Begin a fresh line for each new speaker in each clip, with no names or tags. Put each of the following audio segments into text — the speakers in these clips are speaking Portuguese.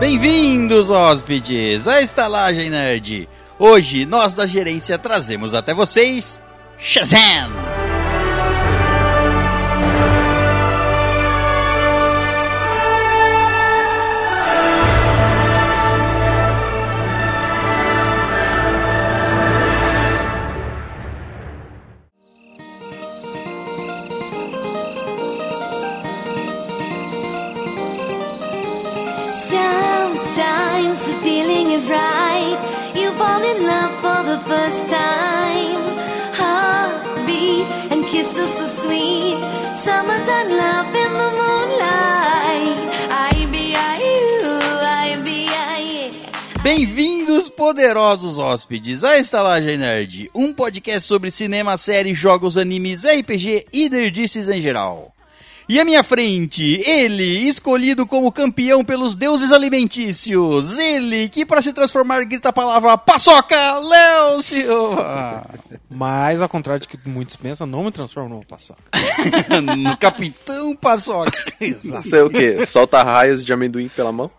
Bem-vindos, hóspedes, à Estalagem Nerd. Hoje, nós da gerência trazemos até vocês Shazam!
Sometimes the feeling is right. You fall in love for the first time. Heartbeat and kisses so sweet. Summertime love in the moonlight. I be I you, I be I.
Bem-vindos, poderosos hóspedes, à Estalagem Nerd, um podcast sobre cinema, séries, jogos, animes, RPG e nerdices em geral. E à minha frente, ele, escolhido como campeão pelos deuses alimentícios, ele que para se transformar grita a palavra paçoca, Léo Silva.
Mas, ao contrário do que muitos pensam, não me transformo numa paçoca.
no Capitão Paçoca. Exato.
Isso é o quê? Solta raios de amendoim pela mão?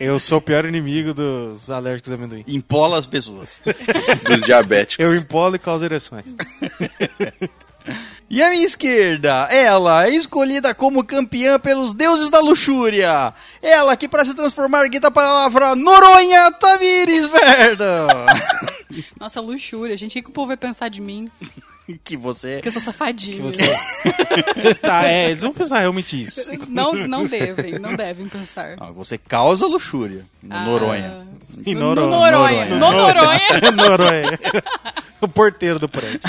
Eu sou o pior inimigo dos alérgicos a amendoim.
Empola as pessoas.
Dos diabéticos.
Eu empolo e causo ereções.
E à minha esquerda, ela, escolhida como campeã pelos deuses da luxúria. Ela que para se transformar grita a palavra Noronha Tamires, Verda.
Nossa, luxúria, gente. O que que o povo vai pensar de mim?
que você...
Que eu sou safadinha.
Que você... tá, é, eles vão pensar realmente isso.
Não, não devem, não devem pensar.
Não, você causa luxúria no
Ah,
Noronha.
E
No
Noronha.
Noronha. No Noronha.
É Noronha. O porteiro do prédio.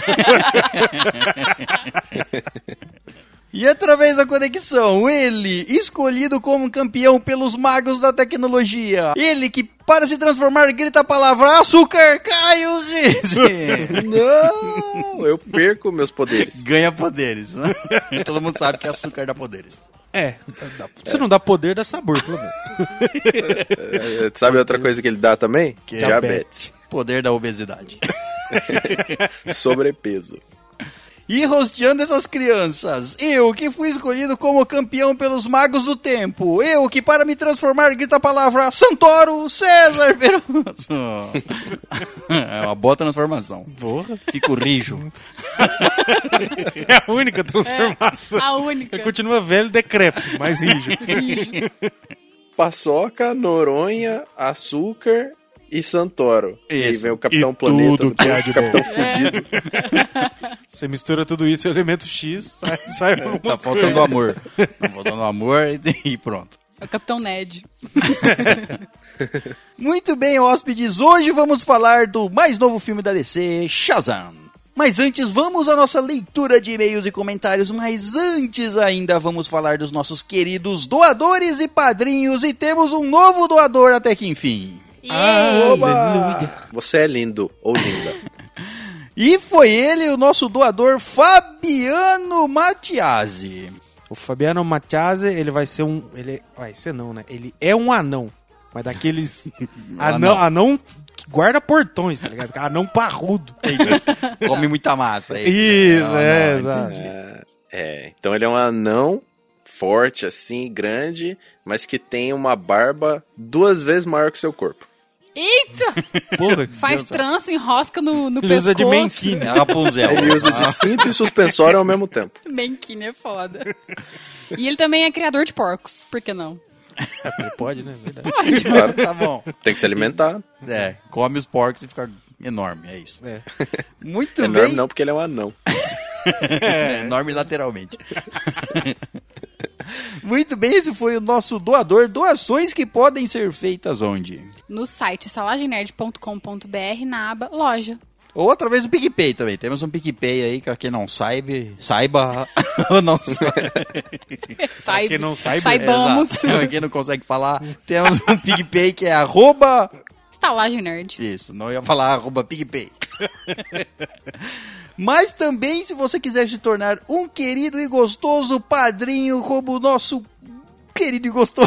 E através da conexão, ele, escolhido como campeão pelos magos da tecnologia. Ele que para se transformar grita a palavra açúcar, Caio Rizzi.
Não, eu perco meus poderes.
ganha poderes. Né? Todo mundo sabe que açúcar dá poderes.
É. Se não dá poder, dá sabor, pelo menos.
É, Sabe outra coisa que ele dá também?
é
Diabetes.
Poder da obesidade.
Sobrepeso.
E rosteando essas crianças, eu que fui escolhido como campeão pelos magos do tempo, eu que para me transformar grita a palavra Santoro César Veroso. é uma boa transformação.
Porra.
Fico rijo.
É a única transformação.
É, a única.
Ele continua velho e decrépito, mais rígido.
Paçoca, Noronha, açúcar e Santoro. E aí
Isso.
vem o Capitão
E
Planeta.
tudo que há de bom.
Capitão Fudido.
Você mistura tudo isso, elemento X, sai, sai um
Tá
alguma coisa.
faltando amor. Tá faltando amor e- e pronto.
É o Capitão Ned.
Muito bem, hóspedes, hoje vamos falar do mais novo filme da DC, Shazam. Mas antes, vamos à nossa leitura de e-mails e comentários, mas antes ainda vamos falar dos nossos queridos doadores e padrinhos e temos um novo doador até que enfim.
Ah.
Oba! Você é lindo ou linda.
E foi ele, o nosso doador Fabiano Matiasi.
O Fabiano Matiase, ele vai ser um. Ele vai ser não, né? Ele é um anão. Mas daqueles.
Um
anão, anão que guarda portões, tá ligado? Anão parrudo.
Come muita massa.
Isso,
Não, não,
é, exato.
É, então ele é um anão forte, assim, grande, mas que tem uma barba duas vezes maior que seu corpo.
Eita!
Porra,
Faz
Deus,
trança, enrosca no, no
Ele usa de
pescoço.
menquinha.
É né? Rapunzel.
Ele usa de cinto e suspensório ao mesmo tempo.
Menquinha é foda. E ele também é criador de porcos. Por que não?
ele Pode, né? Verdade.
Pode.
Claro.
Tá bom.
Tem que se alimentar.
É, come os porcos e fica enorme, é isso.
É.
Muito bem.
Enorme não, porque ele é um anão.
É, enorme lateralmente. Muito bem, esse foi o nosso doador. Doações que podem ser feitas onde?
No site estalagemnerd.com.br na aba loja.
Ou através do PicPay também. Temos um PicPay aí, que quem não saibe, saiba ou não saiba.
Saiba,
quem não saiba,
saibamos.
é, Exato. Quem não consegue falar, temos um PicPay que é arroba...
Estalagem Nerd.
Isso, não ia falar arroba PicPay. Mas também, se você quiser se tornar um querido e gostoso padrinho como o nosso querido e gostoso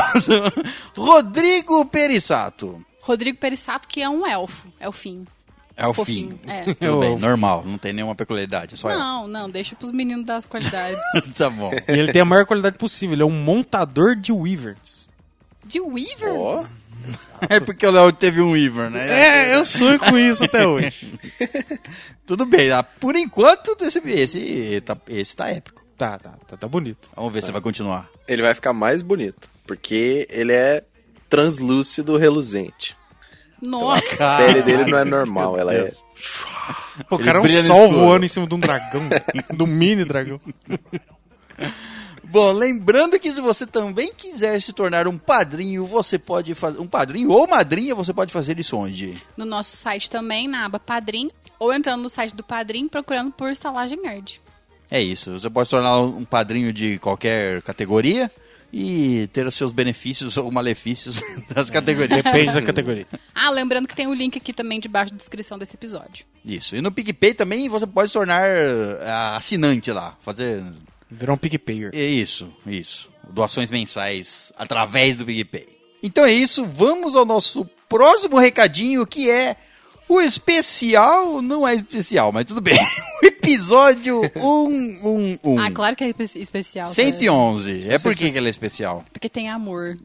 Rodrigo Perissato.
Rodrigo Perissato, que é um elfo. Elfinho.
É o
Fofinho,
fim.
é.
Tudo
É
bem,
o
normal, não tem nenhuma peculiaridade, é só eu.
Não, não, deixa pros meninos das qualidades.
tá bom.
E ele tem a maior qualidade possível. Ele é um montador de weavers.
De Weaver?
Ó,
É porque o Léo teve um Weaver, né?
É, eu sonho com isso até hoje.
Tudo bem, ah, por enquanto esse, esse, tá, esse tá épico.
Tá, tá, tá, tá bonito.
Vamos ver se vai continuar.
ele vai ficar mais bonito, porque ele é translúcido reluzente.
Nossa.
Ah.
A pele dele não é normal, ela é...
Pô, o
Ele
cara é um
brilha no
sol
escuro.
voando em cima de um dragão. do mini dragão.
Bom, lembrando que se você também quiser se tornar um padrinho, você pode fazer. Um padrinho ou madrinha, você pode fazer isso onde?
No nosso site também, na aba Padrim. Ou entrando no site do Padrim, procurando por Estalagem Nerd.
É isso. Você pode se tornar um padrinho de qualquer categoria e ter os seus benefícios ou malefícios das categorias.
Depende da categoria.
Ah, lembrando que tem o link aqui também debaixo da descrição desse episódio.
Isso. E no PicPay também você pode se tornar ah, assinante lá. Fazer.
Virou um PicPayer.
É isso, isso. Doações mensais através do PicPay. Então é isso. Vamos ao nosso próximo recadinho que é. O especial não é especial, mas tudo bem. O episódio 111.
Ah, claro que é espe- especial. sabe?
111. É por que que ele é especial?
Porque tem amor.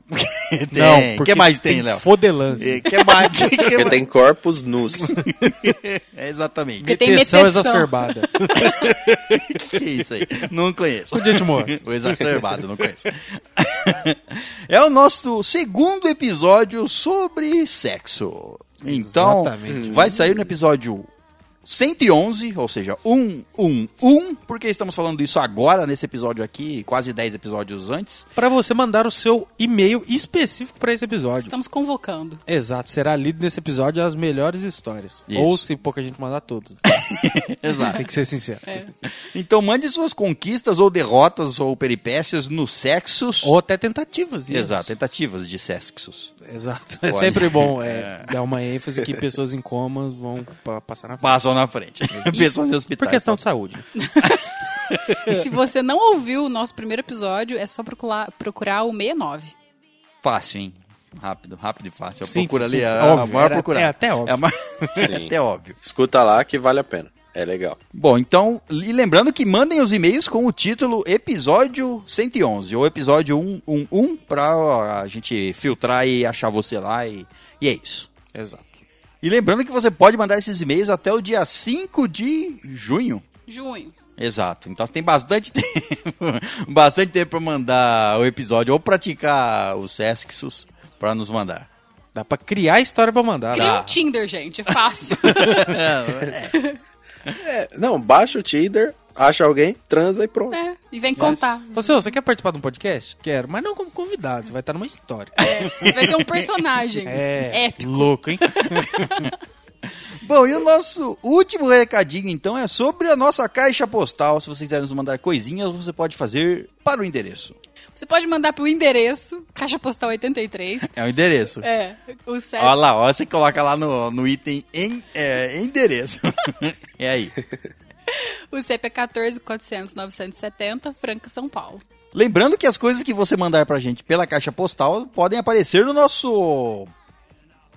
Tem. O que mais tem, Léo?
Fodelance.
É, que mais? que- que
Porque
mais?
tem corpos nus.
É, exatamente.
Porque tem meteção.
exacerbada.
Que que é isso aí? Não conheço.
O Dieter Moura.
O exacerbado, não conheço. É o nosso segundo episódio sobre sexo. Então,
Exatamente.
vai sair no episódio 111, ou seja, 111, porque estamos falando isso agora, nesse episódio aqui, quase 10 episódios antes.
Pra você mandar o seu e-mail específico pra esse episódio.
Estamos convocando.
Exato, será lido nesse episódio as melhores histórias.
Isso.
Ou se pouca gente mandar todos.
Exato.
Tem que ser sincero.
É.
Então, mande suas conquistas ou derrotas ou peripécias no sexos.
Ou até tentativas. isso.
Exato, tentativas de sexos.
Exato. É
Olha.
sempre bom é, dar uma ênfase que pessoas em coma vão pa- passar na frente.
Passam na frente. Pessoas tá. de hospital.
Por questão de saúde.
E se você não ouviu o nosso primeiro episódio, é só procurar, procurar o 69.
Fácil, hein? Rápido, rápido e fácil.
Sim,
Procura ali,
sim,
é
sim.
a, a
Óbvio,
maior
era-
procurada.
é até óbvio.
É a ma-
Sim.
até óbvio.
Escuta lá que vale a pena. É legal.
Bom, então, e lembrando que mandem os e-mails com o título episódio 111 ou episódio 111 pra ó, a gente filtrar e achar você lá e, e é isso.
Exato.
E lembrando que você pode mandar esses e-mails até o dia 5 de junho.
Junho.
Exato. Então tem bastante tempo, bastante tempo para mandar o episódio ou praticar os sexos para nos mandar.
Dá pra criar história pra mandar.
Cria
Dá.
um Tinder, gente. É fácil.
É, não, baixa o Tinder, acha alguém, transa e pronto.
É, E vem contar.
Fala assim, ô, você quer participar de um podcast? Quero, mas não como convidado, você vai estar numa história.
Você vai ser um personagem.
É,
Épico.
louco, hein?
Bom, e o nosso último recadinho então é sobre a nossa caixa postal. Se vocês quiserem nos mandar coisinhas, você pode fazer para o endereço.
Você pode mandar pro endereço, Caixa Postal 83.
É o endereço.
É, o CEP.
Olha lá, ó, você coloca lá no, no item em, é, endereço. é aí.
O CEP é 14 400 970, Franca, São Paulo.
Lembrando que as coisas que você mandar pra gente pela caixa postal podem aparecer no nosso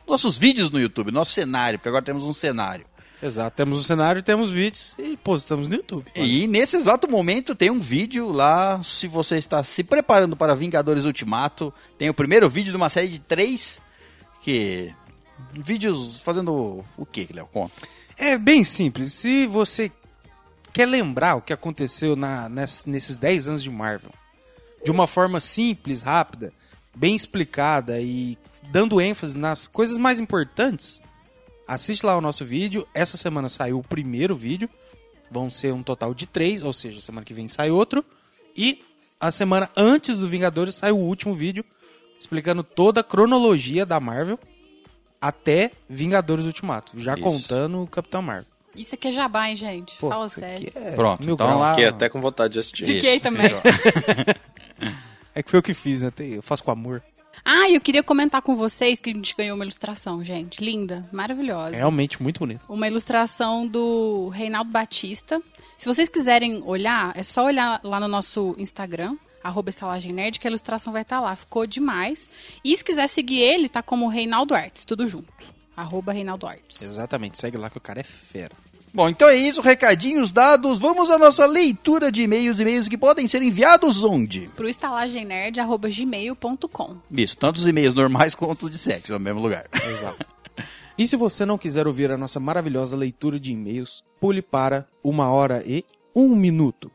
nossos vídeos no YouTube, nosso cenário, porque agora temos um cenário.
Exato, temos um cenário, temos vídeos e postamos no YouTube.
E nesse exato momento tem um vídeo lá, se você está se preparando para Vingadores Ultimato, tem o primeiro vídeo de uma série de três que vídeos fazendo o que, Léo? Conta.
É bem simples. Se você quer lembrar o que aconteceu na- ness- nesses 10 anos de Marvel, de uma forma simples, rápida, bem explicada e dando ênfase nas coisas mais importantes, assiste lá o nosso vídeo. Essa semana saiu o primeiro vídeo. Vão ser um total de três, ou seja, semana que vem sai outro. E a semana antes do Vingadores sai o último vídeo explicando toda a cronologia da Marvel até Vingadores Ultimato, já
Isso.
contando o Capitão Marvel.
Isso aqui é jabá, hein, gente?
Pô,
Fala
isso
sério.
aqui é né?
Pronto,
mil
então
graus.
lá-
Fiquei até com vontade de assistir.
Fiquei também.
É que foi eu que fiz, né? Tem- Eu faço com amor.
Ah, eu queria comentar com vocês que a gente ganhou uma ilustração, gente. Linda, maravilhosa.
É realmente muito bonito.
Uma ilustração do Reinaldo Batista. Se vocês quiserem olhar, é só olhar lá no nosso Instagram, arroba estalagem nerd, que a ilustração vai estar lá. Ficou demais. E se quiser seguir ele, tá como Reinaldo Artes, tudo junto. Arroba Reinaldo Artes.
Exatamente, segue lá que o cara é fera.
Bom, então é isso, recadinhos dados. Vamos à nossa leitura de e-mails, e-mails que podem ser enviados onde?
Pro estalagemnerd.gmail.com.
Isso, tanto os e-mails normais quanto os de sexo, no mesmo lugar.
Exato. E se você não quiser ouvir a nossa maravilhosa leitura de e-mails, pule para uma hora e um minuto.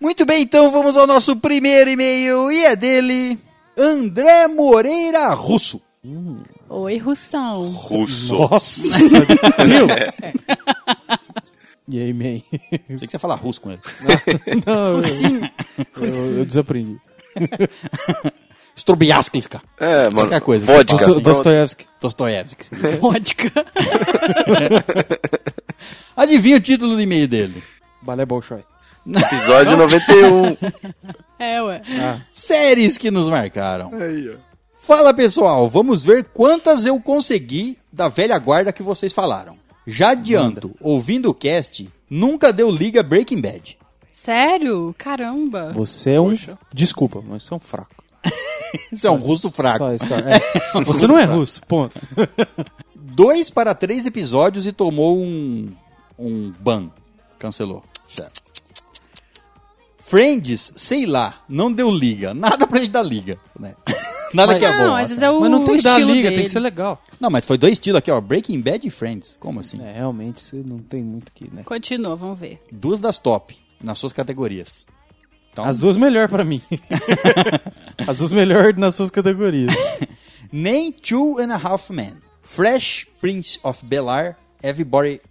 Muito bem, então vamos ao nosso primeiro e-mail e é dele, André Moreira Russo.
Oi, Russão.
Russo.
Nossa, meu Deus! E aí, man?
Sei que você fala russo com ele.
Não, eu, eu, eu desaprendi.
Strubiasklika,
É, mano.
Qualquer coisa.
vodka. assim,
Nossa,
Assim,
Pronto.
Dostoevsky.
Dostoiévski.
Vodka.
Adivinha o título do e-mail dele?
Balé Bolshoi.
Episódio 91.
É, ué.
Séries que nos marcaram. Fala pessoal, vamos ver quantas eu consegui da velha guarda que vocês falaram. Já adianto, ouvindo o cast, nunca deu liga Breaking Bad.
Sério? Caramba.
Você é um... Desculpa, mas você é um fraco.
Isso é um russo fraco.
Só isso, cara. É. Você não é russo, ponto.
Dois para três episódios e tomou um. um ban. Cancelou. Já. Friends, sei lá, não deu liga. Nada pra ele dar liga, né? Nada que é bom.
não, às
assim.
vezes é o
mas não tem que dar
estilo
liga,
dele.
tem que ser legal.
Não, mas foi dois estilos aqui, ó. Breaking Bad e Friends. Como assim?
É, realmente, você não tem muito que, né?
Continua, vamos ver.
Duas das top, nas suas categorias. Então,
As duas melhor pra mim. As duas melhor nas suas categorias.
nem Two and a Half Men. Fresh Prince of Bel-Air, Everybody,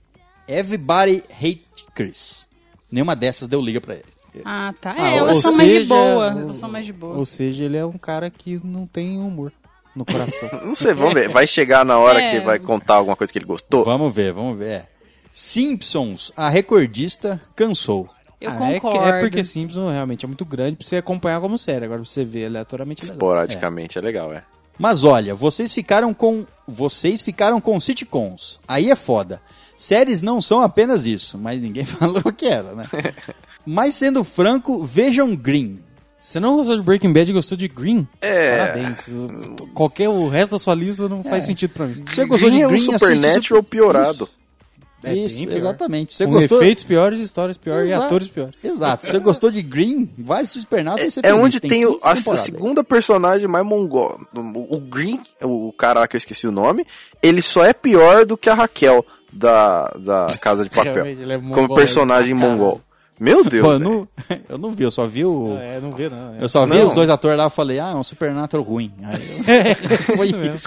Everybody Hate Chris. Nenhuma dessas deu liga pra ele.
Ah, tá.
Ah,
É, elas
ou
são mais de
seja,
boa.
o-
Elas são mais de boa.
Ou seja, ele é um cara que não tem humor no coração.
Não sei, vamos ver. Vai chegar na hora
É.
que vai contar alguma coisa que ele gostou.
Vamos ver, vamos ver. é. Simpsons, a recordista, cansou.
Eu
Ah, é que-
concordo.
É, porque Simpson realmente é muito grande pra você acompanhar como série. Agora pra você vê aleatoriamente. é legal.
Esporadicamente é. legal, é.
Mas olha, vocês ficaram com. Vocês ficaram com sitcoms. Aí é foda. Séries não são apenas isso, mas ninguém falou o que era, né? mas sendo franco, vejam Green.
Você não gostou de Breaking Bad e gostou de Green?
É.
Parabéns. O- t- Qualquer o resto da sua lista não faz sentido pra mim.
Você gostou de
é um
Green assiste
Supernatural
Sup-
piorado.
É bem
Isso, isso
pior.
exatamente. Você
Com
gostou?
efeitos piores, histórias piores
Exato.
e atores piores.
Exato. Você gostou de Green? Vai se espernar
É, é onde tem, o- a, a segunda personagem mais mongol. O, o Green, o cara lá que eu esqueci o nome, ele só é pior do que a Raquel da, da Casa de Papel.
Realmente, ele é
como
mongol,
personagem
ele é pra
mongol. Meu Deus.
Pô, eu,
velho.
não, eu não vi, eu só vi o.
É, não vê, não.
Eu só vi
né? Não.
os dois atores lá e falei, ah, é um Supernatural ruim. Aí eu-
Foi isso mesmo.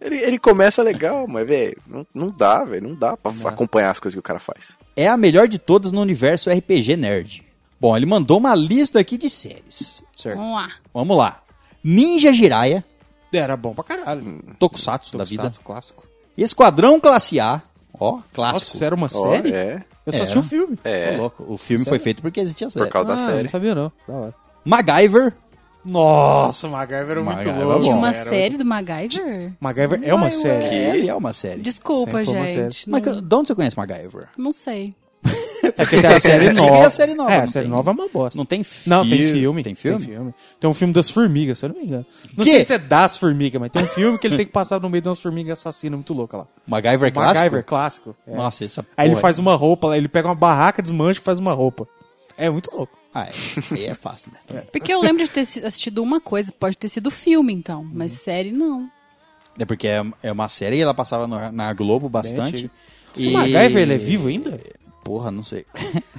Ele, ele começa legal, mas, velho, não, não dá, velho. Não dá pra acompanhar as coisas que o cara faz.
é a melhor de todas no universo RPG Nerd. Bom, ele mandou uma lista aqui de séries. Certo.
Vamos lá.
Vamos lá. Ninja Jiraiya,
Era bom pra caralho.
Tokusatsu, Hum, da vida.
Tokusatsu, clássico.
Esquadrão Classe A, ó,
Nossa,
clássico.
isso era uma
Ó,
série?
É,
Eu só
Era.
assisti o filme.
Ô,
é.
louco. O filme foi feito porque existia série.
por causa da
Ah,
série.
não sabia não. Da hora.
MacGyver,
Nossa, MacGyver era
MacGyver
muito
é
louco.
Tinha
bom,
uma
Era-
série do MacGyver?
MacGyver é uma série.
É, ele é uma série.
Desculpa,
Sempre foi uma
gente.
Mas
não-
que- de onde você conhece MacGyver?
Não sei.
É porque tem a série
Tem a
nova.
série nova,
É, a
não
série
tem?
nova é uma bosta.
Não tem
Não, tem
fi-
filme.
tem filme?
Tem um filme das formigas, se eu não me engano. Não
Quê?
sei se é das formigas, mas tem um filme que ele tem que passar no meio de umas formigas assassinas muito louca lá.
MacGyver é clássico?
um MacGyver clássico. é.
Nossa, essa
Aí ele
porra-
faz uma roupa lá, ele pega uma barraca, desmancha e faz uma roupa. É muito louco.
Ah, é. Aí é fácil, né?
Porque eu lembro de ter si- assistido uma coisa, pode ter sido filme então, mas série não.
É porque é, é uma série e ela passava no- na Globo bastante.
antiga. O MacGyver, ele é vivo ainda?
Porra, não sei.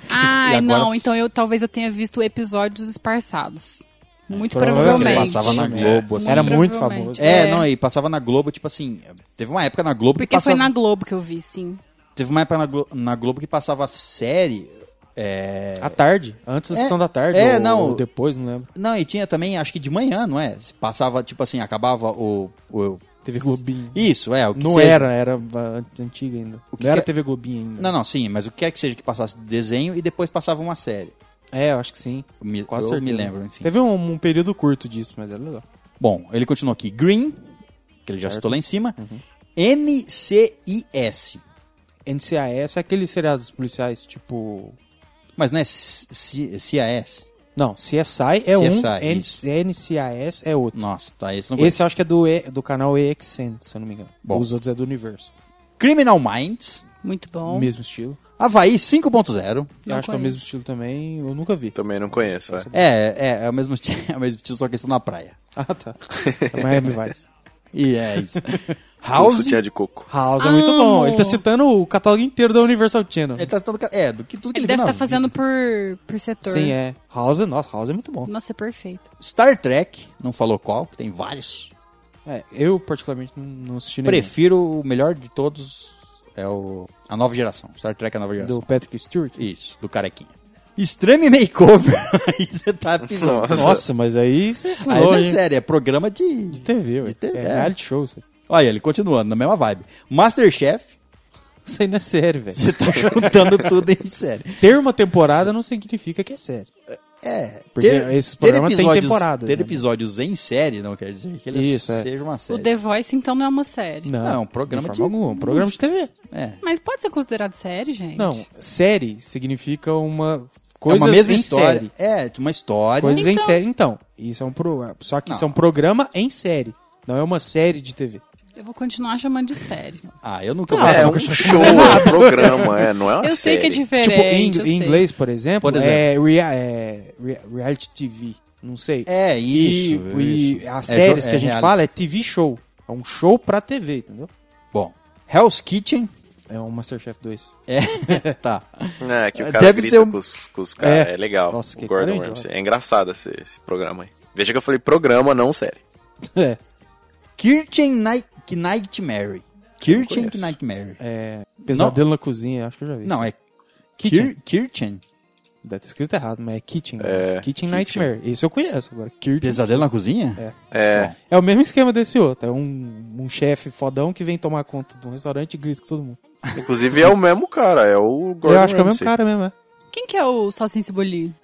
Ah,
agora-
não, então eu talvez eu tenha visto episódios esparçados. Muito
provavelmente.
provavelmente.
Passava na
É.
Globo, assim.
Era muito
provavelmente.
famoso.
É, não, e passava na Globo, tipo assim. Teve uma época na Globo que
Porque
passava.
foi na Globo que eu vi, sim.
Teve uma época na Glo- na Globo, que passava série. É...
À tarde. Antes da
É.
sessão da tarde.
É,
ou-
não.
ou depois, não lembro.
Não, e tinha também, acho que de manhã, não é? Se Passava, tipo assim, acabava o. o...
TV Globinho.
Isso, é. O que
Não
seja.
era, era ah, antiga ainda.
que
Não era
que- é-
TV Globinho ainda.
Não, não, sim, mas o que quer que seja que passasse desenho e depois passava uma série.
É, eu acho que sim.
Eu me,
Quase
eu me
certeza.
lembro, enfim.
Teve um, um período curto disso, mas era legal.
Bom, ele continua aqui. Green, que ele já citou lá em cima.
Uhum.
NCIS.
NCIS é aquele seriado dos policiais, tipo...
Mas não é C- C- CIS?
Não, CSI
CSI,
é um, N-
isso.
NCIS é outro.
Nossa, tá, esse não conheço.
Esse eu acho que é do, E- do canal EXN, se eu não me engano.
Bom.
Os outros é do Universo.
Criminal Minds.
Muito bom.
Mesmo estilo.
Havaí 5.0.
Eu acho que
Não
é o
conheço.
mesmo estilo também, eu nunca vi.
Então.
Também não conheço, é.
É, é, é o mesmo estilo, é o mesmo estilo, só que eles estão na praia.
Ah, tá. É Miami Vice.
E é isso.
O
House.
sutiã de coco.
House é muito bom. Ele tá citando o catálogo inteiro da Universal Channel.
Ele tá todo, Ah, é, do que tudo que ele,
Ele deve
viu
estar
na
fazendo
vida.
por, por setor.
Sim, é. House, nossa, House é muito bom.
Nossa, é perfeito.
Star Trek, não falou qual, que tem vários.
É, eu, particularmente, não, não assisti nenhum.
Prefiro o melhor de todos, é o a nova geração. Star Trek é a nova geração.
Do Patrick Stewart.
Isso, do carequinha. Extreme Makeover. Aí você tá pisando.
Nossa.
Nossa, mas aí você foi
Aí não
longe,
é
hein?
sério, é programa de...
De TV, ué.
De TV,
É
é.
reality show. Isso
Olha ele, continuando, na mesma vibe. Masterchef,
aí não é sério, velho.
você tá juntando tudo em série.
Ter uma temporada não significa que é sério.
É,
Porque esses programas têm temporada,
Ter
né?
episódios em série não quer dizer que ele
Isso, é.
seja uma
O
série.
The Voice, então, não é uma série.
Não,
Não, programa
de
de-
forma alguma, um programa de TV.
É.
Mas pode ser considerado série, gente?
Não, série significa uma coisa
é uma mesma
em
história.
série.
É, de uma história.
Coisas em
Então-
série. Então, isso é um pro... só que isso é um programa em série. Não é uma série de TV.
Eu vou continuar chamando de série.
Ah, eu nunca
É um show, é um programa, é, não é uma
eu sei que é
série.
diferente.
tipo, em,
eu
em
sei.
inglês, por exemplo,
Por exemplo.
É, rea- é rea- reality TV. Não sei.
É,
E,
isso.
e
isso.
as
É
séries
jo-
que
é
a gente
reali-
fala é TV show. É um show pra TV, entendeu?
Bom, Hell's Kitchen.
É um Masterchef 2.
É, tá.
É, que o cara
Deve
grita
ser um-
com os, com os caras.
É.
É. legal.
Nossa, que
o Gordon
cara
Ramsay.
idiota.
É engraçado esse, esse programa aí. Veja que eu falei programa, não série.
É.
Kitchen Night Nightmare. Kitchen
conheço.
Nightmare.
É, pesadelo na cozinha, acho que eu já vi.
Não, é
isso. Kitchen.
Kir- Kitchen.
Deve ter escrito errado, mas é Kitchen.
É,
Kitchen,
kitchen.
Nightmare. Esse eu conheço agora. Kitchen.
Pesadelo na cozinha?
É.
É.
É o mesmo esquema desse outro. É um, um chefe fodão que vem tomar conta de um restaurante e grita com todo mundo.
Inclusive é o mesmo cara, é o Gordon
eu acho que é o
Ramsay.
mesmo cara mesmo, é.
Quem que é o Salsinha e Cebolinha?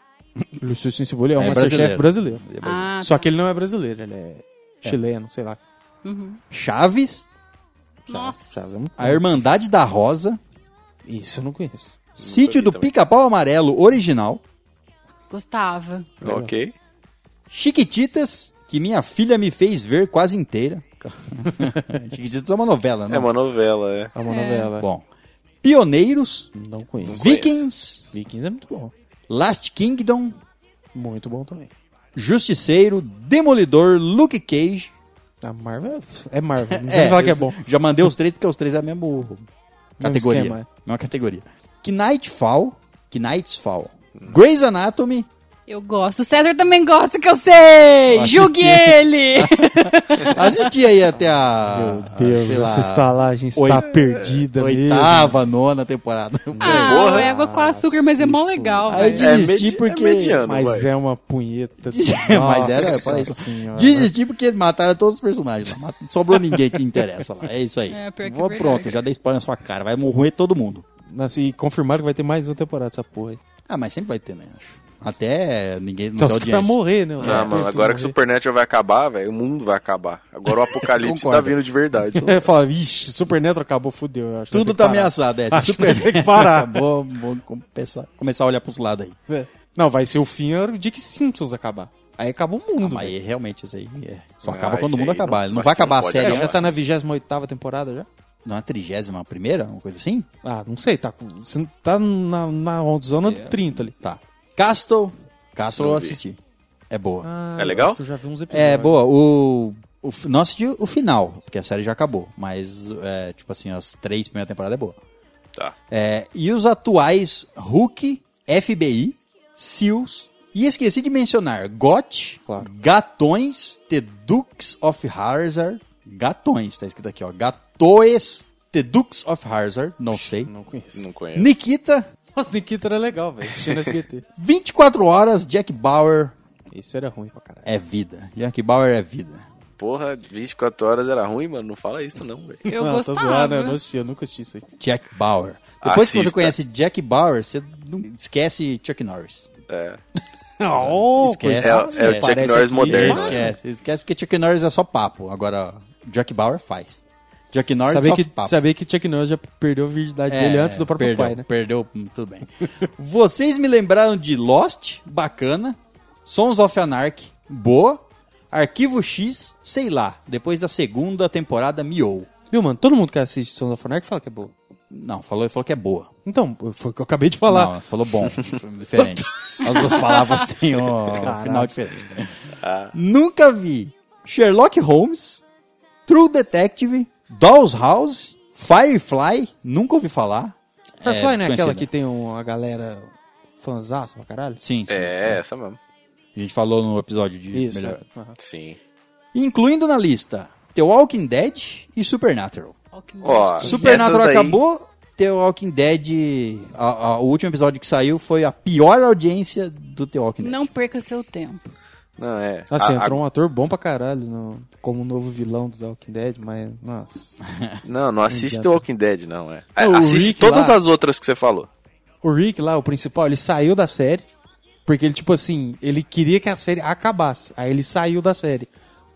Lucio Ciboli é um
É
Masterchef brasileiro.
Ah,
Só que ele não é brasileiro, ele é, chileno, sei lá.
Chaves.
Nossa.
Sabe? É muito-
A Irmandade da Rosa.
Isso eu não conheço.
Sítio
vi
do
também.
Pica-Pau Amarelo original.
Gostava.
É
Ok.
Chiquititas, que minha filha me fez ver quase inteira. Chiquititas é uma novela, né?
É uma novela, é.
É uma novela.
Bom. Pioneiros,
Não conheço.
Vikings,
Vikings é muito bom.
Last Kingdom,
Muito bom também.
Justiceiro, Demolidor, Luke Cage.
A Marvel é Marvel. Não sei falar que é
eu
bom.
Já mandei os três, porque os três é a mesma categoria.
esquema, é.
Mesma categoria. Knightfall, Knightfall, Grey's Anatomy,
Eu gosto. O César também gosta, que eu sei!
Eu assisti.
Julgue ele!
assisti aí até a...
Meu Deus,
Ah, sei lá,
essa estalagem está
oit-
perdida mesmo.
Oitava, nona temporada.
ah,
Porra.
é água com açúcar, mas é mó legal,
Aí eu
velho.
É
desisti
medi- é
porque...
mediano.
Mas
vai.
é uma punheta.
Mas era,
Nossa
pra isso.
senhora.
Desisti porque mataram todos os personagens. lá. Não sobrou ninguém que interessa lá. É isso aí.
É, pior que
Vou-
é verdade.
pronto, já dei spoiler na sua cara. Vai morrer todo mundo.
Nossa, e confirmaram que vai ter mais uma temporada dessa porra aí.
Ah, mas sempre vai ter, né? Acho. Até ninguém não
Então
tem
os caras
audiência.
morrer, né? os
Ah,
atores
mano,
tudo
agora que o
morrer.
Supernatural vai acabar, velho, o mundo vai acabar. Agora o apocalipse tá
Concordo.
vindo de verdade.
Eu falo, vixe, Supernatural acabou, fudeu. eu acho que
Tudo
eu
tá
tenho que parar.
ameaçado, é. Se
Acho que
super-
nós tem que parar.
Acabou, vou começar, começar a olhar pros lados aí.
É. Não, vai ser o fim era o dia que Simpsons acabar. Ah, Aí acabou o mundo,
Mas
velho.
realmente isso aí é. Só
Ah,
acaba quando
isso
o mundo
aí não-
acabar. Ele não
acho
vai
que não
acabar a
pode
série.
acabar.
Já
Já
tá na 28ª temporada já?
Na trigésima primeira, uma coisa assim?
Ah, não sei, tá, com- se não- tá na, na zona do 30 ali.
Tá. Castle. Castle
Não
eu
vi.
assisti. É boa.
Ah,
É legal?
acho que Eu já vi uns episódios.
É, boa. O, o, fi- não assisti o final, porque a série já acabou. Mas, é, tipo assim, as três primeiras temporadas é boa.
Tá.
É, e os atuais Hulk, FBI, SEALs, e esqueci de mencionar GOT,
Claro.
Gatões, The Dukes of Hazzard, Gatões, tá escrito aqui, ó. Gatoes, The Dukes of Hazzard, não sei.
Não conheço.
Não conheço.
Nikita,
Nossa, Nikita era legal, velho. Assistia no SBT.
24 horas, Jack Bauer
Esse era ruim pra caralho.
é vida. Jack Bauer é vida.
Porra, 24 horas era ruim, mano. Não fala isso, não, velho.
Eu
não, tô zoando, é eu não
gostava.
assisti, eu nunca assisti isso aí.
Jack Bauer. Depois que você
Assista.
conhece Jack Bauer, você não esquece Chuck Norris.
É.
Não,
Esquece.
É,
Ah,
é o
é,
Chuck
parece
Norris
aqui.
moderno.
Mas-
né?
Esquece, esquece porque Chuck Norris é só papo. Agora, Jack Bauer faz. Jack Norris é
Saber
só
que,
papo.
saber que Chuck Norris já perdeu a virgindade
É,
dele antes do próprio
perdeu,
pai, né?
Perdeu, hum, tudo bem. Vocês me lembraram de Lost, bacana. Sons of Anarchy, boa. Arquivo X, sei lá. Depois da segunda temporada, miou.
Viu, mano? Todo mundo que assiste Sons of Anarchy fala que é boa.
Não, falou, ele falou que é boa.
Então, foi o que eu acabei de falar.
Não, falou bom. diferente. As duas palavras têm um final diferente.
Ah.
Nunca vi Sherlock Holmes, True Detective, Doll's House, Firefly, nunca ouvi falar.
Firefly
É,
não é aquela
desconhecida.
que tem uma galera fanzaça pra caralho?
Sim, sim.
É, essa mesmo.
A gente falou no episódio de
Isso.
melhor.
é. Aham.
Sim.
Incluindo na lista The Walking Dead e Supernatural.
Walking Dead.
Ó,
Supernatural
Ah, essas daí-
acabou, The Walking Dead. a- a- o último episódio que saiu foi a pior audiência do The Walking Dead.
Não perca seu tempo.
Não, é.
Assim,
A- a-
entrou um ator bom pra caralho no- como um novo vilão do The Walking Dead, mas, nossa.
Não, não assiste The
Idiota.
Walking Dead, não, é.
Não, o
assiste
Rick
todas
lá-
as outras que você falou.
O Rick lá, o principal, ele saiu da série porque ele, tipo assim, ele queria que a série acabasse. Aí ele saiu da série.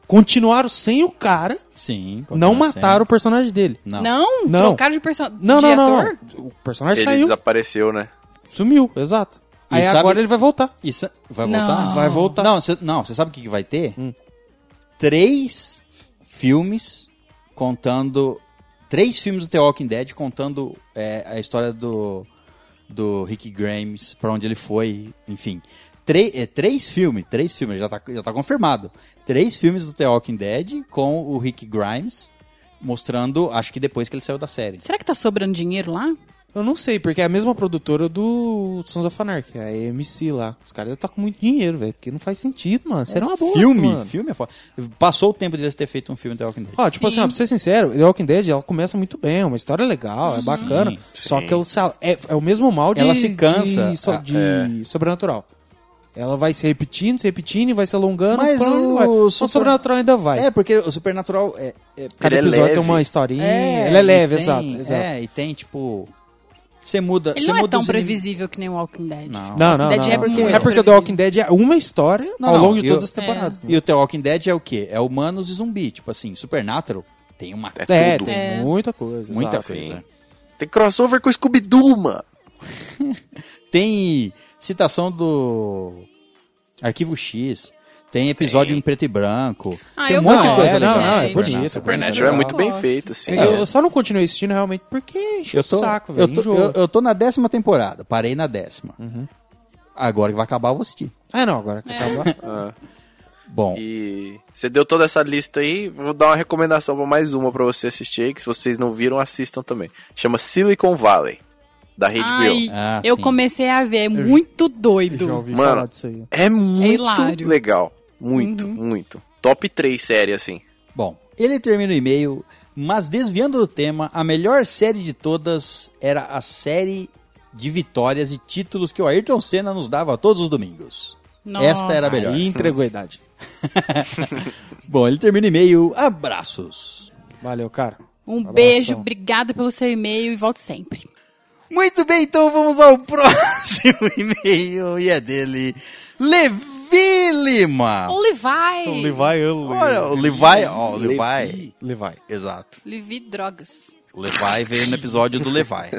Continuaram sem o cara,
Sim.
não
continua
mataram o personagem dele.
sendo. Não.
Não,
Não.
trocaram de personagem.
Não, não, não,
ator?
não. O personagem
Ele
saiu,
desapareceu, né?
sumiu, exato.
E
Aí
sabe-
agora ele vai voltar.
Isso, vai
Não.
voltar?
Vai voltar.
Não, você não, você sabe o que, que vai ter?
Hum.
Três filmes contando. Três filmes do The Walking Dead contando é, a história do, do Rick Grimes, pra onde ele foi, enfim. Tre- é, três filmes, três filmes, já tá, já tá confirmado. Três filmes do The Walking Dead com o Rick Grimes, mostrando, acho que depois que ele saiu da série.
Será que tá sobrando dinheiro lá?
Eu não sei, porque é a mesma produtora do Sons of Anarchy, a AMC lá. Os caras tá com muito dinheiro, velho, porque não faz sentido, mano. Será uma boa,
filme,
mano.
filme é foda. Passou o tempo de eles ter feito um filme do The Walking Dead.
Ó, tipo assim,
Sim.
ó, pra ser sincero, The Walking Dead, ela começa muito bem, é uma história legal, é bacana. Só
Sim.
que ela sa- é, é o mesmo mal de...
Ela se cansa.
De, so-
Ah,
de sobrenatural. Ela vai se repetindo, se repetindo e vai se alongando.
Mas
pá,
o
vai.
Super-
sobrenatural ainda vai.
É, porque o Supernatural é. é
Cada
Ele é
episódio tem
leve.
uma historinha.
É,
ela é
e
leve,
tem-
exato, exato.
É, e tem, tipo. Você muda.
Ele
você
não é
muda
tão
os inimigos.
previsível que nem o Walking Dead.
Não.
Não, não,
Dead
não.
é muito
é porque o The
previsível.
Walking Dead é uma história
Não,
ao
não,
longo de
eu-
todas as temporadas.
E o The Walking Dead é o quê? É humanos e zumbi. Tipo assim, Supernatural tem uma.
É,
É,
tudo.
tem
É.
muita coisa.
muita
exato.
coisa.
Tem crossover com Scooby-Doo, mano.
Tem citação do. Arquivo X. Tem episódio em preto e branco.
Ah,
tem um
eu
monte de
gosto,
coisa
é, não,
legal.
não, é
de Supernatural.
bonito,
Supernatural é
legal.
muito bem
Gosto.
feito, assim.
É, Eu, eu só não continuei assistindo realmente porque enche
Eu tô,
o saco,
eu,
velho.
tô,
enjoa.
eu, eu tô na décima temporada. Parei na décima. Agora que vai acabar, eu vou assistir.
Ah, não, agora
É.
que acabou.
Ah,
Bom.
e você deu toda essa lista aí, vou dar uma recomendação pra mais uma pra você assistir aí, que se vocês não viram, assistam também. Chama Silicon Valley, da HBO.
Ai,
Ah,
eu
sim.
comecei a ver, é muito
Eu já
doido.
ouvi
Mano,
falar disso aí.
É Uhum. muito
hilário.
legal. Muito, muito. Top 3 série, assim.
Bom, ele termina o e-mail, mas desviando do tema, a melhor série de todas era a série de vitórias e títulos que o Ayrton Senna nos dava todos os domingos.
Nossa.
Esta era a melhor.
Aí entregou a idade.
Bom, ele termina o e-mail, abraços.
Valeu, cara.
Um
Abração.
beijo, obrigado pelo seu e-mail e volte sempre.
Muito bem, então vamos ao próximo e-mail e é dele, Levi Lima.
O Levi.
O Ah. Então, Levi, eu...
Olha, o Levi, ó, o Levi,
Levi.
exato.
Levi Drogas.
O Levi veio no episódio do Levi.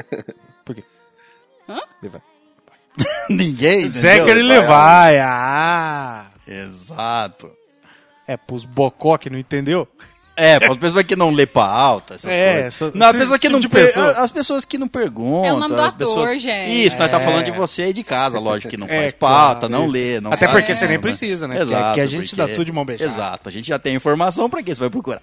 Por quê?
Hã?
Levi.
Ninguém entendeu?
Zachary Levi, ah!
Exato.
É, pros bocó que não entendeu?
É, pra pessoa que não lê pra alta, essas
É,
coisas.
essa-
não, a
esse
pessoa que
tipo
não
de
per-
pessoa.
As pessoas que não perguntam.
É o nome do
as
ator,
pessoas-
gente.
Isso, nós tá
É.
falando de você aí de casa, lógico, que não
É,
faz
claro,
pauta, não
isso.
lê, não
Até
faz
porque você nem
nada.
precisa, né? Porque
Exato.
aqui a gente dá tudo de mão beijada.
Exato, a gente já tem a informação, pra que você vai procurar?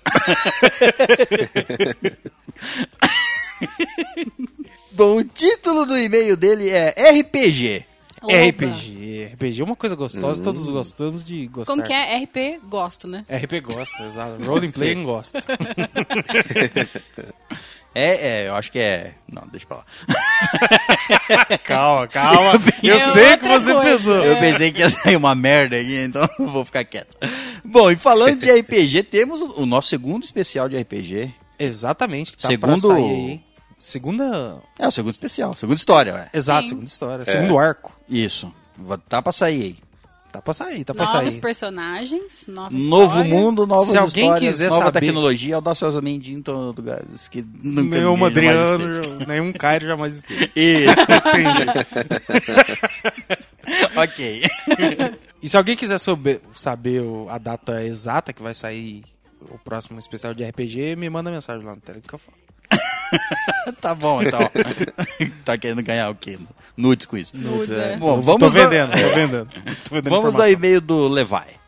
Bom, o título do e-mail dele é RPG.
Oba.
É RPG. RPG é uma coisa gostosa, todos gostamos de gostar.
Como que é? RP, gosto, né?
RP gosta, exato. Role playing gosta.
É, é, eu acho que é. Não, deixa pra lá.
calma, calma. Eu
É
sei o que
outra
você
coisa.
pensou.
Eu pensei que ia sair uma merda aqui, então eu vou ficar quieto. Bom, e falando de RPG, temos o o nosso segundo especial de RPG.
Exatamente. que Tá
Segundo-
Pra sair aí. Segunda.
É, o segundo especial, segunda história, ué.
Exato,
Sim.
segunda história.
É.
Segundo arco.
Isso. Va- Tá pra sair aí.
Tá pra sair, tá pra
Novos
sair.
personagens, nova
Novo
história.
mundo, novas
Se alguém
histórias,
quiser
nova
saber-
tecnologia, audaciosamente em todo lugar. Isso que nunca
Nenhum
ninguém jamais esteve.
Adriano, nenhum Cairo jamais esteve.
Isso,
Entendi.
ok.
E se alguém quiser saber, saber o- a data exata que vai sair o próximo especial de RPG, me manda mensagem lá no Telegram que eu falo.
tá bom, então. tá querendo ganhar o quê? Nudes com isso.
Nudes, é.
Bom,
tô
vamos ao-
vendendo, tô vendendo. Tô vendendo
Vamos
informação.
ao e-mail do Levi.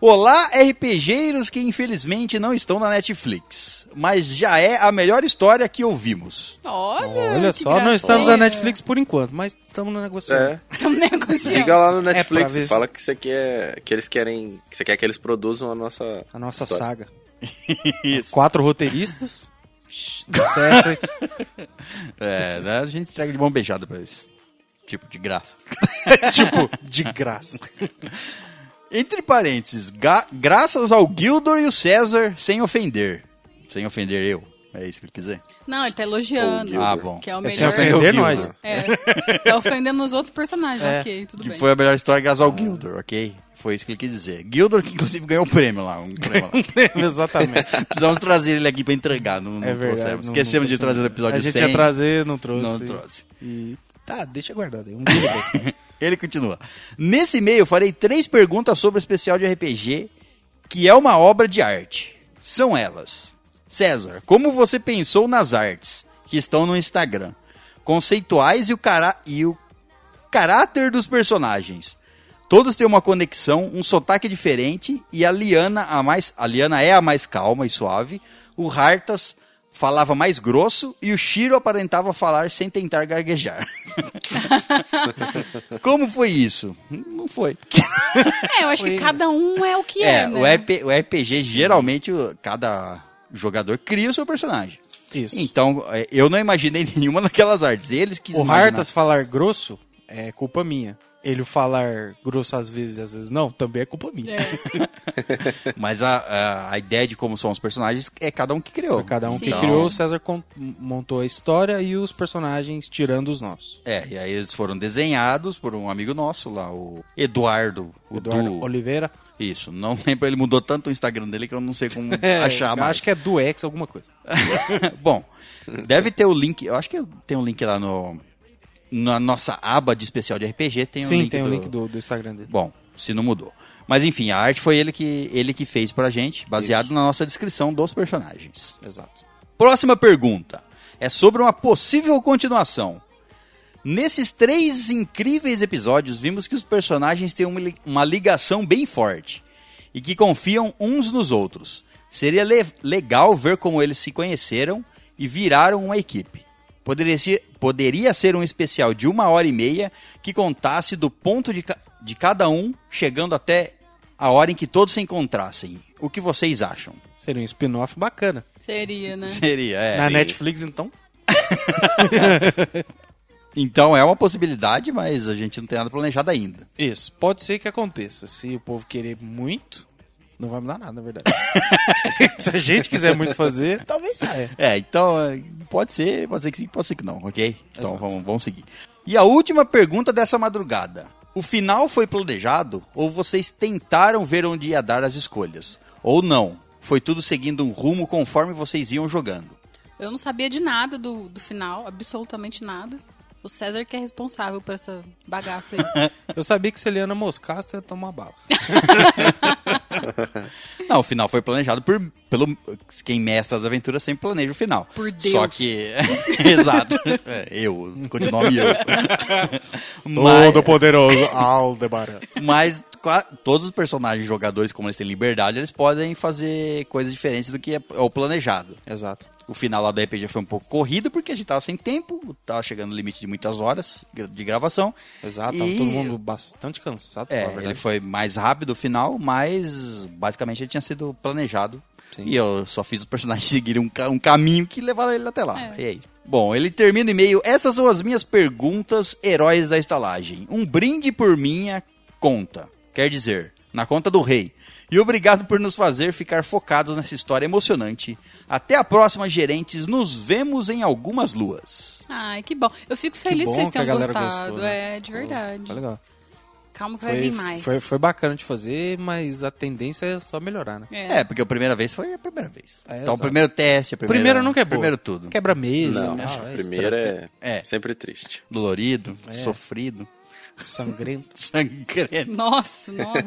Olá, RPGeiros que infelizmente não estão na Netflix, mas já é a melhor história que ouvimos.
Olha,
Olha
que
só, não estamos na
gracinha. Tá um
Netflix por enquanto, mas estamos na negociação.
É.
Estamos
Liga
negociando.
lá no
É, pra
Netflix
ver
e
se-
fala que você quer. Que eles querem. Que você quer que eles produzam a nossa.
A nossa
história.
saga.
Isso.
Quatro roteiristas. Sucesso, hein?
É, né, a gente entrega de mão beijada pra isso. Tipo, de graça.
tipo, de graça.
Entre parênteses, ga- graças ao Gildor e o César, sem ofender. Sem ofender eu. É isso que ele quiser.
Não, ele tá elogiando.
Ah, bom.
Que é o
É sem
melhor.
ofender
Gildo.
nós.
É, tá ofendendo os outros personagens,
É.
ok, tudo
Que
bem.
foi a melhor história graças ao Gildor, ok? Foi isso que ele quis dizer. Gildor, que inclusive ganhou um prêmio lá. Um prêmio lá.
Exatamente.
Precisamos trazer ele aqui pra entregar, não, não
É verdade.
trouxemos.
não-
Esquecemos
não
de
trouxe
trazer no
nada.
episódio
A gente
100.
ia trazer, não trouxe.
Não trouxe.
E... Tá, deixa guardado aí. Um dia ele vem.
Ele continua. Nesse e-mail farei três perguntas sobre o especial de RPG, que é uma obra de arte. São elas. César, como você pensou nas artes que estão no Instagram? Conceituais e o, cara... e o caráter dos personagens. Todos têm uma conexão, um sotaque diferente e a Liana, a mais, a Liana é a mais calma e suave, o Hartas falava mais grosso e o Shiro aparentava falar sem tentar gaguejar. Como foi isso? Não foi.
É, eu acho que cada um é o que é,
É,
né?
o, EP, o RPG geralmente o- cada jogador cria o seu personagem.
Isso.
Então, é, eu não imaginei nenhuma daquelas artes. Eles que
o
imaginaram.
Hartas falar grosso é culpa minha. Ele falar grosso às vezes e às vezes não, também é culpa minha.
É.
Mas a, a, a ideia de como são os personagens é cada um que criou.
Foi cada um que
Então,
criou, o César con- montou a história e os personagens tirando os nossos.
É, e aí eles foram desenhados por um amigo nosso lá, o Eduardo. O
Eduardo
Du.
Oliveira.
Isso, não lembro, ele mudou tanto o Instagram dele que eu não sei como
É,
achar
eu
mais.
acho que é do X alguma coisa.
Bom, deve ter o link. Eu acho que tem um link lá no. Na nossa aba de especial de RPG tem um
Sim,
link
tem o
do-
link do, do Instagram dele.
Bom, se não mudou. Mas enfim, a arte foi ele que, ele que fez pra gente, baseado na nossa descrição dos personagens.
Exato.
Próxima pergunta é sobre uma possível continuação. Nesses três incríveis episódios, vimos que os personagens têm uma li- uma ligação bem forte e que confiam uns nos outros. Seria le- legal ver como eles se conheceram e viraram uma equipe. Poderia ser, poderia ser um especial de uma hora e meia que contasse do ponto de, ca- de cada um, chegando até a hora em que todos se encontrassem. O que vocês acham?
Seria um spin-off bacana.
Seria, né?
Seria, é.
Na
Sim.
Netflix, então.
Então é uma possibilidade, mas a gente não tem nada planejado ainda.
Isso. Pode ser que aconteça. Se o povo querer muito, não vai mudar nada, na verdade. Se a gente quiser muito fazer, talvez saia.
É, então é, pode ser, pode ser que sim, pode ser que não, ok? Então vamos, vamos seguir. E a última pergunta dessa madrugada. O final foi planejado ou vocês tentaram ver onde ia dar as escolhas? Ou não? Foi tudo seguindo um rumo conforme vocês iam jogando.
Eu não sabia de nada do, do final, absolutamente nada. O César que é responsável por essa bagaça aí.
Eu sabia que se Eliana moscasse, ia tomar bala.
Não, o final foi planejado por pelo quem mestra as aventuras sempre planeja o final.
Por Deus.
Só que exato. É, eu, codinome eu. Mas-
Todo-poderoso Aldebaran.
Mas qua- todos os personagens jogadores, como eles têm liberdade, eles podem fazer coisas diferentes do que é é o planejado.
Exato.
O final lá do RPG foi um pouco corrido, porque a gente tava sem tempo, tava chegando no limite de muitas horas gra- de gravação.
Exato.
E-
Tava todo mundo bastante cansado, pra
É,
falar a
ele
verdade.
foi mais rápido o final, mas basicamente ele tinha sido planejado.
Sim.
E eu só fiz os personagens seguirem um, ca- um caminho que levaram ele até lá. E é isso. Bom, ele termina o e-mail. Essas são as minhas perguntas, heróis da estalagem. Um brinde por minha conta. Quer dizer, na conta do rei. E obrigado por nos fazer ficar focados nessa história emocionante. Até a próxima, gerentes. Nos vemos em algumas luas.
Ai, que bom. Eu fico feliz que,
bom
vocês
que a
tenham
galera
gostado.
gostou, né?
É, de
Foi-
verdade.
Foi legal.
Calma que vai
Foi,
vir mais.
foi, foi bacana de fazer, mas a tendência é só melhorar, né?
É.
É, porque a primeira vez foi a primeira vez. então,
É,
o
exato.
primeiro teste, a primeira...
Primeiro nunca é boa.
Primeiro tudo.
Quebra mesa.
Não,
e tal, é
primeiro é,
É.
sempre triste.
dolorido, sofrido.
Sangrento.
Sangrento.
Nossa, nossa.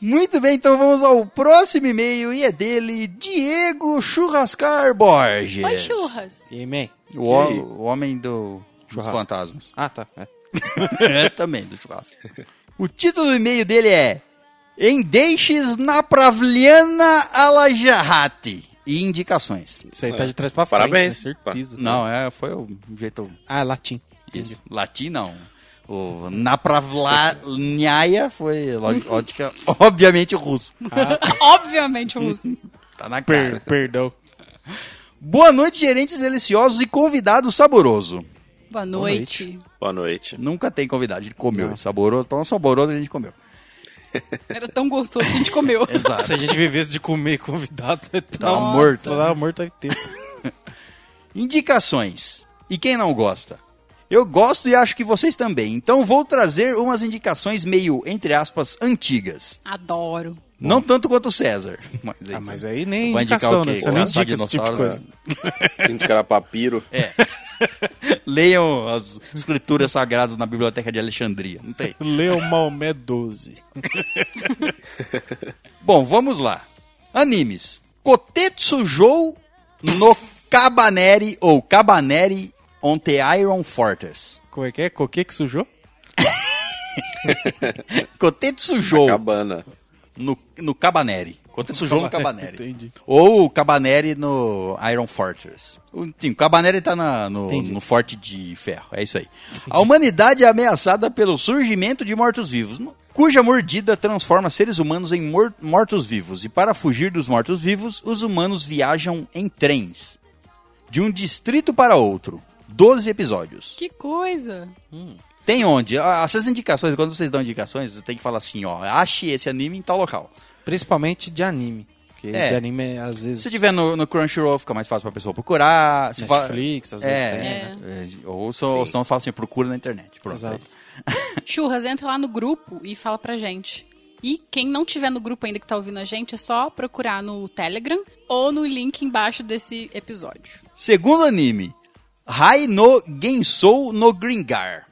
Muito bem, então vamos ao próximo e-mail e é dele, Diego Churrascar Borges.
Oi, churras.
E man.
O, ho- o homem do... dos fantasmas.
Ah, tá. É.
É, também, do churrasco. O título do e-mail dele é Em Deixes na Pravliana Alajahati. E indicações.
Isso aí tá de trás pra frente.
Parabéns.
né? Certeza.
Não, é, foi o jeito
Ah, latim.
isso. latim, não. O Napravlnaya foi, log- lógica, obviamente, russo.
Ah.
Obviamente, o Lúcio.
Tá na cara.
Per- perdão.
Boa noite, gerentes deliciosos e convidado saboroso.
Boa
noite.
noite.
Boa noite.
Nunca tem convidado, a gente comeu. Saboroso, tão saboroso que a gente comeu.
Era tão gostoso que a gente
É
comeu.
Se a gente vivesse de comer convidado, eu tava
Tá
Nossa.
morto.
tava morto há tempo.
Indicações. E quem não gosta? Eu gosto e acho que vocês também. Então vou trazer umas indicações meio, entre aspas, antigas.
Adoro.
Não tanto quanto o César. Mas, aí
Ah,
você
mas aí nem
vai indicar
indicação,
o quê?
né? Você nem
Caçar
indica esse tipo de
dinossauros,
coisa.
né?
Indicar papiro.
É.
Leiam as escrituras sagradas na Biblioteca de Alexandria. Não tem.
Leo Maomé 12.
Bom, vamos lá. Animes. Kotetsujou no Cabaneri ou Cabaneri on the Iron Fortress.
Como é que é? Coque que sujou?
Kotetsujou.
Cabana.
no, no Cabaneri. Kotetsujou no Cabaneri.
Entendi.
Ou o Cabaneri no Iron Fortress. O- Sim, o Cabaneri tá na- no,
Entendi.
no Forte de Ferro. É isso aí. A humanidade é ameaçada pelo surgimento de mortos-vivos, no- cuja mordida transforma seres humanos em mor- mortos-vivos. E para fugir dos mortos-vivos, os humanos viajam em trens. De um distrito para outro. 12 episódios.
Que coisa.
Tem onde? Ah, Essas indicações, quando vocês dão indicações, tem que falar assim, ó, ache esse anime em tal local.
Principalmente de anime. Porque
É.
de anime, às vezes,
Se tiver no, no Crunchyroll, fica mais fácil pra pessoa procurar. Se fa-
Netflix, às vezes
É,
tem.
né?
é, ou só- ou senão fala assim, procura na internet. Pronto. é
Exato.
Churras, entra lá no grupo e fala pra gente. E quem não tiver no grupo ainda que tá ouvindo a gente, é só procurar no Telegram ou no link embaixo desse episódio.
Segundo anime, Hai no Gensou no Gringar.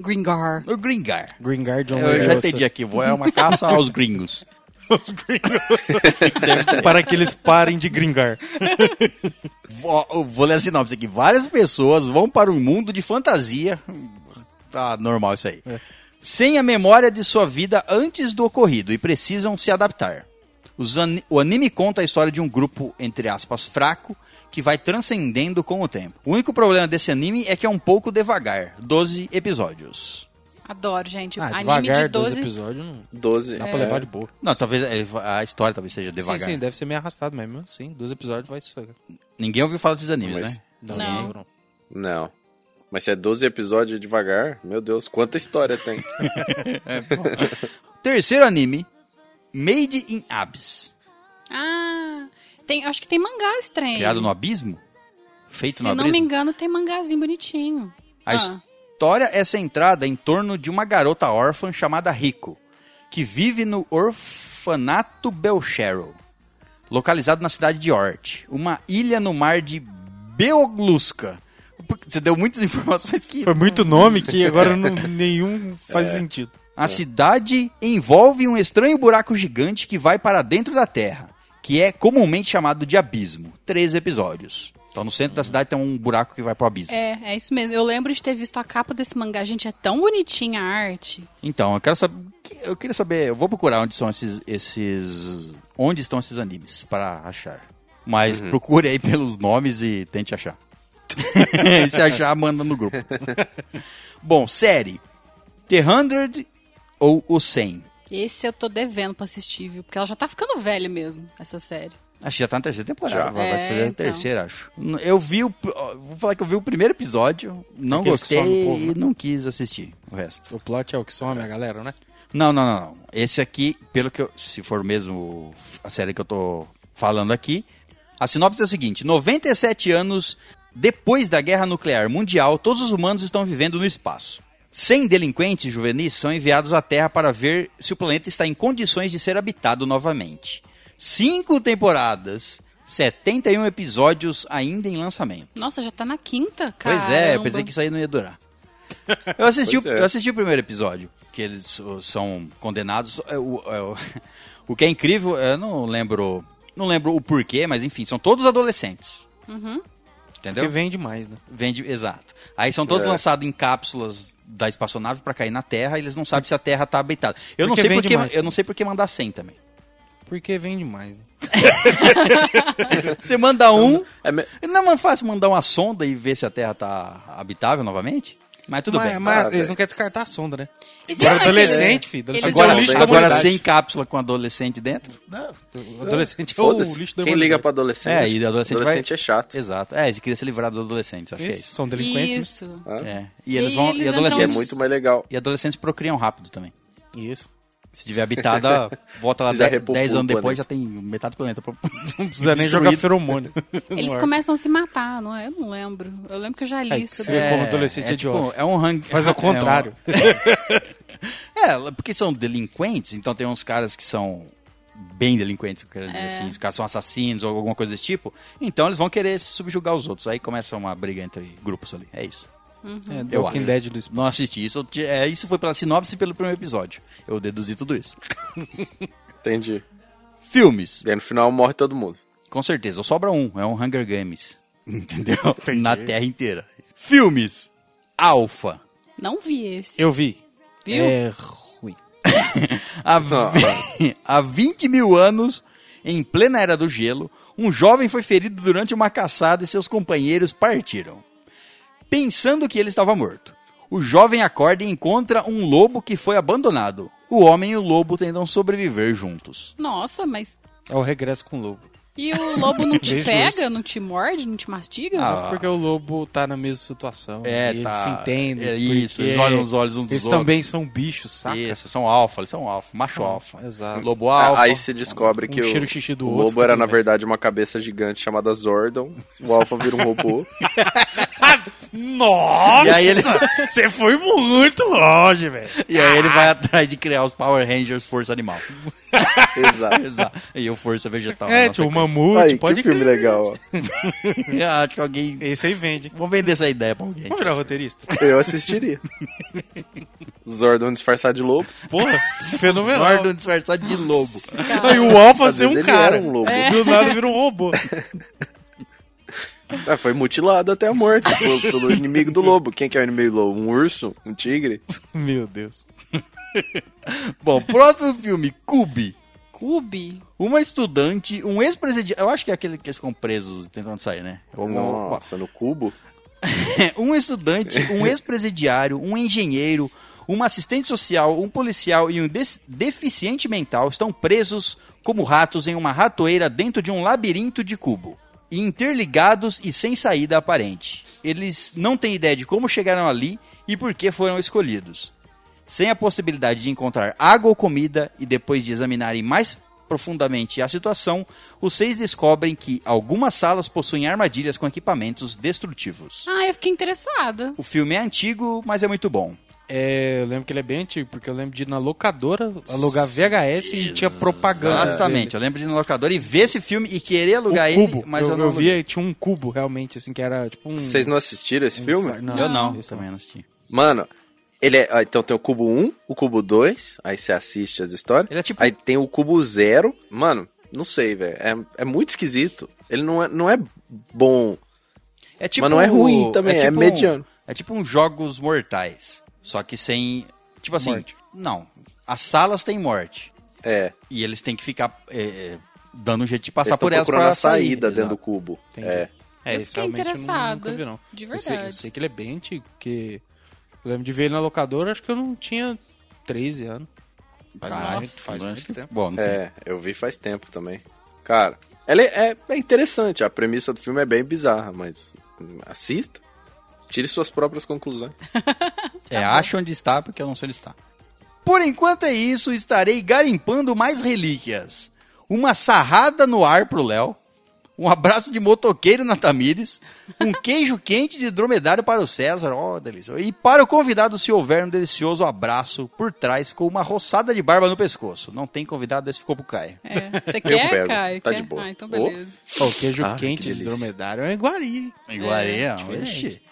Gringar.
No Gringar.
Green é Guardian.
Eu já entendi aqui, vou- é uma caça aos gringos.
Os gringos. Para que eles parem de gringar.
Vou, eu vou ler a sinopse aqui. Várias pessoas vão para um mundo de fantasia. Tá normal isso aí. Sem a memória de sua vida antes do ocorrido e precisam se adaptar. Os ani- o anime conta a história de um grupo, entre aspas, fraco, que vai transcendendo com o tempo. O único problema desse anime é que é um pouco devagar 12 episódios.
Adoro, gente.
Ah,
Tipo, Anime de É.
devagar, 12
12.
episódios, não
Doze.
dá pra levar de boa.
Não, talvez é, a história talvez seja devagar.
Sim, sim, deve ser meio arrastado mesmo. Sim, dois episódios vai se
Ninguém ouviu falar desses animes,
Mas-
né?
Não.
Não. Mas se é 12 episódios devagar, meu Deus, quanta história tem.
Terceiro anime, Made in Abyss.
Ah, tem, acho que tem mangá esse trem.
Criado no abismo? Feito
Se
no
não
abismo?
me engano, tem mangazinho bonitinho.
A
Ah,
história é centrada em torno de uma garota órfã chamada Rico, que vive no orfanato Belcheral, localizado na cidade de Ort, uma ilha no mar de Beogluska. Você deu muitas informações que
Foi muito nome que agora não- nenhum faz sentido.
a cidade envolve um estranho buraco gigante que vai para dentro da Terra, que é comumente chamado de abismo. Três episódios. Então no centro da cidade tem um buraco que vai pro abismo.
Uhum. é, é isso mesmo. Eu lembro de ter visto a capa desse mangá. Gente, é tão bonitinha a arte.
Então, eu quero saber. Eu queria saber. Eu vou procurar onde são esses. esses onde estão esses animes para achar. Mas
Uhum.
procure aí pelos nomes e tente achar. E Se achar, manda no grupo. Bom, série: The Hundred ou O 100?
Esse eu tô devendo pra assistir, viu? Porque ela já tá ficando velha mesmo, essa série.
Acho que já tá na terceira temporada.
Já.
Vai vai
É,
fazer a
então.
terceira, acho. N- Eu vi o. pr- ó, Vou falar que eu vi o primeiro episódio, não
Aquele que
gostei
some o povo, né?
e não quis assistir o resto.
O plot é o que some a galera, né?
Não, não, não, não. Esse aqui, pelo que eu. Se for mesmo a série que eu tô falando aqui, a sinopse é a seguinte: 97 anos depois da guerra nuclear mundial, todos os humanos estão vivendo no espaço. 100 delinquentes juvenis são enviados à Terra para ver se o planeta está em condições de ser habitado novamente. Cinco temporadas, 71 episódios ainda em lançamento.
Nossa, já tá na quinta, cara.
é, Pois é, eu pensei que isso aí não ia durar. Eu assisti, o,
Pois é.
eu assisti o primeiro episódio, que eles uh, são condenados. É, O, é, o- o que é incrível, eu não lembro. Não lembro o porquê, mas enfim, são todos adolescentes. Entendeu?
Porque vende mais, né?
Vende, exato. Aí são todos
É.
lançados em cápsulas da espaçonave pra cair na Terra, e eles não sabem se a Terra tá habitada. Eu
Porque
não sei
vende
porque,
mais
eu não sei porque mandar 100 também.
Porque vende mais, né?
Você manda um,
É me-
não é mais fácil mandar uma sonda e ver se a Terra tá habitável novamente? Mas tudo
mas é
bem.
mas
Ah,
eles
velho.
não querem descartar a sonda, né?
E
Agora
sabe
adolescente,
que-
filho,
é eles
adolescente
é
Agora,
o lixo da
agora
humanidade.
sem cápsula com adolescente dentro?
O adolescente é o
Foda-se.
lixo da
Quem liga pra
humanidade.
adolescente?
É, e adolescente,
adolescente
vai...
é chato.
Exato. É, eles queriam se livrar dos adolescentes, acho
Isso, São delinquentes, né?
Isso.
que é isso. É. E eles
E
vão.
eles
e,
Que é
adolescentes,
entram-
muito mais legal.
e adolescentes procriam rápido também.
Isso.
Se tiver habitada, volta lá
Já
10
repopulou o
anos depois,
planeta.
já tem metade do planeta. pro-
Não precisa nem
Destruído.
jogar feromônio.
Eles
No ar.
começam a se matar, não é? Eu não lembro. Eu lembro que eu já li
É, que
sobre
se vê como adolescente
é,
idiota.
tipo, é um hang...
Faz ao contrário.
É, um- é, porque são delinquentes, então tem uns caras que são bem delinquentes, eu quero
É.
dizer assim. Os caras são assassinos ou alguma coisa desse tipo. Então eles vão querer subjugar os outros. Aí começa uma briga entre grupos ali. É isso.
Uhum.
É,
Eu
Walking
acho.
Dead do espaço.
Não assisti isso. eu te- É, isso foi pela sinopse e pelo primeiro episódio. Eu deduzi tudo isso.
Entendi.
Filmes.
E aí no final morre todo mundo.
Com certeza. Ou sobra um. É um Hunger Games. Entendeu? Na Terra inteira. Filmes. Alpha.
Não vi esse.
Eu vi.
Viu?
É ruim.
Há, vi- há 20 mil anos, em plena era do gelo, um jovem foi ferido durante uma caçada e seus companheiros partiram. Pensando que ele estava morto, o jovem acorda e encontra um lobo que foi abandonado. O homem e o lobo tentam sobreviver juntos.
Nossa, mas.
É o regresso com o lobo.
E o lobo não te
Vejo
pega,
isso.
não te morde, não te mastiga?
Ah,
Porque o lobo tá na mesma situação. né?
É,
e eles
tá.
se entendem.
É isso,
porque
eles olham os olhos uns dos
Eles
outros.
também são bichos, saca?
Isso, são alfa, eles são alfa, macho alfa.
exato.
Lobo alfa.
É, Ah, Aí se descobre
Um
que
cheira
o,
o xixi do
o
outro,
lobo era,
tudo
na
bem.
verdade, uma cabeça gigante chamada Zordon. O Alpha vira um robô.
E
Nossa!
aí ele-
Você foi muito longe, velho.
E aí ele vai atrás de criar os Power Rangers Força Animal.
Exato.
Exato. E o Força Vegetal.
É,
Nossa,
tipo, o mamute,
Aí,
pode
que filme
crer.
legal, ó.
eu Acho que alguém...
Esse aí vende. hein?
Vou vender essa ideia pra alguém.
Vamos virar roteirista?
Eu assistiria. Zordon disfarçado de lobo.
Porra, fenomenal.
Zordon disfarçado de lobo.
Aí o Alpha
Às
ser
vezes
um
ele
cara.
era um lobo.
Do nada vira um robô.
Ah, foi mutilado até a morte pelo, pelo inimigo do lobo. Quem que é o inimigo do lobo? Um urso? Um tigre?
Meu Deus.
Bom, próximo filme, Cube.
Cube?
Uma estudante, um ex-presidiário... Eu acho que é aquele que eles ficam presos tentando sair, né? Ou algum-
Nossa, no cubo?
um estudante, um ex-presidiário, um engenheiro, uma assistente social, um policial e um des- deficiente mental estão presos como ratos em uma ratoeira dentro de um labirinto de cubo. Interligados e sem saída aparente. Eles não têm ideia de como chegaram ali e por que foram escolhidos. Sem a possibilidade de encontrar água ou comida e depois de examinarem mais profundamente a situação, os seis descobrem que algumas salas possuem armadilhas com equipamentos destrutivos.
Ah, eu fiquei interessada.
O filme é antigo, mas é muito bom.
É, eu lembro que ele é bem antigo, porque eu lembro de ir na locadora alugar VHS e tinha
É,
propaganda.
Exatamente. Eu lembro de ir no locador e ver esse filme e querer
dele.
alugar
O cubo.
ele, mas
eu,
eu, não
eu via
aluguei.
e tinha um cubo, realmente, assim, que era tipo um...
Vocês não assistiram esse filme?
Eu Hum. não, eu também não assisti.
Mano, ele é. ah, Então tem o cubo 1, o cubo 2, aí você assiste as histórias.
Ele é tipo-
Aí tem o cubo 0. Mano, não sei, velho. É, é muito esquisito. Ele não é, não é bom.
É tipo,
Mas não é ruim também, é
um-
mediano.
é tipo uns jogos mortais, só que sem, tipo assim,
Morte.
não. As salas têm morte
É.
e eles têm que ficar é, é, dando um jeito de passar
eles tão
por elas
procurando
para
a saída dentro do
Exato.
cubo.
Entendi.
É.
É,
Eu
esse
fiquei
realmente eu nu-
interessada,
nunca vi, não.
de
Eu sei- Eu sei,
verdade.
que ele é bem antigo, porque eu lembro de ver ele na locadora, acho que eu não tinha 13 anos. Faz
Caralho,
muito- faz
mas-
muito tempo.
Bom, não sei.
É, eu vi faz tempo também. Cara, ela é, é- é interessante, a premissa do filme é bem bizarra, mas hum, assista, tire suas próprias conclusões.
Tá
É, acho onde está, porque eu não sei onde está. Por enquanto é isso, estarei garimpando mais relíquias. Uma sarrada no ar pro Léo, um abraço de motoqueiro na Tamires, um queijo quente de dromedário para o César, ó, delícia. E para o convidado, se houver um delicioso abraço por trás com uma roçada de barba no pescoço. Não tem convidado, esse ficou pro Caio.
É. Você
pego,
quer, Caio?
tá
quer?
de boa.
Ah, então
Ô.
beleza.
Ó, o queijo
Ah, que
quente de um
delícia.
dromedário é uma iguaria, hein?
Iguaria,
diferente.
oxi.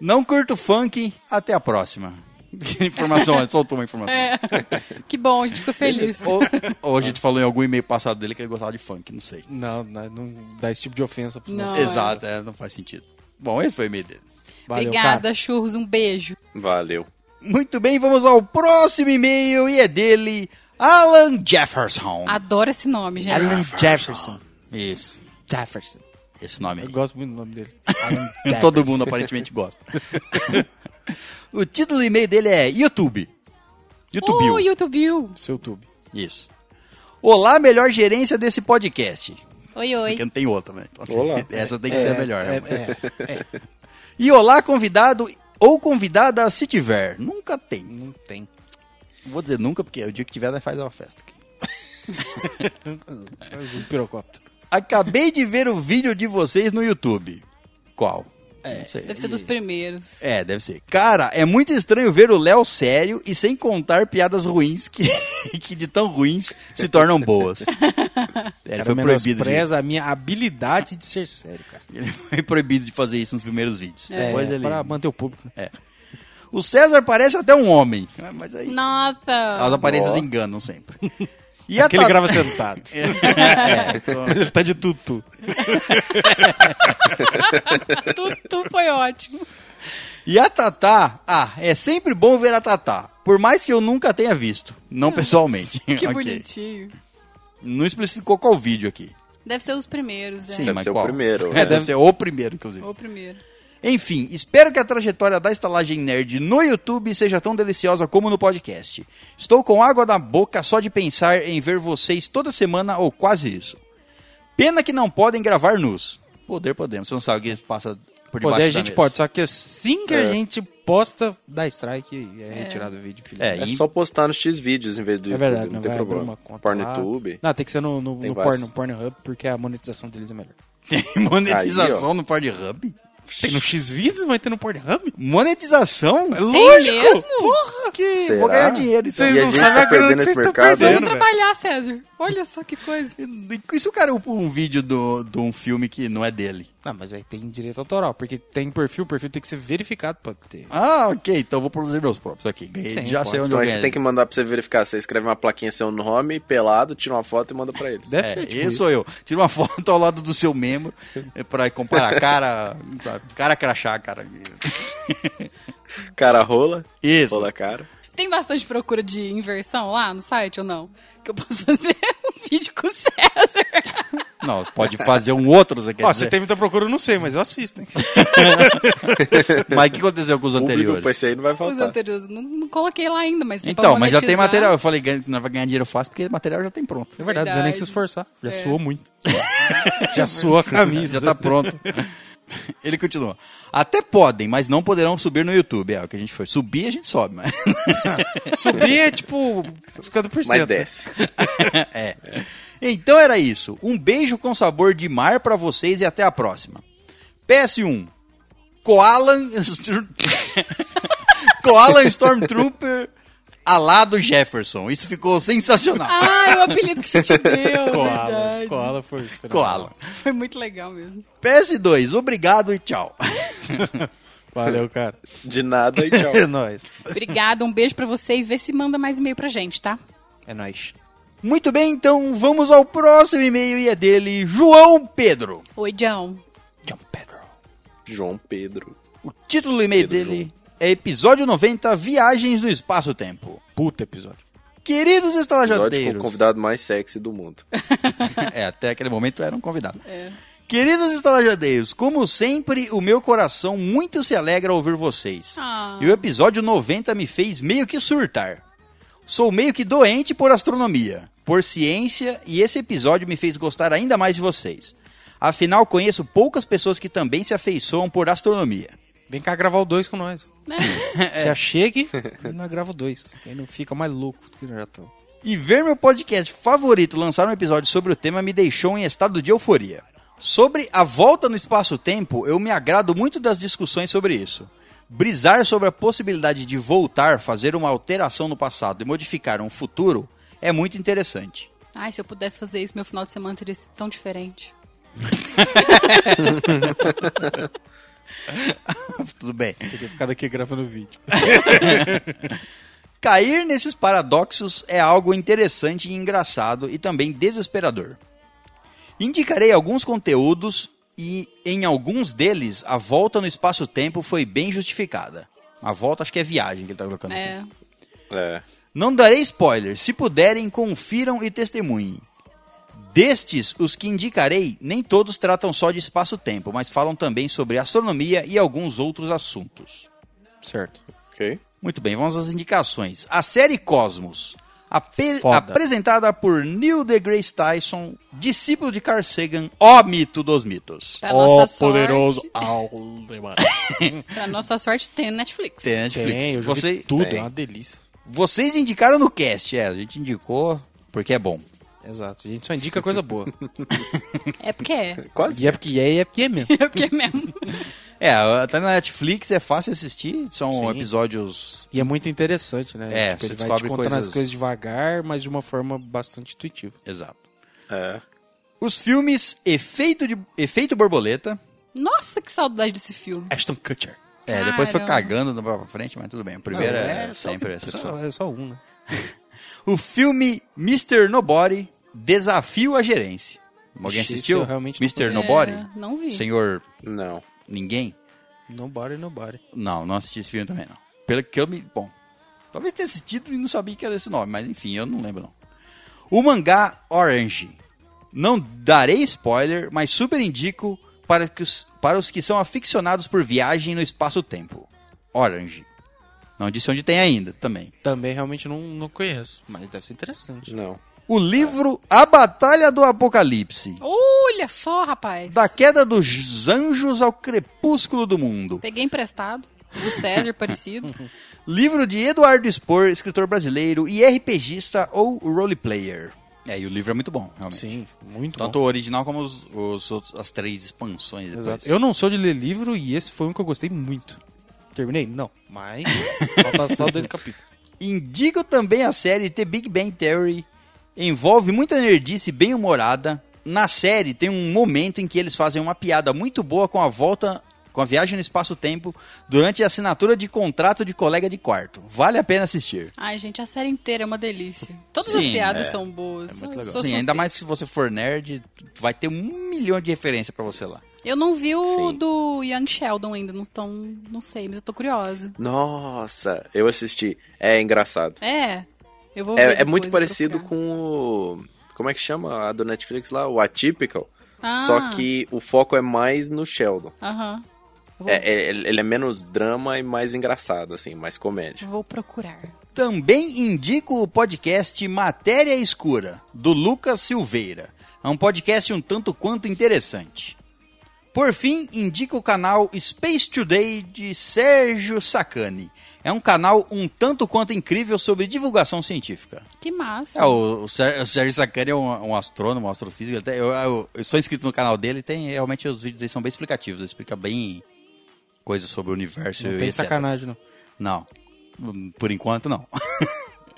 Não curto funk, hein? Até a próxima. informação, ele soltou uma informação.
Que bom, a gente ficou feliz.
Ou, ou a gente falou em algum e-mail passado dele que ele gostava de funk, não sei.
Não, não, não dá esse tipo de ofensa pro
Não.
nosso.
é.
Exato, é, não faz sentido. Bom, esse foi o e-mail dele.
Valeu,
Obrigada,
cara.
churros. Um beijo.
Valeu.
Muito bem, vamos ao próximo e-mail e é dele, Alan Jefferson.
Adoro esse nome, gente.
Alan Jefferson.
Isso,
Jefferson.
esse nome
Eu
aí.
gosto muito do nome dele. Alan Jefferson.
Todo mundo aparentemente gosta. o título do e-mail dele é YouTube. YouTube.
Oh, YouTube.
Seu YouTube.
Isso. Olá, melhor gerência desse podcast.
Oi, oi.
Porque não tem outra, né? Então, assim,
Olá.
Essa tem que ser a melhor.
É,
né?
é,
E olá, convidado ou convidada, se tiver. Nunca tem.
não tem.
Não Vou dizer nunca, porque o dia que tiver, nós faz uma festa.
Faz um pirocóptero.
Acabei de ver o vídeo de vocês no YouTube. Qual? É, não sei.
Deve ser dos primeiros.
É, deve ser. Cara, é muito estranho ver o Léo sério e sem contar piadas ruins que, que de tão ruins se tornam boas. É, Ele
Cara,
foi proibido. De,
menospreza a minha habilidade de ser sério, cara.
ele foi proibido de fazer isso nos primeiros vídeos.
É.
Depois ele.
Pra manter o público.
É.
né?
O César parece até um homem. Mas aí. As
Ah,
Nossa.
aparências enganam sempre. E
Porque ele
Tata-
É grava sentado.
É, então-
Mas ele tá de tutu.
Tutu foi ótimo.
E a Tatá, ah, é sempre bom ver a Tatá. Por mais que eu nunca tenha visto.
Ah,
Não pessoalmente.
Que
Ok.
bonitinho.
Não especificou qual vídeo aqui.
Deve ser os primeiros, é.
Sim,
Deve
mas
ser o
qual?
primeiro,
É,
né?
deve ser o primeiro, inclusive.
O primeiro.
Enfim, espero que a trajetória da estalagem nerd no YouTube seja tão deliciosa como no podcast. Estou com água na boca só de pensar em ver vocês toda semana ou quase isso. Pena que não podem gravar nus. Poder, podemos. Você não sabe o que passa por debaixo
Poder a
da
gente
mesa.
pode, só que assim
É.
que a gente posta, dá strike e é retirado o vídeo, filho.
É,
É
e-
só postar nos X vídeos em vez do
É
YouTube,
verdade,
não
não
tem
vai abrir
problema.
uma conta lá.
Pornotube.
Não, tem que ser no, no,
Tem
no
vários.
porno, Pornhub, porque a monetização deles é melhor.
Tem monetização no Pornhub?
Tem no X-Vídeos, vai ter no Pornhub?
Monetização?
Lógico! mesmo?
Porra! Que...
Será?
Vou ganhar dinheiro. Então.
Vocês
E a
não
gente
sabem
tá
a grana
perdendo
que vocês
esse
estão
mercado, né?
né?
Vamos
perdendo, velho.
trabalhar, César. Olha só que coisa.
E se o cara upar um vídeo do- de um filme que não é dele?
Não, mas aí tem direito autoral, porque tem perfil, o perfil tem que ser verificado pra ter.
Ah, ok. Então vou produzir meus próprios aqui. Ganhei,
Sim,
já
pode.
sei onde
Então
eu
aí
ganhei.
você tem que mandar pra você verificar. Você escreve uma plaquinha seu nome, pelado, tira uma foto e manda pra eles.
Deve
É,
ser tipo
esse sou eu. Tira uma foto ao lado do seu membro é, pra comparar cara, sabe? cara crachá, cara.
É. Cara rola,
Isso.
rola cara.
Tem bastante procura de inversão lá no site ou não? Que eu posso fazer um vídeo com o César.
Não, pode fazer um outro, você quer
Ó, se
dizer.
tem muita procura, eu não sei, mas eu assisto, hein?
Mas o que aconteceu com os
Público
anteriores?
pra esse aí não vai
Os
faltar.
anteriores. Não, não coloquei lá ainda, mas tem pra
Então, mas já tem
monetizar.
material. Eu falei, ganha- não vai ganhar dinheiro fácil porque material já tem pronto.
É verdade, não precisa nem que se esforçar. Já
É.
suou muito. Já suou a camisa.
Já tá pronto. Ele continua. Até podem, mas não poderão subir no YouTube. É o que a gente foi. Subir a gente sobe, mas.
Subir é tipo 50%.
Mas desce.
é. Então era isso. Um beijo com sabor de mar pra vocês e até a próxima. PS1. Koalan. Koalan Stormtrooper alado Jefferson. Isso ficou sensacional.
Ah, o apelido que a gente deu,
Koala.
verdade.
Koala foi. foi-
Koalan.
Foi muito legal mesmo.
PS2. Obrigado e tchau.
Valeu, cara.
De nada e tchau.
É nóis.
Obrigada, um beijo pra você e vê se manda mais e-mail pra gente, tá?
É nóis.
Muito bem, então vamos ao próximo e-mail e é dele, João Pedro.
Oi, John.
John Pedro.
João Pedro.
O título do e-mail
Pedro
dele é Episódio 90 Viagens no Espaço-Tempo.
Puta episódio.
Queridos
Episódio com o
estalajadeiros.
convidado mais sexy do mundo.
é, até aquele momento era um convidado. Queridos estalajadeiros, como sempre, o meu coração muito se alegra ao ouvir vocês.
Ah.
E o episódio 90 me fez meio que surtar. Sou meio que doente por astronomia, por ciência, e esse episódio me fez gostar ainda mais de vocês. Afinal, conheço poucas pessoas que também se afeiçoam por astronomia.
Vem cá gravar o 2 com nós.
É.
Se achegue, nós grava o 2. Aí não fica mais louco do que nós já estamos.
E ver meu podcast favorito lançar um episódio sobre o tema me deixou em estado de euforia. Sobre a volta no espaço-tempo, eu me agrado muito das discussões sobre isso. Brisar sobre a possibilidade de voltar, fazer uma alteração no passado e modificar um futuro é muito interessante.
Ai, se eu pudesse fazer isso, meu final de semana teria sido tão diferente.
Tudo bem.
Teria ficado aqui gravando o vídeo.
Cair nesses paradoxos é algo interessante e engraçado e também desesperador. Indicarei alguns conteúdos e em alguns deles a volta no espaço-tempo foi bem justificada. A volta acho que é viagem que ele tá colocando. aqui.
É.
É.
Não darei spoilers. Se puderem, confiram e testemunhem. Destes, os que indicarei, nem todos tratam só de espaço-tempo, mas falam também sobre astronomia e alguns outros assuntos.
Certo.
Ok.
Muito bem, vamos às indicações. A série Cosmos, ape-
Foda.
apresentada por Neil deGrasse Tyson, discípulo de Carl Sagan, ó mito dos mitos.
Pra nossa sorte.
Aldemar.
Pra nossa sorte, tem no Netflix.
Tem né, Netflix.
Tem, eu joguei
Você-
tudo,
Tem.
é uma delícia.
Vocês indicaram no cast, é, a gente indicou porque é bom.
Exato, a gente só indica coisa boa.
É porque é.
Quase.
e é porque é, e é porque é mesmo.
É porque é mesmo.
É, tá na Netflix, é fácil assistir, são
Sim.
episódios
E é muito interessante, né?
É,
tipo,
você
ele vai te
descobre
contando
coisas-
as coisas devagar, mas de uma forma bastante intuitiva.
Exato.
É.
Os filmes Efeito, de, Efeito Borboleta.
Nossa, que saudade desse filme.
Ashton Kutcher.
É, depois foi
Caramba.
cagando do pra frente, mas tudo bem. O primeiro
Não,
é,
só-
sempre essa
só,
opção.
é só um, né?
O filme Mr. Nobody, Desafio à Gerência. Alguém
Ixi,
assistiu?
esse eu realmente não
Mr.
É,
Nobody?
não vi.
Senhor
Não.
Ninguém?
Nobody, nobody.
Não, não assisti esse filme também, não. Pelo que eu me... Bom, talvez tenha assistido e não sabia que era esse nome, mas enfim, eu não lembro, não. O mangá Orange. Não darei spoiler, mas super indico para, que os, para os que são aficionados por viagem no espaço-tempo. Orange. Não disse onde tem ainda, também.
Também realmente não, não conheço, mas deve ser interessante.
Não.
O livro A Batalha do Apocalipse.
Olha só, rapaz.
Da queda dos anjos ao crepúsculo do mundo.
Peguei emprestado. Do César, parecido.
Livro de Eduardo Spor, escritor brasileiro e RPGista ou roleplayer. É, e o livro é muito bom, realmente.
Sim, muito
Tanto o original como os, os outros- as três expansões.
bom.
depois.
Exato. Eu não sou de ler livro e esse foi um que eu gostei muito. Terminei? Não. Mas falta só dois capítulos.
Indico também a série The Big Bang Theory. Envolve muita nerdice bem humorada. Na série tem um momento em que eles fazem uma piada muito boa com a volta, com a viagem no espaço-tempo durante a assinatura de contrato de colega de quarto. Vale a pena assistir.
Ai, gente, a série inteira é uma delícia. Todas as
Sim,
piadas
é.
são boas.
É muito legal.
Sou
Sim,
suspeita.
ainda mais se você for nerd, vai ter um milhão de referência pra você lá.
Eu não vi o
Sim.
do Young Sheldon ainda, não, tão, não sei, mas eu tô curiosa.
Nossa, eu assisti. É engraçado.
É, eu vou ver
É, é
depois,
muito
vou
parecido
procurar.
com o. Como é que chama a do Netflix lá? O Atypical.
Ah,
Só que o foco é mais no Sheldon.
Aham. Eu Vou,
É, é- ele ele é menos drama e mais engraçado, assim, mais comédia.
vou procurar.
Também indico o podcast Matéria Escura, do Lucas Silveira. É um podcast um tanto quanto interessante. Por fim, indico o canal Space Today de Sérgio Sacani. É um canal um tanto quanto incrível sobre divulgação científica.
Que massa.
É, o, o Sér- o Sérgio Sacani é um, um astrônomo, um astrofísico. Até, eu, eu- eu sou inscrito no canal dele e tem realmente os vídeos aí são bem explicativos. Ele explica bem coisas sobre o universo
Não
e
tem
etc.
sacanagem, não.
Não. Hum, Por enquanto, não.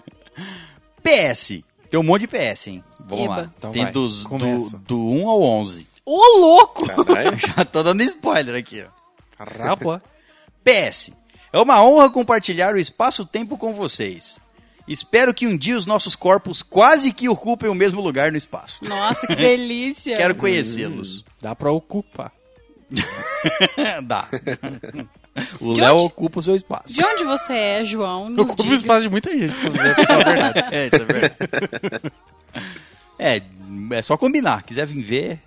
PS. Tem um monte de PS, hein? Vamos
Eba.
lá.
Então
Tem
vai,
dos, do,
começa.
do 1 ao 11.
Ô, louco!
Caralho.
Já tô dando spoiler aqui, ó.
Rapa.
PS. É uma honra compartilhar o espaço-tempo com vocês. Espero que um dia os nossos corpos quase que ocupem o mesmo lugar no espaço.
Nossa, que delícia.
Hum.
Quero conhecê-los.
Dá pra ocupar.
Dá. O
De
Léo
onde-
ocupa o seu espaço.
De onde você é, João? Nos
Ocupa o
diga.
espaço de muita gente. pra falar a verdade.
É, isso é verdade. É, é só combinar. Quiser vir ver,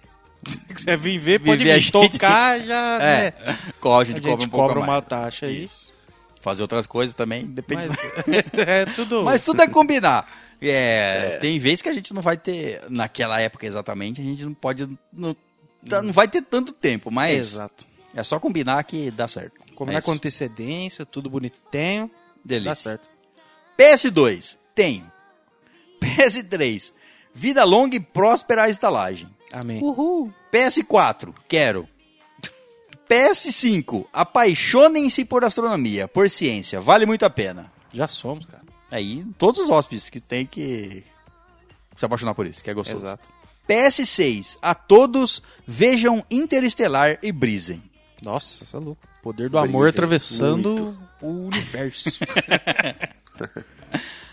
Se quiser é vir ver, pode
Viver a
vir
gente-
tocar, já...
É.
né?
Qual a
A
gente,
gente
cobra um
cobra,
pouco a
uma
mais.
taxa aí.
Isso. Fazer outras coisas também, depende.
Mas,
Mas,
é tudo...
mas tudo é combinar. É, Tem vezes que a gente não vai ter, naquela época exatamente, a gente não pode. Não, tá- não vai ter tanto tempo, mas
Exato.
é só combinar que dá certo.
Combinar
é
com antecedência, tudo bonitinho.
Delícia.
Dá certo.
PS2, tenho. PS3, vida longa e próspera a estalagem.
Amém.
Uhul.
PS4, quero. PS5, apaixonem-se por astronomia, por ciência, vale muito a pena.
Já somos, cara.
Aí, todos os hóspedes que tem que se apaixonar por isso, que é gostoso. PS6, a todos, vejam Interestelar e brisem.
Nossa, você é louco. Poder do
Brisei
amor atravessando o universo.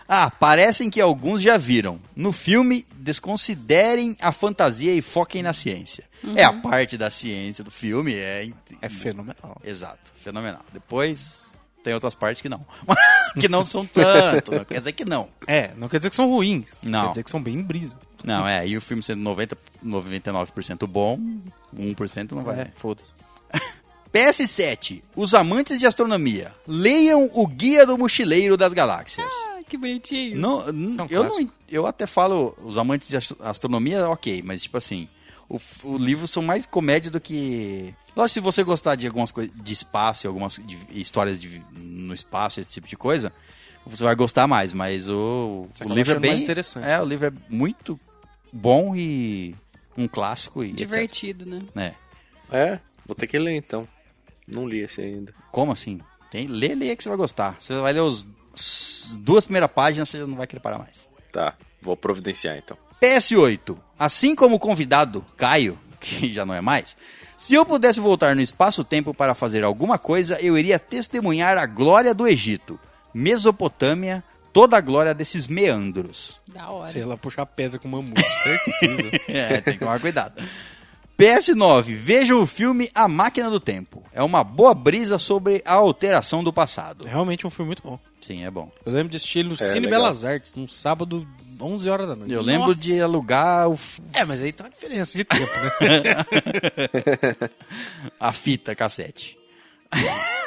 Ah, parecem que alguns já viram. No filme, desconsiderem a fantasia e foquem na ciência. É a parte da ciência do filme, é...
é fenomenal.
Exato, fenomenal. Depois, tem outras partes que não. que não são tanto, não quer dizer que não.
É, não quer dizer que são ruins.
Não.
Quer dizer que são bem brisa.
Não, é, e o filme sendo 90, 99% bom, 1% não vai.
É, foda-se.
PS7, os amantes de astronomia, leiam o Guia do Mochileiro das Galáxias.
Ah, que bonitinho.
Não, n-
é um
eu,
clássico.
não, eu até falo, os amantes de astro- astronomia, ok, mas tipo assim, o, f- o livro são mais comédia do que. Lógico, se você gostar de algumas coisas de espaço, e algumas de- histórias de- no espaço, esse tipo de coisa, você vai gostar mais, mas o,
Você
o
acaba
livro é
achando
bem.
mais interessante.
É, o livro é muito bom e um clássico e. etc.
Divertido, né?
É.
É, vou ter que ler então. Não li esse ainda.
Como assim? Tem, lê, lê que você vai gostar. Você vai ler os, as duas primeiras páginas, você não vai querer parar mais.
Tá, vou providenciar então.
PS8. Assim como o convidado Caio, que já não é mais, se eu pudesse voltar no espaço-tempo para fazer alguma coisa, eu iria testemunhar a glória do Egito, Mesopotâmia, toda a glória desses meandros.
Da hora.
Sei lá, puxar pedra com mamute, certeza.
É, tem que tomar cuidado. PS9. Vejam o filme A Máquina do Tempo. É uma boa brisa sobre a alteração do passado.
É Realmente um filme muito bom.
Sim, é bom.
Eu lembro de assistir ele no Cine
É, legal.
Belas Artes, num sábado, 11 horas da noite.
Eu lembro
Nossa.
de alugar o f-
É, mas aí tem uma diferença de tempo, né?
a fita cassete.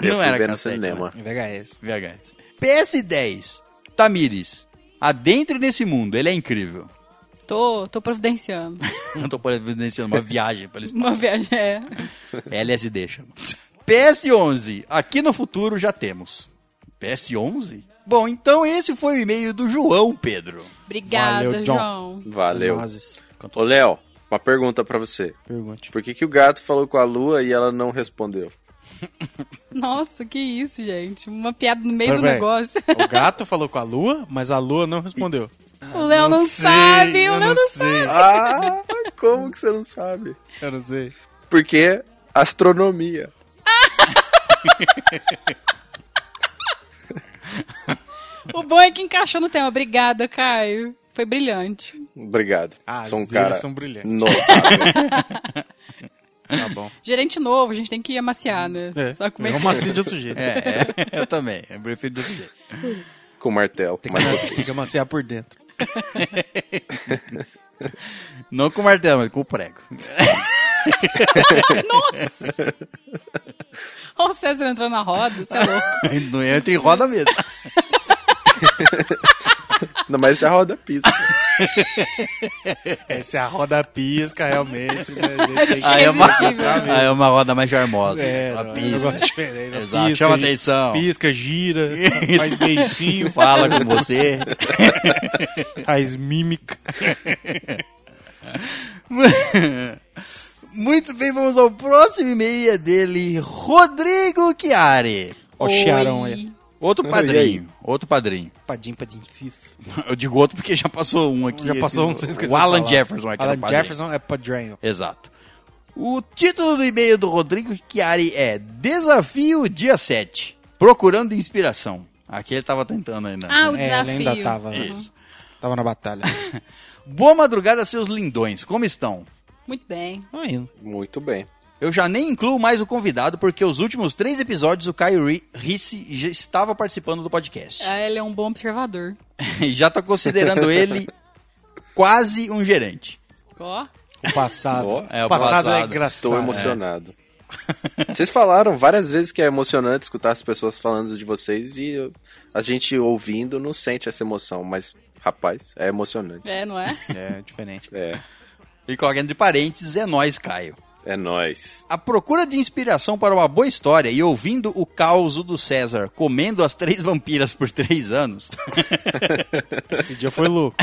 Eu
não
fui
era
ver no
cassete,
cinema.
né?
Em VHS.
VHS. PS10. Tamires. Adentre nesse mundo, ele é incrível.
Tô, tô providenciando.
Eu tô providenciando uma viagem pelo espaço.
Uma viagem. É.
LSD chama. PS11. Aqui no futuro já temos. PS11? Bom, então esse foi o e-mail do João Pedro.
Obrigada,
Valeu, John.
João.
Valeu.
Nozes.
Ô, Léo, uma pergunta pra você.
Pergunte.
Por que, que o gato falou com a lua e ela não respondeu?
Nossa, que isso, gente. Uma piada no meio
Mas,
do
véi,
negócio.
O gato falou com a lua, mas a lua não respondeu.
o Léo não,
Ah, sei,
sabe, o
eu
Léo não sabe.
sei,
Ah, como que você não sabe?
Eu não sei.
Porque astronomia.
O bom é que encaixou no tema. Obrigada, Caio. Foi brilhante.
Obrigado.
Ah,
sou um
as dele
cara
são brilhantes.
notável.
Tá bom.
Gerente novo, a gente tem que amaciar, né?
É,
Sabe como é
eu
que
amacio de outro jeito.
É, é, eu também. Eu prefiro desse jeito.
com martelo.
Tem,
Mas
que, tem que amaciar por dentro.
Não com o martelo, mas com o prego.
Nossa! Olha o César entrando na roda, você é louco.
Não entra em roda mesmo.
Não, mas isso é roda pista.
Essa é a roda pisca, realmente. Né? A gente tem que-
Aí é uma,
Irresistível.
aí é uma roda mais charmosa.
né? É,
Ela
não, é um
pisca.
negócio diferente. Ela
Exato, chama
gi-
atenção.
Pisca, gira,
Isso.
faz beicinho,
Fala com você.
faz mímica.
Muito bem, vamos ao próximo e-mail e é dele, Rodrigo Chiari.
Ó, Sharon é. aí.
Outro padrinho, outro padrinho.
Padim, padim, fifo.
Eu digo outro porque já passou um aqui.
Já passou um,
Esse-
você esqueceu.
O
de
Alan
falar.
Jefferson aqui.
Alan Jefferson é padrinho.
Exato. O título do e-mail do Rodrigo Chiari é Desafio Dia 7, Procurando Inspiração. Aqui ele tava tentando ainda.
Ah, o
É, ela
desafio.
ainda tava,
Isso.
tava na batalha.
Boa madrugada, seus lindões. Como estão?
Muito bem.
Tô indo.
Muito bem.
Eu já nem incluo mais o convidado, porque os últimos três episódios o Caio Ri- Risse já estava participando do podcast.
Ah, ele é um bom observador.
E já tô considerando ele quase um gerente.
Ó.
O passado.
Ó,
é, o
é
passado.
engraçado.
Estou emocionado. Vocês falaram várias vezes que é emocionante escutar as pessoas falando de vocês e eu- a gente ouvindo não sente essa emoção, mas, rapaz, é emocionante.
É, não é?
É, diferente.
É,
E colocando de parênteses, é nós, Caio.
é nóis.
A procura de inspiração para uma boa história e ouvindo o caos do César comendo as três vampiras por três anos,
Esse dia foi louco.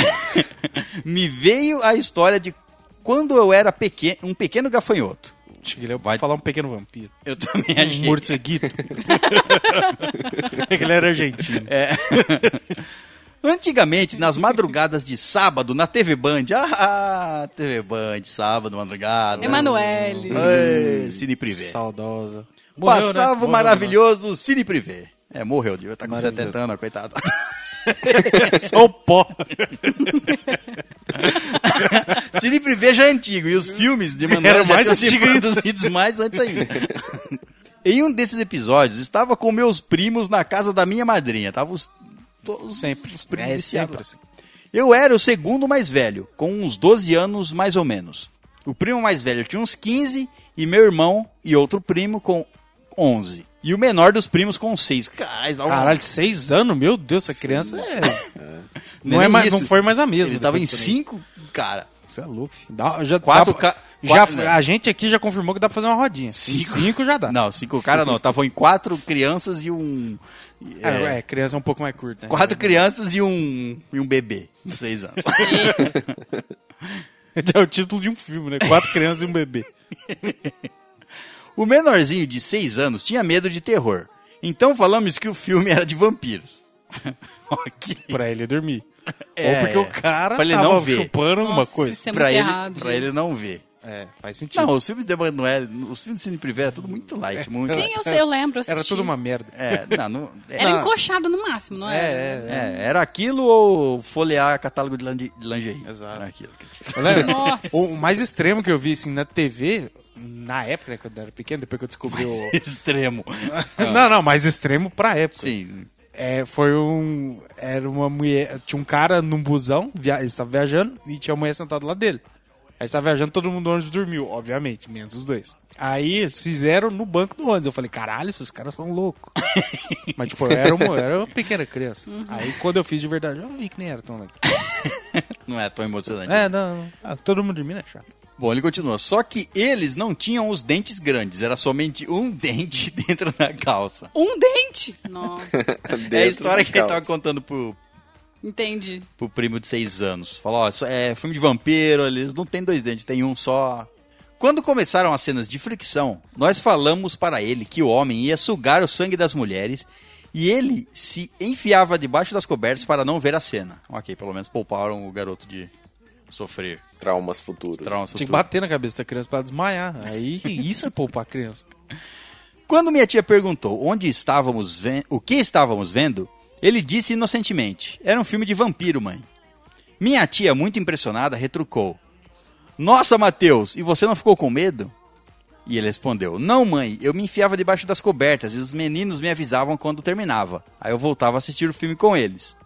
me veio a história de quando eu era peque- um pequeno gafanhoto.
Acho que ele ia
Vai-
falar um pequeno vampiro.
Eu também
Um É
achei.
morceguito. É que ele era argentino.
É. Antigamente, nas madrugadas de sábado, na TV Band. Ah, TV Band, sábado, madrugada.
Emanuele.
Ai, Cine Privé.
Saudosa. né?
Passava o maravilhoso Cine Privé. É, morreu, devia estar com 70 anos, coitado.
É Só o pó.
Cine Privé já é antigo, e os filmes de Manuel
Era
já
mais
tinham sido
antigo ainda.
produzidos mais antes ainda. em um desses episódios, estava com meus primos na casa da minha madrinha. Tava os, todos
Sempre.
os primos
É,
viciados
sempre
lá.
assim.
Eu era o segundo mais velho, com uns 12 anos mais ou menos. O primo mais velho tinha uns 15 e meu irmão e outro primo com 11. E o menor dos primos com 6. Caralho, dá um-
né? Caralho, seis anos, meu Deus, essa criança é... não, é
um nem
mais,
isso.
não foi mais a mesma.
Eles estavam em
depois também.
5, cara.
Você é louco, filho. Dá- já,
Quatro
dá pra-
ca-
já-
quatro, né?
A gente aqui já confirmou que dá pra fazer uma rodinha. Cinco,
Cinco.
cinco já dá.
Não, cinco cara não. Estavam em quatro crianças e um.
É, ué, criança é um pouco mais curta. né?
Quatro crianças e um. e um bebê de seis anos.
É o título de um filme, né? Quatro crianças e um bebê.
O menorzinho de seis anos tinha medo de terror. Então falamos que o filme era de vampiros. ok.
Pra ele dormir.
É.
Ou porque o cara
Pra ele
tava
não ver.
chupando alguma
Nossa,
coisa.
isso é muito
pra, ele,
errado.
pra
gente.
ele não ver.
É, faz sentido.
Não, os filmes de Emanuel, os filmes de Cine Privé era tudo muito light, muito.
Sim, eu, sei, eu lembro. Eu
Era
assisti.
tudo uma merda.
É, não, não- é,
Era
não.
encoxado no máximo, não era?
É, era aquilo ou folhear catálogo de linge- de lingerie?
Exato.
Era aquilo.
Eu lembro-
Nossa.
Né? O, o mais extremo que eu vi, assim, na TV, na época, né, quando eu era pequeno, depois que eu descobri o...
Extremo.
não, não, mais extremo pra época.
Sim.
É, foi um... Era uma mulher... Tinha um cara num busão, via, ele estava viajando, e tinha a mulher sentada lá dele. Aí estava viajando, todo mundo no ônibus dormiu, obviamente, menos os dois. Aí eles fizeram no banco do ônibus. Eu falei, caralho, esses caras são loucos. Mas, tipo, eu era uma, eu era uma pequena criança. Aí, quando eu fiz de verdade, eu vi que nem era tão legal.
Não é tão emocionante.
É, não, não. Ah, todo mundo dormindo é chato.
Bom, ele continua. Só que eles não tinham os dentes grandes, era somente um dente dentro da calça.
Um dente! Nossa,
é a história que ele tava contando pro,
entendi.
pro primo de seis anos. Falou, ó, isso é filme de vampiro, eles não tem dois dentes, tem um só. Quando começaram as cenas de fricção, nós falamos para ele que o homem ia sugar o sangue das mulheres e ele se enfiava debaixo das cobertas para não ver a cena. Ok, pelo menos pouparam o garoto de sofrer
Traumas futuros.
traumas
Tinha que
futuros.
bater na cabeça da criança pra ela desmaiar. Aí isso é poupar a criança.
Quando minha tia perguntou onde estávamos vendo, o que estávamos vendo, ele disse inocentemente: "Era um filme de vampiro, mãe". Minha tia, muito impressionada, retrucou: "Nossa, Matheus, e você não ficou com medo?" E ele respondeu: "Não, mãe, eu me enfiava debaixo das cobertas e os meninos me avisavam quando terminava. Aí eu voltava a assistir o filme com eles."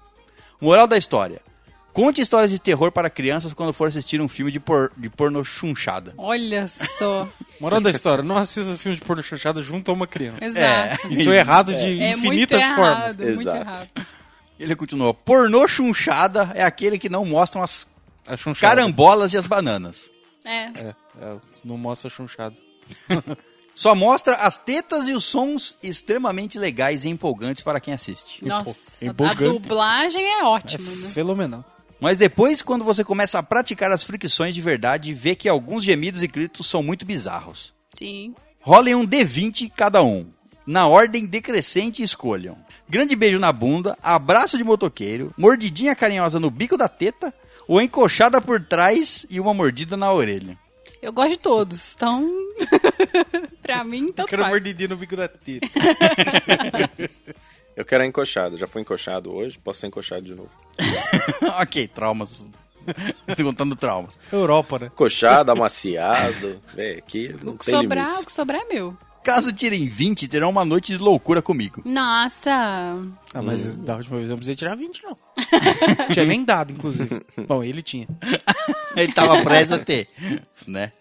Moral da história: Conte histórias de terror para crianças quando for assistir um filme de, por, de porno chunchada.
Olha só.
Moral da história, não assista filmes de porno chanchada junto a uma criança.
Exato.
Isso é errado de
É, muito
infinitas
errado,
formas.
muito
Exato.
errado.
Ele continua: Pornô chunchada é aquele que não mostram as
A chunchada.
carambolas e as bananas.
É,
É, é, não mostra chunchada.
Só mostra as tetas e os sons extremamente legais e empolgantes para quem assiste.
nossa. A
empolgante.
dublagem é
É
ótima, né?
fenomenal.
Mas depois, quando você começa a praticar as fricções de verdade, vê que alguns gemidos e gritos são muito bizarros.
Sim.
Rolem um D20 cada um. Na ordem decrescente, escolham. Grande beijo na bunda, abraço de motoqueiro, mordidinha carinhosa no bico da teta, ou encoxada por trás e uma mordida na orelha.
Eu gosto de todos, então... pra mim, então tá. tanto
Quero
faz.
mordidinha no bico da teta.
Eu quero a encoxada. Já fui encoxado hoje, posso ser encoxado de novo.
ok, traumas. Tô contando traumas.
Europa, né?
Encoxado, amaciado. Véi, aqui não
O que
tem
sobrar, o
limites.
que sobrar é meu.
Caso tirem 20, terão uma noite de loucura comigo.
Nossa.
Ah, mas da última vez eu não precisei tirar 20, não. tinha nem dado, inclusive. Bom, ele tinha.
Ele tava prestes a ter, né?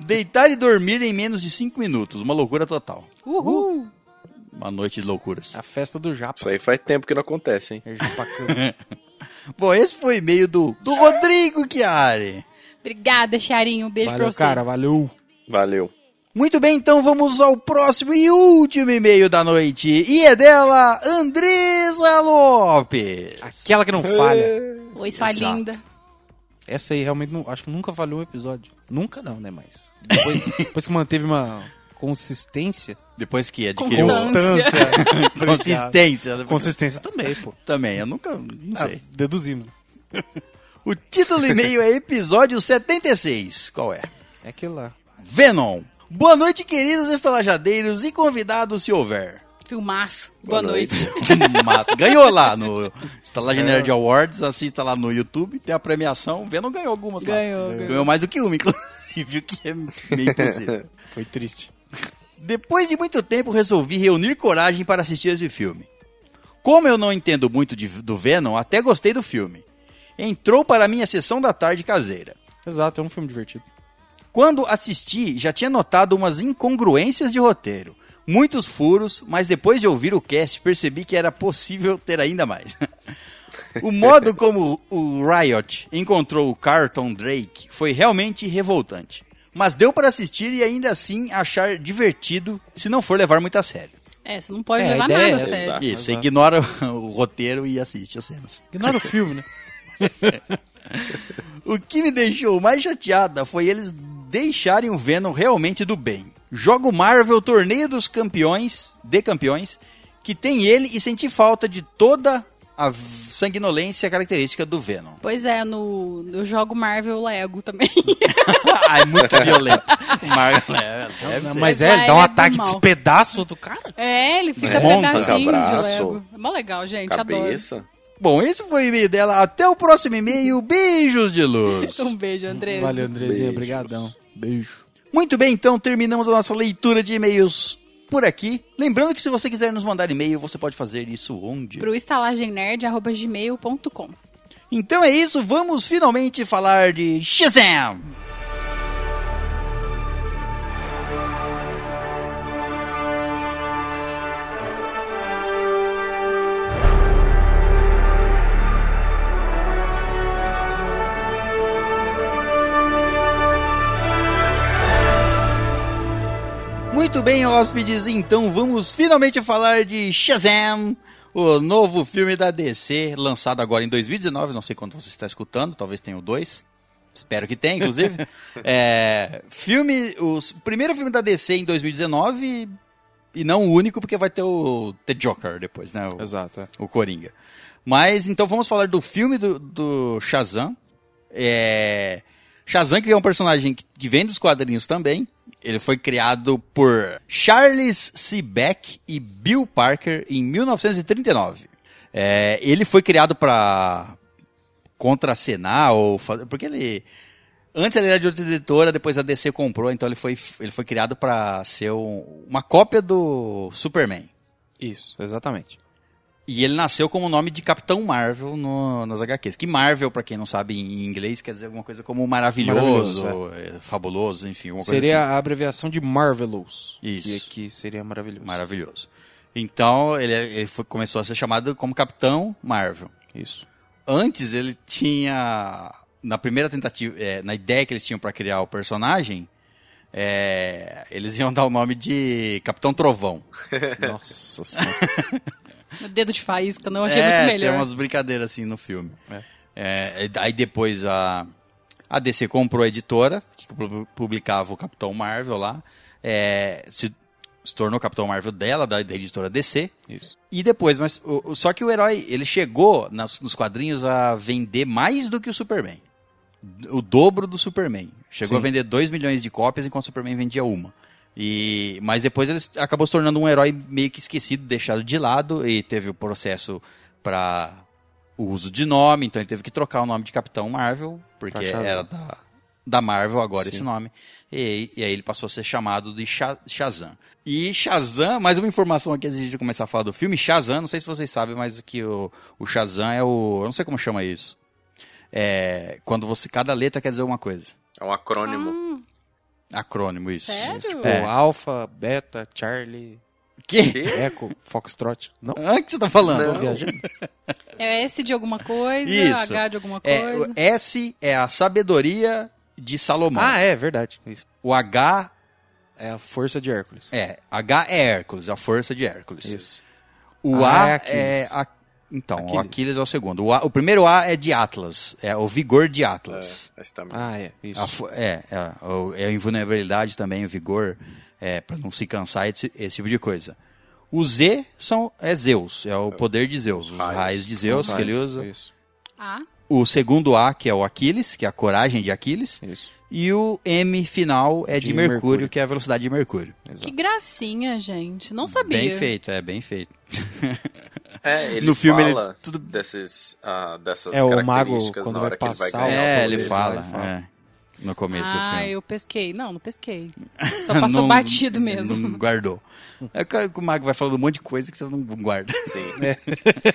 Deitar e dormir em menos de 5 minutos, uma loucura total.
Uhul.
Uma noite de loucuras.
A festa do Japa.
Isso aí faz tempo que não acontece, hein?
É Japacão.
Bom, esse foi e-mail do, do Rodrigo Chiari.
Obrigada, Charinho. Um beijo pra
Valeu,
você.
cara, valeu.
Valeu.
Muito bem, então vamos ao próximo e último e-mail da noite. E é dela, Andresa Lopes.
Aquela que não falha.
Oi, sua
Exato.
linda.
Essa aí realmente não, acho que nunca falhou um episódio. Nunca não, né? Mas. Depois, depois que manteve uma, consistência.
Depois que adquiriu
Constância.
Constância. Obrigado.
consistência. né?
Consistência também, pô.
Também, eu nunca, não
Ah,
sei.
deduzimos.
O título do e-mail é episódio 76. Qual é?
É aquele lá.
Venom. Boa noite, queridos estalajadeiros e convidados, se houver.
Filmaço. Boa, noite.
Mato. Ganhou lá no Estalagem Nerd Awards, assista lá no YouTube, tem a premiação. Venom ganhou algumas lá.
Ganhou, ganhou.
Ganhou mais do que uma, inclusive, o que é meio impossível.
Foi triste.
Depois de muito tempo, resolvi reunir coragem para assistir esse filme. Como eu não entendo muito de- do Venom, até gostei do filme. Entrou para minha sessão da tarde caseira.
Exato, é um filme divertido.
Quando assisti, já tinha notado umas incongruências de roteiro, muitos furos, mas depois de ouvir o cast, percebi que era possível ter ainda mais. o modo como o Riot encontrou o Carlton Drake foi realmente revoltante. Mas deu para assistir e ainda assim achar divertido, se não for levar muito a sério.
É, você não pode
É, a
levar
ideia
nada
é
a
essa.
sério.
Exato.
Isso, você
exato.
ignora o roteiro e assiste as cenas.
Ignora o filme, né?
O que me deixou mais chateada foi eles deixarem o Venom realmente do bem. Jogo Marvel Torneio dos Campeões, de Campeões, que tem ele e senti falta de toda a v- sanguinolência característica do Venom.
Pois é, no, eu jogo Marvel Lego também.
ah, é muito violento. Marvel, é, deve
Não,
ser.
mas
Vai,
é, ele dá um
ele é do
ataque
mal.
de pedaço do cara.
é, ele fica
Monta,
pedacinho de
abraço.
Lego. É mó legal, gente.
Cabeça.
Bom, esse foi o e-mail dela. Até o próximo e-mail. Beijos de luz.
Então-
Adoro. Um beijo, Andressa.
Valeu, Andrezinha.
Beijos.
Obrigadão. Beijo.
Muito bem, então terminamos a nossa leitura de e-mails por aqui. Lembrando que se você quiser nos mandar e-mail, você pode fazer isso onde?
Pro estalagemnerd.gmail.com
Então é isso, vamos finalmente falar de Shazam! Muito bem, hóspedes, então vamos finalmente falar de Shazam, o novo filme da DC, lançado agora em 2019, não sei quando você está escutando, talvez tenha o 2. Espero que tenha, inclusive. é, filme, o s- primeiro filme da DC em 2019 e não o único, porque vai ter o The Joker depois, né? O-
Exato, é.
o Coringa. Mas então vamos falar do filme do, do Shazam. É... Shazam, que é um personagem que, que vem dos quadrinhos também. Ele foi criado por Charles C. Beck e Bill Parker em 1939. É, ele foi criado para contracenar ou fazer. Porque ele. Antes ele era de outra editora, depois a DC comprou, então ele foi, ele foi criado para ser um- uma cópia do Superman.
Isso, exatamente.
E ele nasceu como o nome de Capitão Marvel no, nas HQs. Que Marvel, pra quem não sabe em inglês, quer dizer alguma coisa como maravilhoso,
Maravilhoso, é.
eh, fabuloso, enfim, uma
Seria
coisa
a abreviação de Marvelous.
Isso.
Que, que seria maravilhoso.
assim. Maravilhoso. Então, ele, ele foi- começou a ser chamado como Capitão Marvel.
Isso.
Antes, ele tinha... Na primeira tentativa, eh, na ideia que eles tinham pra criar o personagem, eh, eles iam dar o nome de Capitão Trovão.
Nossa senhora.
O dedo de faísca, não eu achei
é,
muito melhor.
Tem umas brincadeiras assim no filme. É, aí depois a, a DC comprou a editora, que pu- publicava o Capitão Marvel lá. é, se, se tornou Capitão Marvel dela, da, da editora DC.
Isso.
E depois, mas o- o- só que o herói, ele chegou nas- nos quadrinhos a vender mais do que o Superman. O dobro do Superman. Chegou
Sim.
a vender 2 milhões de cópias enquanto o Superman vendia uma. E, mas depois ele s- acabou se tornando um herói meio que esquecido, deixado de lado, e teve o processo para o uso de nome, então ele teve que trocar o nome de Capitão Marvel, porque
Pra Shazam.
era da, da Marvel agora
Sim.
esse nome. E, e aí ele passou a ser chamado de Sha- Shazam. E Shazam, mais uma informação aqui antes de começar a falar do filme. Shazam, não sei se vocês sabem, mas que o, o Shazam é o. Eu não sei como chama isso. É. Quando você. Cada letra quer dizer uma coisa.
É um acrônimo.
Acrônimo, isso.
Sério?
Tipo,
Pô,
é.
Alpha, Beta, Charlie,
Que?
Echo, Foxtrot. Não?
Hã? que você tá falando?
Tô viajando?
É S de alguma coisa,
Isso.
H de alguma
É,
coisa.
o S é a sabedoria de Salomão.
Ah, é, verdade. Isso.
O H
É a força de Hércules.
é. H é Hércules, a força de Hércules.
Isso.
O
Ah,
A
é
é.
Aquiles.
a- Então, o
Aquiles.
Aquiles é o segundo. O, A- o primeiro A é de Atlas. É o vigor de Atlas.
É, essa também.
Ah, é. Isso.
A fo- É, é, o- é a invulnerabilidade também, o vigor. é, para não se cansar, esse, esse tipo de coisa. O Z são, é Zeus, é o poder de Zeus, os
Raios.
raios de Zeus que ele usa.
Isso,
A.
O segundo A, que é o Aquiles, que é a coragem de Aquiles.
isso.
E o M final é de,
De
Mercúrio,
Mercúrio.
que é a velocidade de Mercúrio.
Que gracinha, gente. Não sabia.
Bem feito, é bem feito.
É, ele
No filme ele-
fala
tudo-
desses, ah, dessas
É, o mago,
características
quando
na
vai
hora que ele
passar
vai
o-
ganhar.
é,
poderes,
ele
né,
fala,
ele fala.
é, no começo do
Ah,
filme.
eu pesquei. Não, não pesquei. Só passou batido mesmo.
é, Não guardou. É claro que o Mago vai falando um monte de coisa que você não guarda. É.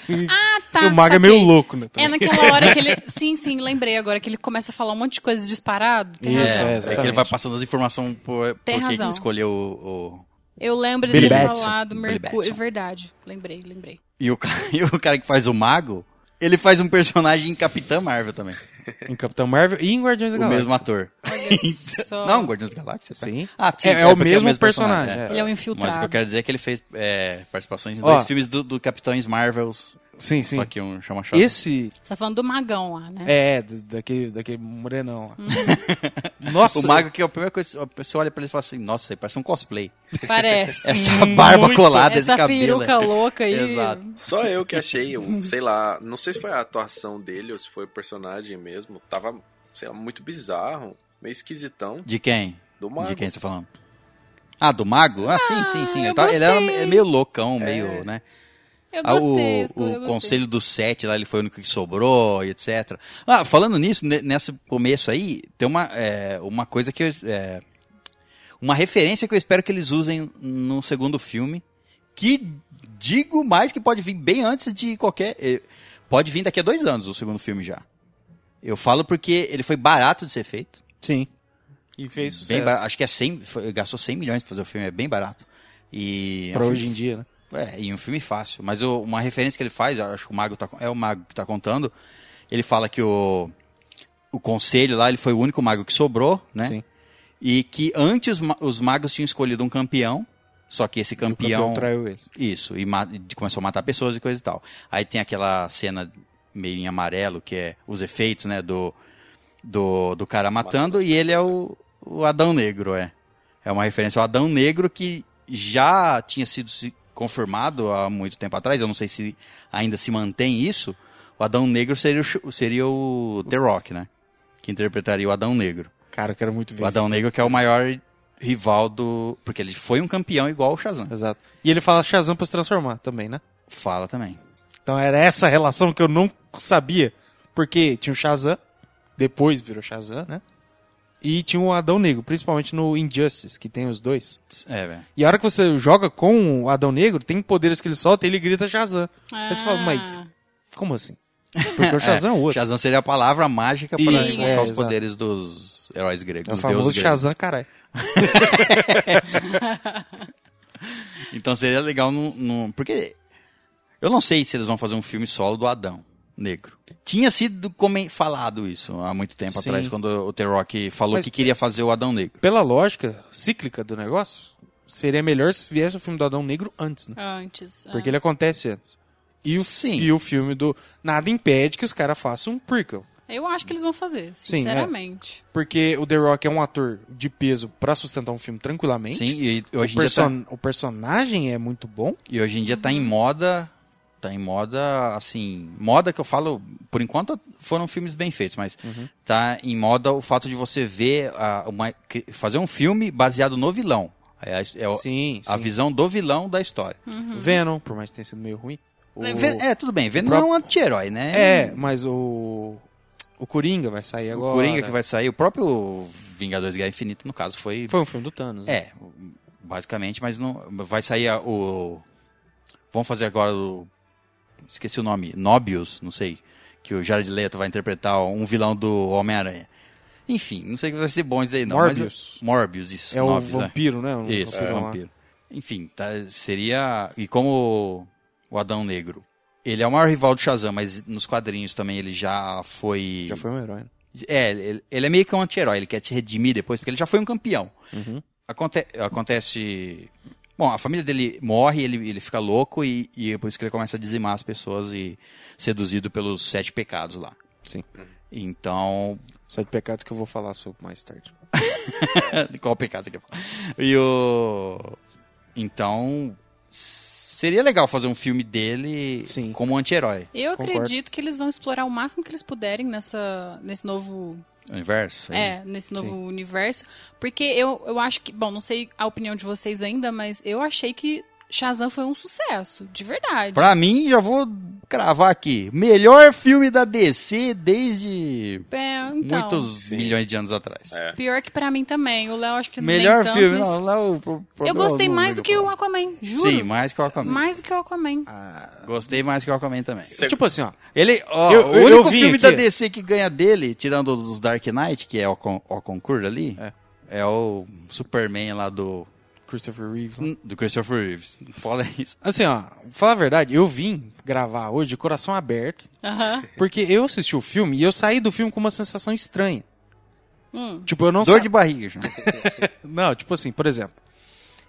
Sim.
Ah, tá.
o mago é
saquei.
meio louco, né?
É
também.
naquela hora que ele. Sim, sim, lembrei agora que ele começa a falar um monte de coisa disparado. Tem
Isso,
razão.
é,
é, é que ele
exatamente.
vai passando as informações por, por
Tem
que que
razão.
ele escolheu o, o-
Eu lembro
Billy
dele
Batson.
falar do
Billy
Mercúrio.
Batson.
É verdade. Lembrei, lembrei.
E o, ca- e o cara que faz o Mago, ele faz um personagem em Capitã Marvel também.
Em Capitão Marvel e em Guardiões da
o
Galáxia.
mesmo ator.
Olha só.
Não, Guardiões da Galáxia. tá?
Sim.
Ah, sim,
É- é o
porque
mesmo personagem, é.
Ele
Mas
é um
o que eu
infiltrado.
quero dizer é que ele fez é, participações em
Ó.
dois filmes do, do Capitães Marvels,
Sim, sim.
só que um chama Shot.
Esse
Você tá falando do magão lá, né?
é do- daquele, daquele morenão lá. Nossa,
O Mago que é a primeira coisa, que você olha pra ele e fala assim, nossa, ele parece um cosplay.
É.
Parece.
Essa barba
muito.
colada, esse
Essa
cabelo.
né?
peruca é louca aí.
Exato.
Só eu que achei, um, sei lá, não sei se foi a atuação dele ou se foi o personagem mesmo. Tava, sei lá, muito bizarro, meio esquisitão
De quem?
do mago.
De quem você tá falando? Ah, do Mago? Ah, sim, sim, sim.
eu
Ele, tá- ele era
gostei.
me- meio loucão, meio, né?
Eu
Ah, o,
gostei. eu
o
gostei.
Conselho dos Sete lá, ele foi o único que sobrou, e etc. Ah, falando nisso, ne- nesse começo aí, tem uma, é, uma coisa que eu... é, uma referência que eu espero que eles usem no segundo filme, que digo mais que pode vir bem antes de qualquer... eh, Pode vir daqui a dois anos o segundo filme já. Eu falo porque ele foi barato de ser feito.
Sim. E fez
Bem
sucesso.
ba- acho que é 100, foi- gastou 100 milhões pra fazer o filme, é bem barato. E é
pra
um
hoje em
filme-
dia, né?
É, e um filme fácil. Mas o- uma referência que ele faz, eu acho que o Mago tá, con- é o Mago que tá contando, ele fala que o, o conselho lá, ele foi o único mago que sobrou, né?
Sim.
E que antes ma- os magos tinham escolhido um campeão, só que esse
E O campeão
campeão...
traiu ele.
Isso, e ma- e começou a matar pessoas e coisa e tal. Aí tem aquela cena meio em amarelo, que é os efeitos, né, do, do, do cara matando,
as
e ele é o, o Adão Negro, é. É uma referência ao Adão Negro que já tinha sido se- confirmado há muito tempo atrás, eu não sei se ainda se mantém isso. O Adão Negro seria o, Sh- seria o The Rock, né? Que interpretaria o Adão Negro.
Cara, eu quero muito ver
O Adão
isso.
Negro que é o maior rival do... Porque ele foi um campeão igual o Shazam.
Exato. E ele fala Shazam pra se transformar também, né?
Fala também.
Então era essa relação que eu não sabia. Porque tinha o Shazam, depois virou Shazam, né? E tinha o Adão Negro, principalmente no Injustice, que tem os dois.
É, velho.
E a hora que você joga com o Adão Negro, tem poderes que ele solta e ele grita Shazam. Aí você fala,
Ah.
mas como assim? Porque o Shazam é o outro.
Shazam seria a palavra mágica para
Isso,
invocar
é,
os
exato.
poderes dos heróis gregos,
É o
dos
famoso
deuses gregos.
Shazam, caralho.
Então seria legal num, num- Porque eu não sei se eles vão fazer um filme solo do Adão Negro. Tinha sido comen- falado isso há muito tempo
Sim.
atrás, quando o The Rock falou
Mas-
que queria fazer o Adão Negro.
Pela lógica cíclica do negócio, seria melhor se viesse o filme do Adão Negro antes, né?
Antes. ah.
Porque ele acontece antes. E o,
Sim.
e o filme do... Nada impede que os caras façam um prequel.
Eu acho que eles vão fazer,
Sim, é.
sinceramente.
Porque o The Rock é um ator de peso pra sustentar um filme tranquilamente.
Sim, e
O,
hoje, em dia tá,
person- o personagem é muito bom.
e hoje em dia tá em moda. Tá em moda, assim. Moda que eu falo, por enquanto foram filmes bem feitos, mas
Uhum.
tá em moda o fato de você ver ah, uma, que- fazer um filme baseado no vilão. É, a- é o-
Sim,
a visão do vilão da história.
Venom, por mais que tenha sido meio ruim. O-
É, Ven- É, tudo bem, Venom
próprio-
é um anti-herói, né?
É, mas o. O Coringa vai sair
O
agora.
Coringa que vai sair, o próprio Vingadores Guerra Infinita, no caso, foi...
Foi um filme do Thanos. né?
É, basicamente, mas não... Vai sair a- o... Vamos fazer agora o... Esqueci o nome. Nobius, não sei. Que o Jared Leto vai interpretar um vilão do Homem-Aranha. Enfim, não sei que vai ser bom dizer aí, não. mas-
Morbius.
Morbius, isso.
É o
Nobius, né?
vampiro, né? Um
Isso, é,
vampirão lá.
vampiro. Enfim, tá- seria. E como o Adão Negro, ele é o maior rival do Shazam, mas nos quadrinhos também ele já foi.
Já foi um herói. Né?
É, ele, ele é meio que um anti-herói, ele quer se redimir depois, porque ele já foi um campeão. Aconte- acontece. Bom, a família dele morre, ele, ele fica louco e, e é por isso que ele começa a dizimar as pessoas e seduzido pelos sete pecados lá.
Sim.
Então,
Sete pecados que eu vou falar sobre mais tarde.
Qual pecado você quer falar? E o. Então. Seria legal fazer um filme dele
Sim.
como anti-herói.
Eu
Concordo.
acredito que eles vão explorar o máximo que eles puderem nessa, nesse novo
Universo?
É, nesse novo
Sim.
universo. Porque eu, eu acho que. Bom, não sei a opinião de vocês ainda, mas eu achei que Shazam foi um sucesso, de verdade.
Pra mim, já vou cravar aqui. Melhor filme da DC desde
É, então.
muitos
Sim.
milhões de anos atrás.
É.
Pior que pra mim também. O Léo acho que não
Melhor
nem tanto,
filme.
mas-
Não, lá o pro-
Eu
problema
gostei
não
mais
ligo
do que o
pra-
Aquaman, juro.
Sim, mais Ah, que o Aquaman.
Mais do que o Aquaman.
Gostei mais que o Aquaman também.
Tipo assim, ó.
Ele, ó,
Eu-
o
eu-
único
eu vim
filme
aqui.
da DC que ganha dele, tirando os Dark Knight, que é o, con o concurso ali,
É.
é. o Superman lá do,
Christopher Reeve.
do Christopher Reeves. Fala isso.
Assim, ó, falar a verdade, eu vim gravar hoje de coração aberto,
Aham.
porque eu assisti o filme e eu saí do filme com uma sensação estranha.
Hum.
Tipo, eu não
Dor
sa-
de barriga. João.
Não, tipo assim, por exemplo,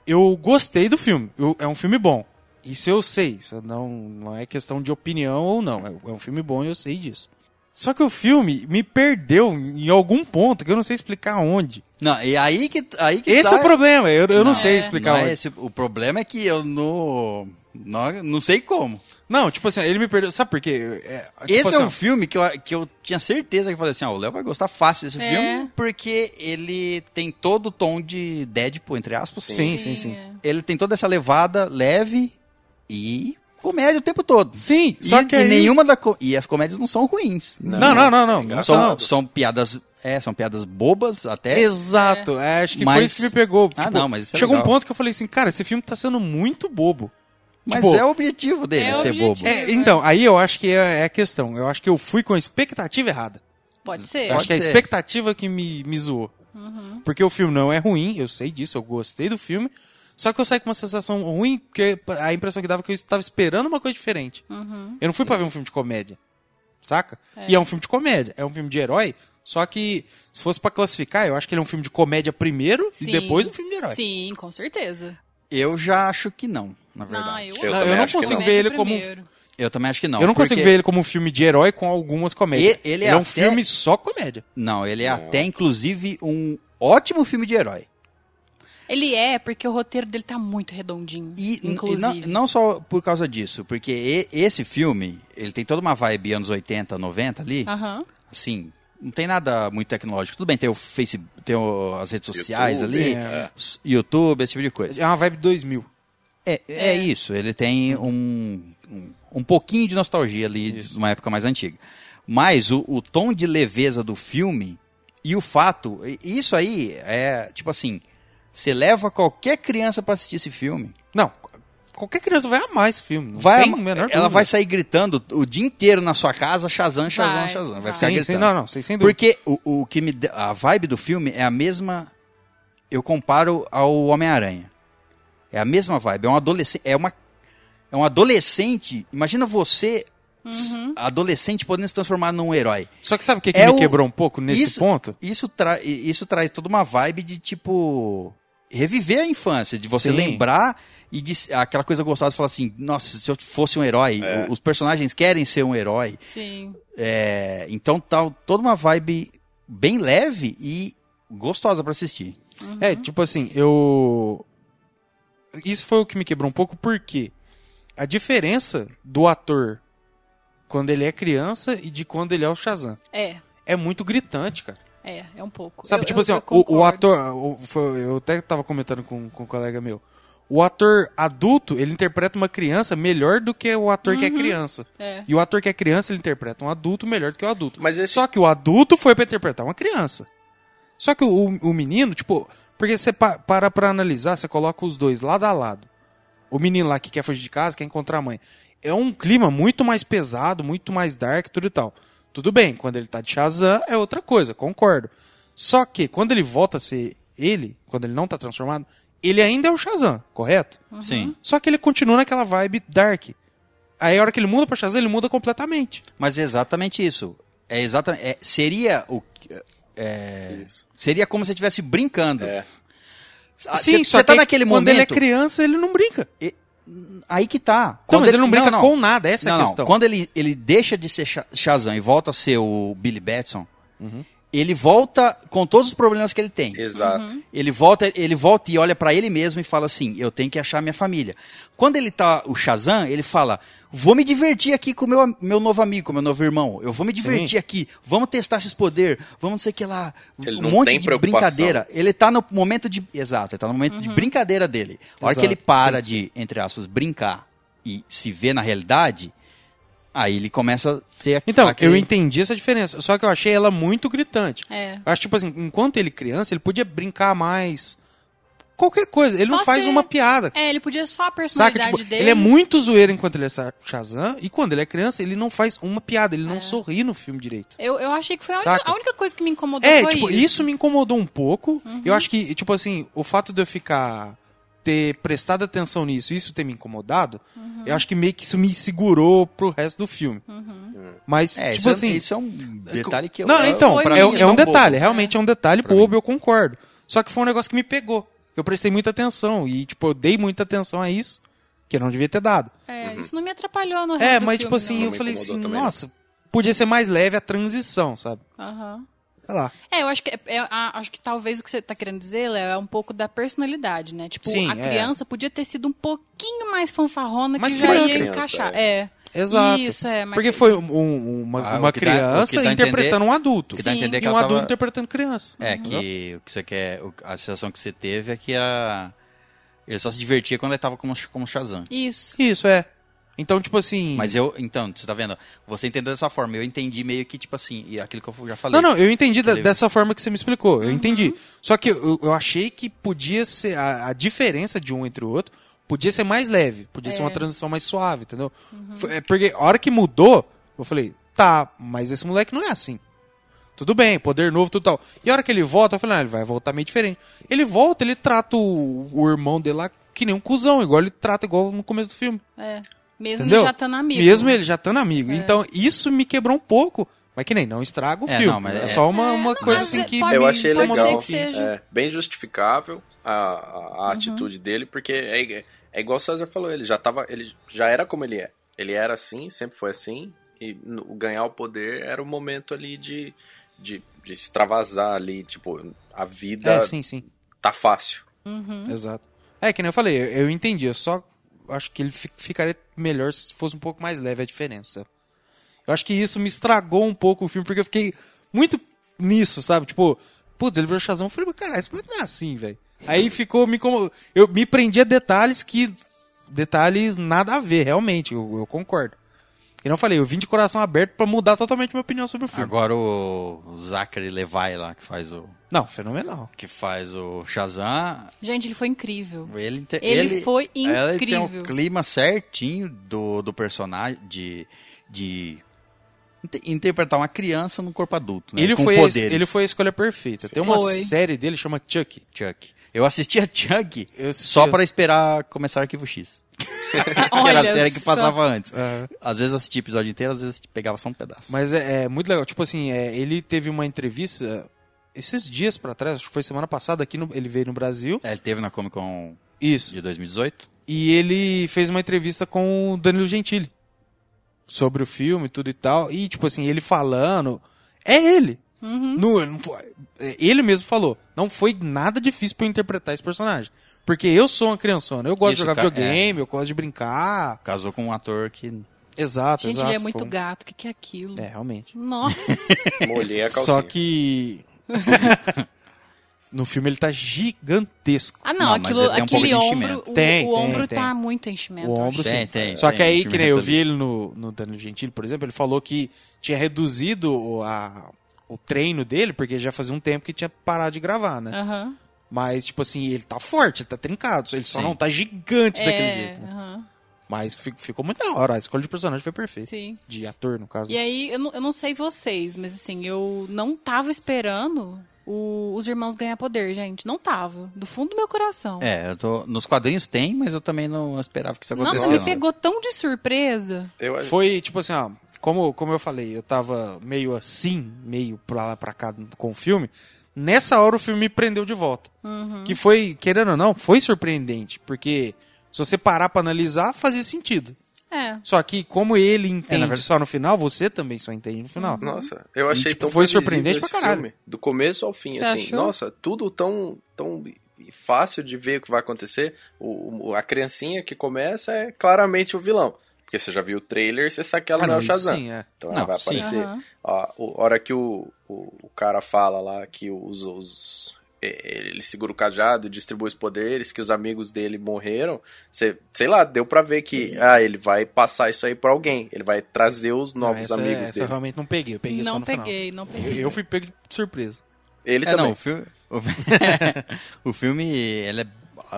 eu gostei do filme, eu- é um filme bom. Isso eu sei, isso não, não é questão de opinião ou não, é, é um filme bom e eu sei disso. Só que o filme me perdeu em algum ponto, que eu não sei explicar onde.
não, e aí que, aí que
Esse
tá-
é o problema, eu, eu não, sei
é.
explicar
Não é
onde.
esse- o problema é que eu não, não, não sei como.
Não, tipo assim, ele me perdeu, sabe por quê? É, tipo
Esse
assim,
é
ó,
um filme que eu, que eu tinha certeza que eu falei assim, ah, o Léo vai gostar fácil desse
É.
filme, porque ele tem todo o tom de Deadpool, entre aspas.
Sim, sim, sim.
é.
Ele tem toda essa levada leve e comédia o tempo todo.
Sim,
E,
só que
e
aí...
nenhuma da co- e as comédias não são ruins.
Não, não, não, não. é não
É engraçado.
São,
são-
são piadas, é, são piadas bobas até.
Exato, é, acho que foi
Mas-
isso que me pegou.
Ah,
Tipo,
não, mas isso é
chegou um
legal.
ponto que eu falei assim, cara, esse filme tá sendo muito bobo.
mas
tipo-
é o objetivo dele,
É o
ser
objetivo.
bobo.
É, então, aí eu acho que é, é a questão. Eu acho que eu fui com a expectativa errada.
Pode
Eu
ser.
Pode
acho que é a
ser.
expectativa que me, me zoou. Porque o filme não é ruim, eu sei disso, eu gostei do filme. Só que eu saí com uma sensação ruim, porque a impressão que dava é que eu estava esperando uma coisa diferente.
Uhum.
Eu não fui pra ver um filme de comédia. Saca? E é um filme de comédia, é um filme de herói. Só que, se fosse pra classificar, eu acho que ele é um filme de comédia primeiro
Sim.
e depois um filme
é
de herói.
Sim, com certeza.
Eu já acho que não, na É verdade.
Não,
eu...
eu,
não,
Eu
amo
eu
também
não
acho que
consigo
comédia
ver ele como. um-
primeiro.
também acho que não.
eu não consigo
porque-
ver ele como um filme de herói com algumas comédias.
E- ele é
é um
até-
filme só comédia.
Não, ele é até inclusive um ótimo filme de herói.
Ele é, porque o roteiro dele tá muito redondinho.
E, n- e não,
inclusive.
não só por causa disso, porque e- esse filme, ele tem toda uma vibe anos 80, 90 ali,
Aham.
assim, não tem nada muito tecnológico. Tudo bem, tem o Face, tem o- as redes sociais
YouTube,
ali,
é.
s- YouTube, esse tipo de coisa.
É uma vibe 2000.
É, é, isso, ele tem um, um, um pouquinho de nostalgia ali de uma época mais antiga. Mas o, o tom de leveza do filme e o fato, e- isso aí é tipo assim, você leva qualquer criança pra assistir esse filme,
Não, qualquer criança vai amar esse filme. Não
vai,
tem
ama-
a menor
ela
dúvida.
vai sair gritando o dia inteiro na sua casa, Shazam, Shazam,
Vai,
Shazam, vai
vai.
ficar
Sim,
gritando.
sim, não, não, sem, sem dúvida.
Porque o, o que me dá- a vibe do filme é a mesma eu comparo ao Homem-Aranha. É a mesma vibe, é um adolescente, é uma é um adolescente, imagina você s- adolescente podendo se transformar num herói.
Só que sabe o que, que
É
me
o-
quebrou um pouco nesse
Isso-
ponto?
Isso tra- e- isso traz toda uma vibe de tipo reviver a infância, de você
Sim.
lembrar e de s- aquela coisa gostosa de falar assim, nossa, se eu fosse um herói,
É.
o- os personagens querem ser um herói.
Sim.
É, então tá toda uma vibe bem leve e gostosa pra assistir.
É, tipo assim, eu. Isso foi o que me quebrou um pouco, porque a diferença do ator quando ele é criança e de quando ele é o Shazam
É,
é muito gritante, cara.
é, é um pouco.
Sabe,
Eu-
tipo
eu-
assim,
eu
ó, o, o
concordo.
ator. o- foi- eu até tava comentando com, com um colega meu. O ator adulto, ele interpreta uma criança melhor do que o ator que é criança.
É.
E o ator que é criança, ele interpreta um adulto melhor do que o adulto.
Mas esse-
Só que o adulto foi pra interpretar uma criança. Só que o, o menino, tipo. Porque você pa- para pra analisar, você coloca os dois lado a lado. O menino lá que quer fugir de casa, quer encontrar a mãe. É um clima muito mais pesado, muito mais dark, tudo e tal. Tudo bem, quando ele tá de Shazam é outra coisa, concordo. Só que quando ele volta a ser ele, quando ele não tá transformado, ele ainda é o Shazam, correto?
Sim.
Só que ele continua naquela vibe dark. Aí a hora que ele muda pra Shazam, ele muda completamente.
Mas é exatamente isso. É exatamente, é- seria o que- é,
Isso.
seria como se você estivesse brincando.
É.
Ah,
Sim,
você
só
você
que
tá
aí
naquele
quando
momento.
ele é criança, ele não brinca.
Aí que tá.
Então, mas ele, não
não,
brinca
não.
com nada, essa é
Não,
a
não.
questão.
Quando ele, ele deixa de ser Sha- Shazam e volta a ser o Billy Batson, Ele volta com todos os problemas que ele tem.
Exato.
Ele volta, ele volta e olha pra ele mesmo e fala assim: "Eu tenho que achar minha família". Quando ele tá o Shazam, ele fala: "Vou me divertir aqui com meu am- meu novo amigo, com meu novo irmão. Eu vou me divertir aqui. Vamos testar esses poderes. Vamos não sei o que lá.
Ele
um
não
monte
tem
de
preocupação.
brincadeira. Ele tá no momento de exato, ele tá no momento de brincadeira dele. A hora que ele
Exato,
para de entre aspas brincar e se vê na realidade, aí ele começa a ter
Então,
aquele- É,
eu entendi essa diferença, só que eu achei ela muito gritante.
É.
Eu acho, tipo assim, enquanto ele criança, ele podia brincar mais. Qualquer coisa. Ele
Só
não faz
ser-
uma piada.
É, ele podia só a
Saca?
personalidade
Tipo,
dele.
ele é muito zoeiro enquanto ele é Sa- Shazam, e quando ele é criança, ele não faz uma piada,
É.
ele não sorri no filme direito.
Eu, eu achei que foi a única,
Saca?
a única coisa que me incomodou
É,
foi
tipo, isso.
isso. Uhum.
me incomodou um pouco. Eu acho que, tipo assim, o fato de eu ficar ter prestado atenção nisso, isso ter me incomodado,
Uhum.
eu acho que meio que isso me segurou pro resto do filme. Mas,
É,
tipo
isso, é-
assim,
isso é um detalhe que eu
não, então,
Uhum. foi
pra
é,
meio
mim
um-
que né?
é um
tão bobo.
detalhe, realmente é um detalhe bobo, eu concordo. Só que foi um negócio que me pegou. que Eu prestei muita atenção e, tipo, eu dei muita atenção a isso, que eu não devia ter dado.
Uhum.
É, isso não me atrapalhou no resto
É,
do
mas,
filme, né?
tipo assim,
não.
eu
me
falei
incomodou
assim,
também,
nossa, podia ser mais leve a transição, sabe?
Aham.
Sei lá.
É, eu acho que, é- é- a- acho que talvez o que você tá querendo dizer, Léo, é um pouco da personalidade, né? Tipo,
Sim,
a
é.
criança podia ter sido um pouquinho mais fanfarrona
Mais
que já
criança.
ia
Criança,
encaixar. É.
Exato.
Isso, é. Mas
Porque foi um- um- uma,
Ah,
uma
o que dá- o que
criança
dá a
interpretando um adulto.
O que dá a
Sim.
entender é
E
que
um
ela
adulto
tava...
interpretando criança.
É,
Entendeu?
que o que você quer. o- A sensação que você teve é que a. Ele só se divertia quando ele tava como, como Shazam.
Isso.
Isso, é. Então, tipo assim...
Mas eu. Então, você tá vendo? Você entendeu dessa forma. Eu entendi meio que, tipo assim, e aquilo que eu já falei.
Não, não, eu entendi da-
Falei.
dessa forma que você me explicou. Eu entendi. Só que eu, eu achei que podia ser. A, a diferença de um entre o outro podia ser mais leve. Podia ser uma transição mais suave, entendeu? Foi- é porque a hora que mudou, eu falei, tá, mas esse moleque não é assim. Tudo bem, poder novo, tudo tal. E a hora que ele volta, eu falei, ah, ele vai voltar meio diferente. Ele volta, ele trata o, o irmão dele lá que nem um cuzão, igual ele trata igual no começo do filme.
É. Mesmo
Entendeu?
ele já estando amigo. né? É.
Mesmo ele já estando amigo. Então, isso me quebrou um pouco. Mas que nem, não estraga o
É,
filme.
não, mas
é,
é-
só uma, uma
não,
coisa
mas
assim
é-
que
pode-
me
Eu achei
pode ser
incomodou
legal.
que seja.
é, bem justificável a, a- a
Uhum.
atitude dele, porque é, é igual o César falou, ele já tava. Ele já era como ele é. Ele era assim, sempre foi assim. E no- o ganhar o poder era o momento ali de, de, de extravasar ali, tipo, a vida
É, sim, sim.
tá fácil.
Uhum.
Hum?
Exato. É, que nem eu falei, eu- eu entendi. Eu só acho que ele fi- ficaria melhor se fosse um pouco mais leve a diferença. Eu acho que isso me estragou um pouco o filme, porque eu fiquei muito nisso, sabe? Tipo, putz, ele virou Shazam. Eu falei, mas caralho, isso não é assim, velho. Aí ficou, me como eu me prendi a detalhes que... Detalhes nada a ver, realmente, eu, eu concordo. E não falei, eu vim de coração aberto pra mudar totalmente minha opinião sobre o filme.
Agora o, o Zachary Levi lá, que faz o.
Não, fenomenal.
Que faz o Shazam.
Gente, ele foi incrível.
Ele, inte-
Ele foi
Ele tem o
incrível.
clima certinho do, do personagem de. de inte- interpretar uma criança num corpo adulto, né?
Ele
Com
foi, a, es-
poderes.
ele foi a escolha perfeita. Tem uma
Foi.
série dele chama Chuck.
Chuck. Eu assistia Chuck
Eu assistia.
só para esperar começar Arquivo X. que era a
Olha
série que
só.
passava antes.
É.
Às vezes eu assistia o episódio inteiro, às vezes pegava só um pedaço.
Mas é, é muito legal. Tipo assim, é, ele teve uma entrevista esses dias pra trás, acho que foi semana passada, aqui no- ele veio no Brasil.
É, ele teve na Comic Con
Isso.
de 2018.
E ele fez uma entrevista com o Danilo Gentili sobre o filme e tudo e tal. E, tipo assim, ele falando. É ele!
Uhum.
Não, não foi- é, ele mesmo falou. Não foi nada difícil pra eu interpretar esse personagem. Porque eu sou uma criançona, eu gosto
Isso,
de jogar
ca- é.
videogame, eu gosto de brincar.
Casou com um ator que.
Exato,
Gente,
exato.
ele é
foi
muito
um-
gato. O que, que é aquilo?
É, realmente.
Nossa.
É
Molhei a calcinha.
Só que. no filme ele tá gigantesco.
Ah,
Não,
não.
mas
aquilo,
ele tem um pouco
aquele
de
ombro.
enchimento.
O,
Tem,
o
tem,
ombro
tem.
tá muito enchimento.
O
eu
ombro
Tem,
sim.
tem,
Só
tem,
que
o
aí,
filme
que nem eu
retrata
vi ele no, no Danilo Gentili, por exemplo, ele falou que tinha reduzido o- a, o treino dele, porque já fazia um tempo que tinha parado de gravar, né?
Aham.
Mas, tipo assim, ele tá forte, ele tá trincado, ele só
Sim.
não tá gigante daquele
É,
jeito. né?
aham,
Mas fi- ficou muito da hora, a escolha de personagem foi perfeita.
sim.
De ator, no caso.
E aí, eu não, eu não sei vocês, mas assim, eu não tava esperando o- os irmãos ganhar poder, gente. Não tava. Do fundo do meu coração.
É, eu tô. Nos quadrinhos tem, mas eu também não esperava que isso né? acontecesse.
Nossa, me
não.
pegou tão de surpresa.
Eu acho-
Foi tipo assim, ó. Como, como eu falei, eu tava meio assim, meio pra lá pra cá com o filme. Nessa hora o filme me prendeu de volta. Que foi, querendo ou não, foi surpreendente. Porque se você parar pra analisar, fazia sentido.
É.
Só que como ele entende
verdade-
só no final, você também só entende no final.
Nossa, eu achei
tipo,
tão
foi
previsível
surpreendente
esse
pra caralho.
filme, do começo ao fim,
Você
assim.
achou?
Nossa, tudo tão, tão fácil de ver o que vai acontecer. O, o- a criancinha que começa é claramente o vilão. Porque você já viu o trailer, você sabe que ela
Ah,
não é o
isso
Shazam.
sim, é.
Então
Não,
ela vai
sim.
aparecer.
Aham.
Ó, o- a hora que o, o, o cara fala lá que os, os- é, ele segura o cajado, distribui os poderes, que os amigos dele morreram, cê- sei lá, deu pra ver que ah, ele vai passar isso aí pra alguém, ele vai trazer os novos
Não, Ah, essa- é-
amigos
essa eu
dele.
realmente não peguei, eu peguei só
Não
no
peguei, não
final. Eu,
peguei.
eu fui pego de surpresa.
Ele
É,
também.
não, o filme. O, fi- o filme, ele é. o-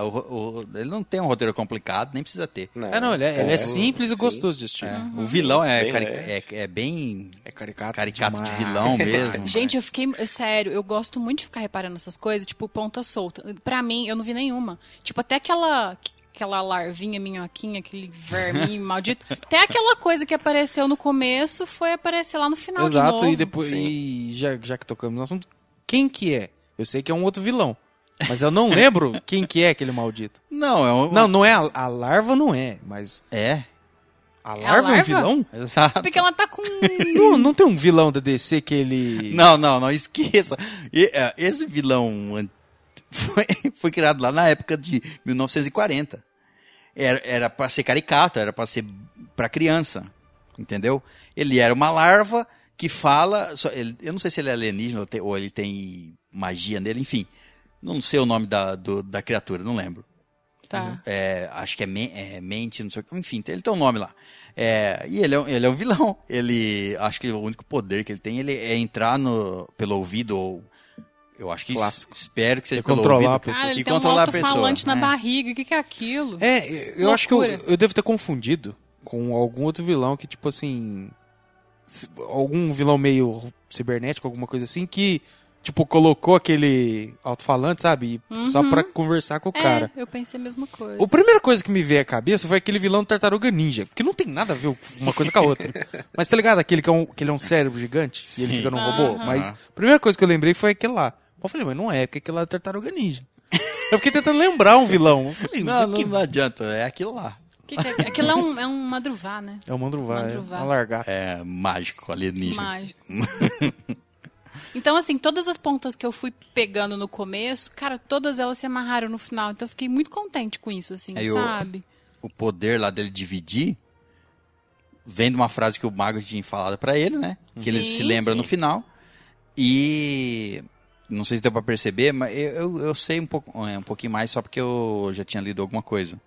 o- ele não tem um roteiro complicado, nem precisa ter.
Não,
É, não, ele é, ele é simples e
sim.
gostoso de assistir.
É, O vilão é,
Bem
cari-
leve.
é- é bem
É caricato.
caricato de
demais.
vilão mesmo.
Gente, eu fiquei. é Sério, eu gosto muito de ficar reparando essas coisas, tipo, ponta solta. Pra mim, eu não vi nenhuma. Tipo, até aquela. Aquela larvinha, minhoquinha, aquele verminho maldito. Até aquela coisa que apareceu no começo foi aparecer lá no final de
Exato,
novo.
e depois. E já, já que tocamos no assunto, quem que é? Eu sei que é um outro vilão. Mas eu não lembro quem que é aquele maldito.
Não, é um.
Não, não é a, a larva, não é. Mas
É.
a
É a
larva é, um
larva?
vilão?
Exato.
Porque ela tá com.
Não, não tem um vilão da DC que ele.
Não, não, não esqueça. E, é, Esse vilão an- foi, foi criado lá na época de 1940. Era, era pra ser caricato, era pra ser pra criança. Entendeu? Ele era uma larva que fala. só- ele- eu não sei se ele é alienígena ou, te- ou ele tem magia nele, enfim. Não sei o nome da, do- da criatura, não lembro.
Tá.
É, acho que é, men- é mente, não sei o que. Enfim, ele tem um nome lá. É, e ele é, um- ele é um vilão. Ele. Acho que o único poder que ele tem ele é entrar no, pelo ouvido, ou. Eu acho que
Clássico.
es- espero que seja
É
pelo
controlar a
ouvido.
pessoa.
Cara, ele
E
tem um
controlar a pessoa,
alto-falante na
né?
barriga. O que, que é aquilo?
É, eu acho que eu,
Loucura.
eu devo ter confundido com algum outro vilão que, tipo assim. c- Algum vilão meio cibernético, alguma coisa assim, que, tipo, colocou aquele alto-falante, sabe? E Só
Uhum.
pra conversar com o
É,
cara.
eu pensei a é. mesma coisa.
A primeira coisa que me veio à cabeça foi aquele vilão do Tartaruga Ninja, que não tem nada a ver uma coisa com a outra. mas tá ligado? Aquele que é um, que ele é um cérebro gigante e ele
Sim.
fica num robô.
Aham.
Mas a primeira coisa que eu lembrei foi aquele lá. Eu falei, mas não é, porque aquele lá é Tartaruga Ninja. Eu fiquei tentando lembrar um vilão. Eu falei,
É. Não,
não,
não,
que...
não adianta, é aquilo lá.
Que que é? Aquilo é um, é um madruvá, né?
É o Mandruvá,
Mandruvá.
é uma largata.
É mágico, alienígena.
Mágico. então, assim, todas as pontas que eu fui pegando no começo, cara, todas elas se amarraram no final. Então, eu fiquei muito contente com isso, assim,
Aí eu-
sabe?
O poder lá dele dividir vem de uma frase que o Mago tinha falado pra ele, né? Que ele
Sim,
se lembra
sim.
no final. E não sei se deu pra perceber, mas eu, eu, eu sei um, pouco, é, um pouquinho mais só porque eu já tinha lido alguma coisa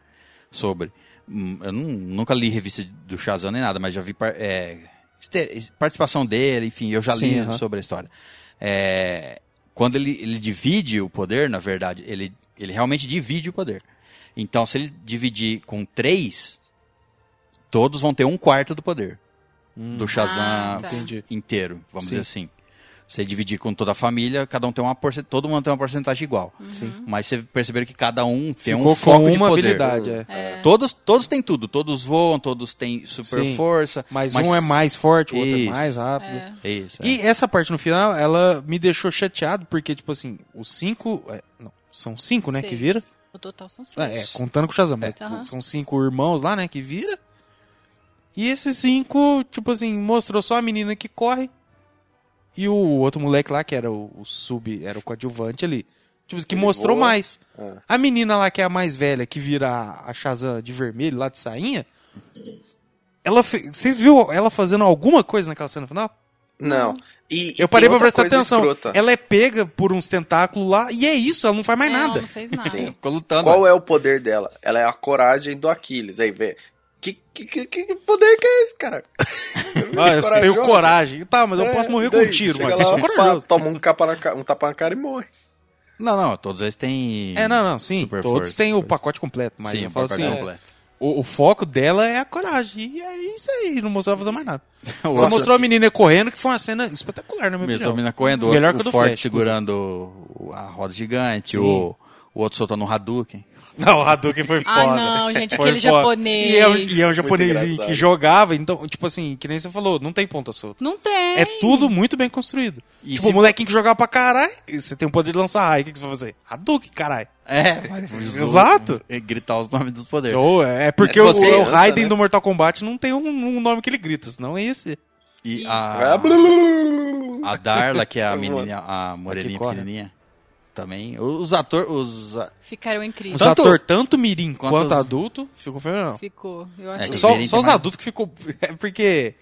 sobre. Hum, Eu nun- nunca li revista do Shazam nem nada, mas já vi par- é, este- participação dele, enfim, eu já li
Sim, aham.
sobre a história. É, quando ele, ele divide o poder, na verdade, ele, ele realmente divide o poder. Então, se ele dividir com três, todos vão ter um quarto do poder do Shazam
Ah, tá.
Hum. Entendi.
inteiro, vamos
Sim.
dizer assim. Você dividir com toda a família, cada um tem uma porcentagem, todo mundo tem uma porcentagem igual.
Uhum.
Sim.
Mas você perceberam que cada um tem
Ficou
um foco
com
de
uma
poder.
habilidade, é.
Todos, todos têm tudo, todos voam, todos têm super
Sim.
força.
Mas, um é mais forte, o outro é
Isso.
mais rápido.
É.
Isso, é.
E essa parte no final, ela me deixou chateado, porque, tipo assim, os cinco. é, não, são cinco, né, que
Seis.
vira.
O total são seis.
Ah, é, contando com o Shazam. mas,
É.
tipo,
Aham.
São cinco irmãos lá, né, que vira. E esses cinco, tipo assim, mostrou só a menina que corre. E o outro moleque lá, que era o, o sub, era o coadjuvante ali. Tipo, que
Ele
mostrou
voa.
mais.
Ah.
A menina lá, que é a mais velha, que vira a- a Shazam de vermelho lá de sainha. Ela fe... Você viu ela fazendo alguma coisa naquela cena final?
Não. E- e
Eu parei
tem
pra prestar
outra coisa
atenção.
escrota.
Ela é pega por uns tentáculos lá e é isso, ela não faz mais
É, ela
nada.
Não fez nada.
Sim.
Ficou lutando.
Qual é o poder dela? Ela é a coragem do Aquiles. Aí, vê. Que, que, que, que poder que é esse, cara?
Ah, eu
Corajosa.
tenho coragem. Tá, mas eu
É,
posso morrer com
daí,
um tiro,
chega
mas
lá,
eu sou
pá,
corajoso.
Toma um, capa na ca- um tapa na cara e morre.
Não, não, todos eles têm.
É, não, não, sim.
Super
todos
força,
têm o
força.
pacote completo, mas
Sim, um
eu falo
pacote
assim, é,
completo.
o, o foco dela é a coragem. E é isso aí, não mostrou ela fazer mais nada.
O
é, Só
outro-
mostrou a menina correndo, que foi uma cena espetacular, né, na minha
Mesmo a
opinião.
mina correndo, o, Melhor
Melhor que o
o
do
Forte
Flash,
segurando o- a roda gigante,
Sim.
o, o outro soltando um Hadouken.
Não, o Hadouken foi foda.
Ah, não, gente,
Foi
aquele
foda.
japonês.
E é, um- e é um japonesinho
engraçado.
que jogava, então, tipo assim, que nem você falou, não tem ponta solta.
Não tem.
É tudo muito bem construído.
E
tipo,
se-
o molequinho que jogava pra caralho, e você tem o poder de lançar raio, o que, que você vai fazer? Hadouken, caralho.
É, vai- os-
Exato.
é, Gritar os nomes dos poderes.
Ou é porque
É,
o,
tipo
você
assim,
o
lança,
Raiden
né?
do Mortal Kombat não tem um, um nome que ele grita, senão é esse.
E
Ah,
a,
blá, blá, blá, blá.
a Darla, que é a
Eu vou-
menininha, a moreninha
Aqui corre.
pequenininha. Também. Os atores, os... a-
Ficaram
Os
incríveis.
Tanto-
atores, tanto mirim quanto,
quanto os-
adulto, ficou fenomenal.
Ficou. Eu
É,
achei.
tem
Só,
diferente
só os
demais.
adultos que ficou... É porque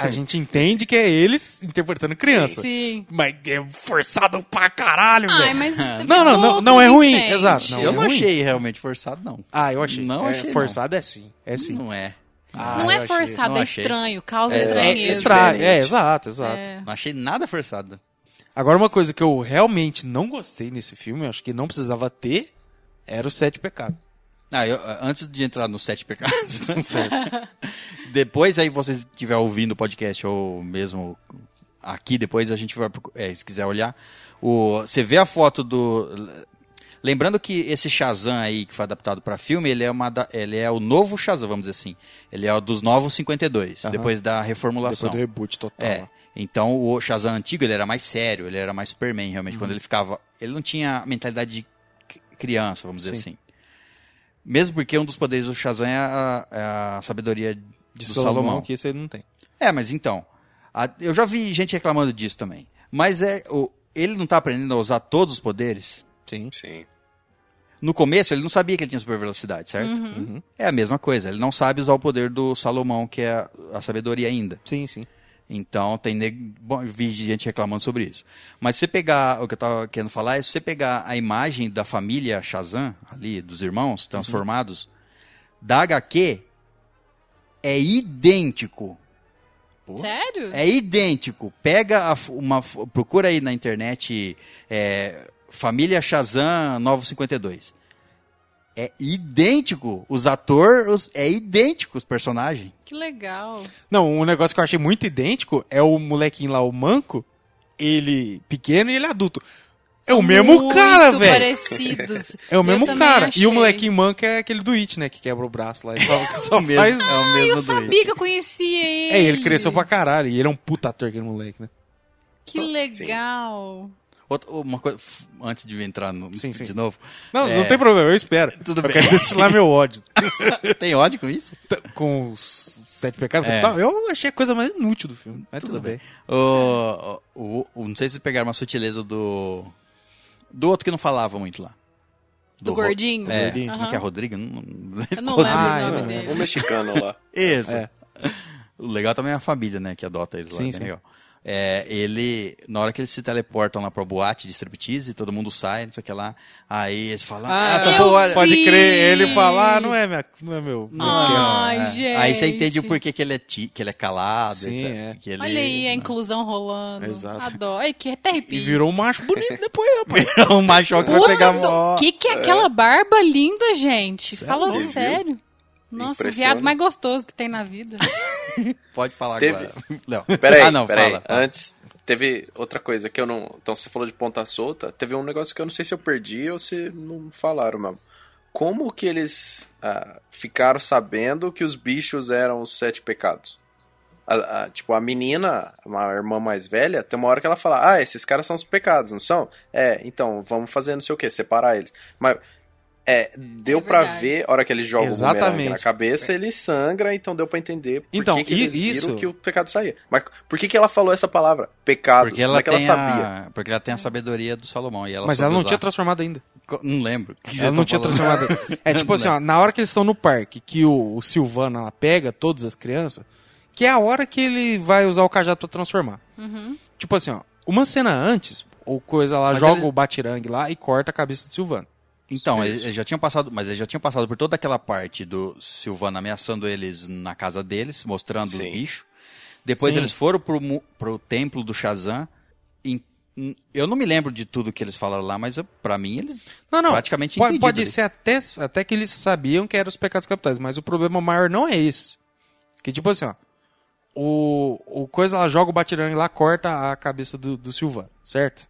a gente entende que é eles interpretando criança.
Sim.
Mas é forçado pra caralho,
Ai,
velho.
mas.
Não, não, não, não é ruim, exato, não. é
Eu não
ruim?
achei realmente forçado, não.
Ah, eu achei.
Não
É,
achei, não.
Forçado é sim. É sim.
Não é.
Ah,
Não
eu
é
achei.
forçado,
não
é
achei.
estranho, causa
É,
É,
estranheza.
estra-
Diferente.
é, exato, exato.
É.
Não achei nada forçado.
Agora, uma coisa que eu realmente não gostei nesse filme, eu acho que não precisava ter, era o Sete Pecados.
Ah, eu, antes de entrar nos sete pecados, depois aí você estiver ouvindo o podcast ou mesmo aqui depois a gente vai procu- é, se quiser olhar o você vê a foto do lembrando que esse Shazam aí que foi adaptado pra filme ele é uma da- ele é o novo Shazam vamos dizer assim ele é o dos novos 52
Aham.
depois da reformulação
Depois do reboot total. né?
É.
lá.
Então o Shazam antigo ele era mais sério, ele era mais Superman realmente. Quando
Uhum.
ele ficava. Ele não tinha a mentalidade de c- criança, vamos dizer assim. Mesmo porque um dos poderes do Shazam é a, é a sabedoria
De
do
Salomão,
Salomão.
que esse ele não tem.
É, mas então. a- eu já vi gente reclamando disso também. Mas é. o- ele não tá aprendendo a usar todos os poderes.
Sim.
Sim.
No começo ele não sabia que ele tinha super velocidade, certo?
Uhum.
Uhum.
É a mesma coisa. Ele não sabe usar o poder do Salomão, que é a- a sabedoria ainda.
Sim, sim.
Então tem neg... Bom, eu vi gente reclamando sobre isso. Mas se você pegar, o que eu tava querendo falar é se você pegar a imagem da família Shazam ali, dos irmãos
Uhum.
transformados, da HQ, é idêntico.
Sério?
É idêntico. Pega a f- uma. f- Procura aí na internet é, Família Shazam 952. É idêntico. Os atores. É idêntico os personagens.
Que legal.
Não, um negócio que eu achei muito idêntico é o molequinho lá, o Manco, ele pequeno e ele adulto. É o
São
mesmo
muito
cara, velho.
parecidos.
É o mesmo
também
cara. E
achei.
o molequinho manco é aquele do It, né? Que quebra o braço lá. E só, só
mesmo-
faz...
é o mesmo
Eu
do-
sabia que eu conhecia ele.
É, ele cresceu pra caralho. E ele é um puta ator, aquele moleque, né?
Que legal.
Outra, uma coisa, f- antes de entrar no,
Sim, sim.
de novo.
Não,
É.
não tem problema, eu espero.
Tudo
eu
bem.
quero destilar meu ódio.
Tem ódio com isso?
T- Com os sete pecados
É.
capital, eu achei a coisa mais inútil do filme. Mas tudo,
Tudo
bem.
O, o, o- não sei se pegaram uma sutileza do. Do outro que não falava muito lá.
Do
Ro-
gordinho?
É,
gordinho.
como é que é
Aham.
Rodrigo? Não- não-
Eu não lembro
Ah,
o
eu
nome
não
dele.
O mexicano lá.
Isso.
É.
O legal também é a família, né, que adota eles lá.
Sim,
que é
sim.
legal. É, ele, na hora que eles se teleportam lá pra boate de striptease, todo mundo sai, não sei o que lá. Aí eles falam, ah, tá
eu
bom, olha.
pode
vi.
crer, ele falar, ah, não é, minha, não é meu. meu
Não sei o que lá,
Ai,
é.
gente.
Aí você entende o porquê que ele é, ti, que ele é calado,
Sim,
etc.
é.
Que ele- né?
Olha aí a inclusão rolando.
Exato.
Adoro. Ai, que até
E
arrepio.
virou um macho bonito depois, rapaz.
um macho que vai
Puta
pegar
do-
mó-
que que é aquela barba linda, gente? Fala
louco.
sério. Nossa, o
Impressiona.
viado mais gostoso que tem na vida.
Pode falar
Teve-
agora. Não.
Peraí,
ah, não,
peraí.
fala. fala.
Antes, teve outra coisa que eu não. Então você falou de ponta solta. Teve um negócio que eu não sei se eu perdi ou se não falaram mesmo. Como que eles ah, ficaram sabendo que os bichos eram os sete pecados? A- a- tipo, a menina, uma irmã mais velha, tem uma hora que ela fala: Ah, esses caras são os pecados, não são? É, então vamos fazer não sei o que, separar eles. Mas. É, deu
É
pra
verdade.
ver, a hora que ele joga o bumerangue na
Exatamente.
cabeça, ele sangra, então deu pra entender por
Então,
que, que
e-
eles viram
isso-
que o pecado saía. Mas por que, que ela falou essa palavra? Pecado.
Porque ela,
Como é que ela
tem
sabia?
a... Porque ela tem a sabedoria do Salomão. E ela
Mas
soube
ela não
usar.
tinha transformado ainda.
Co- Não lembro. O que vocês
Ela não
estão
tinha
falando?
transformado ainda. É tipo assim, ó, na hora que eles estão no parque, que o, o Silvana ela pega todas as crianças, que é a hora que ele vai usar o cajado pra transformar. Tipo assim, ó, uma cena antes, ou coisa lá,
Uhum. Mas
joga
ele-
o batirangue lá e corta a cabeça do Silvana.
Então,
Isso.
eles eles já tinham passado, mas eles já tinham passado por toda aquela parte do Silvano ameaçando eles na casa deles, mostrando os
Sim.
bichos. Depois
Sim.
eles foram pro, mu- pro templo do Shazam. Em- em- eu não me lembro de tudo que eles falaram lá, mas eu- pra mim eles
Não, não.
praticamente
Pode,
entendido
pode
ali.
ser até, até que eles sabiam que eram os pecados capitais, mas o problema maior não é esse. Que tipo assim, ó. O, o coisa lá joga o batirangue lá, corta a cabeça do, do Silvana, certo?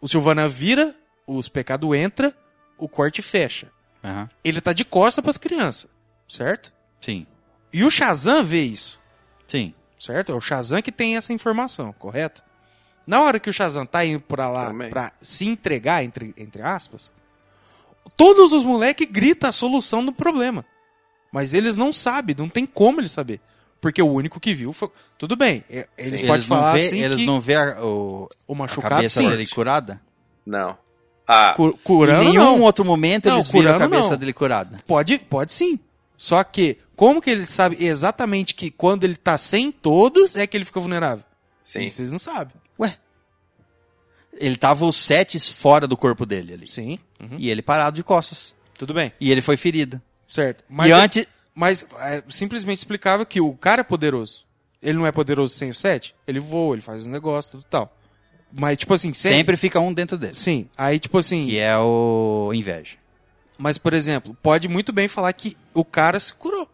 O Silvana vira, os pecados entra, o corte fecha.
Aham.
Ele tá de costa pras crianças, certo?
Sim,
E o Shazam vê isso,
sim.
certo? É o Shazam que tem essa informação, correto? Na hora que o Shazam tá indo pra lá
Também.
pra se entregar, entre, entre aspas, todos os moleques gritam a solução do problema. Mas eles não sabem, não tem como eles saber. Porque o único que viu foi. Tudo bem, é- eles
Eles
podem
não
falar
vê-
assim
eles
que
não vê a, o,
o
a
machucado
cabeça
sim.
dele curada?
Não. Ah,
Cu-
em
curando
nenhum
não.
outro momento
Não,
eles viram a
curando
cabeça
não.
dele curada.
Pode, pode sim. Só que, como que ele sabe exatamente que quando ele tá sem todos é que ele fica vulnerável?
sim.
Isso Vocês não sabem.
Ué. Ele tava os setes fora do corpo dele ali.
Sim. Uhum.
E ele parado de costas.
Tudo bem.
E ele foi ferido.
Certo. Mas,
e
é-
antes.
mas é simplesmente explicava que o cara é poderoso. Ele não é poderoso sem o set? Ele voa, ele faz um negócio, tudo tal. Mas, tipo assim, sem-
Sempre fica um dentro dele.
Sim. Aí, tipo assim.
Que é o inveja.
Mas, por exemplo, pode muito bem falar que o cara se curou.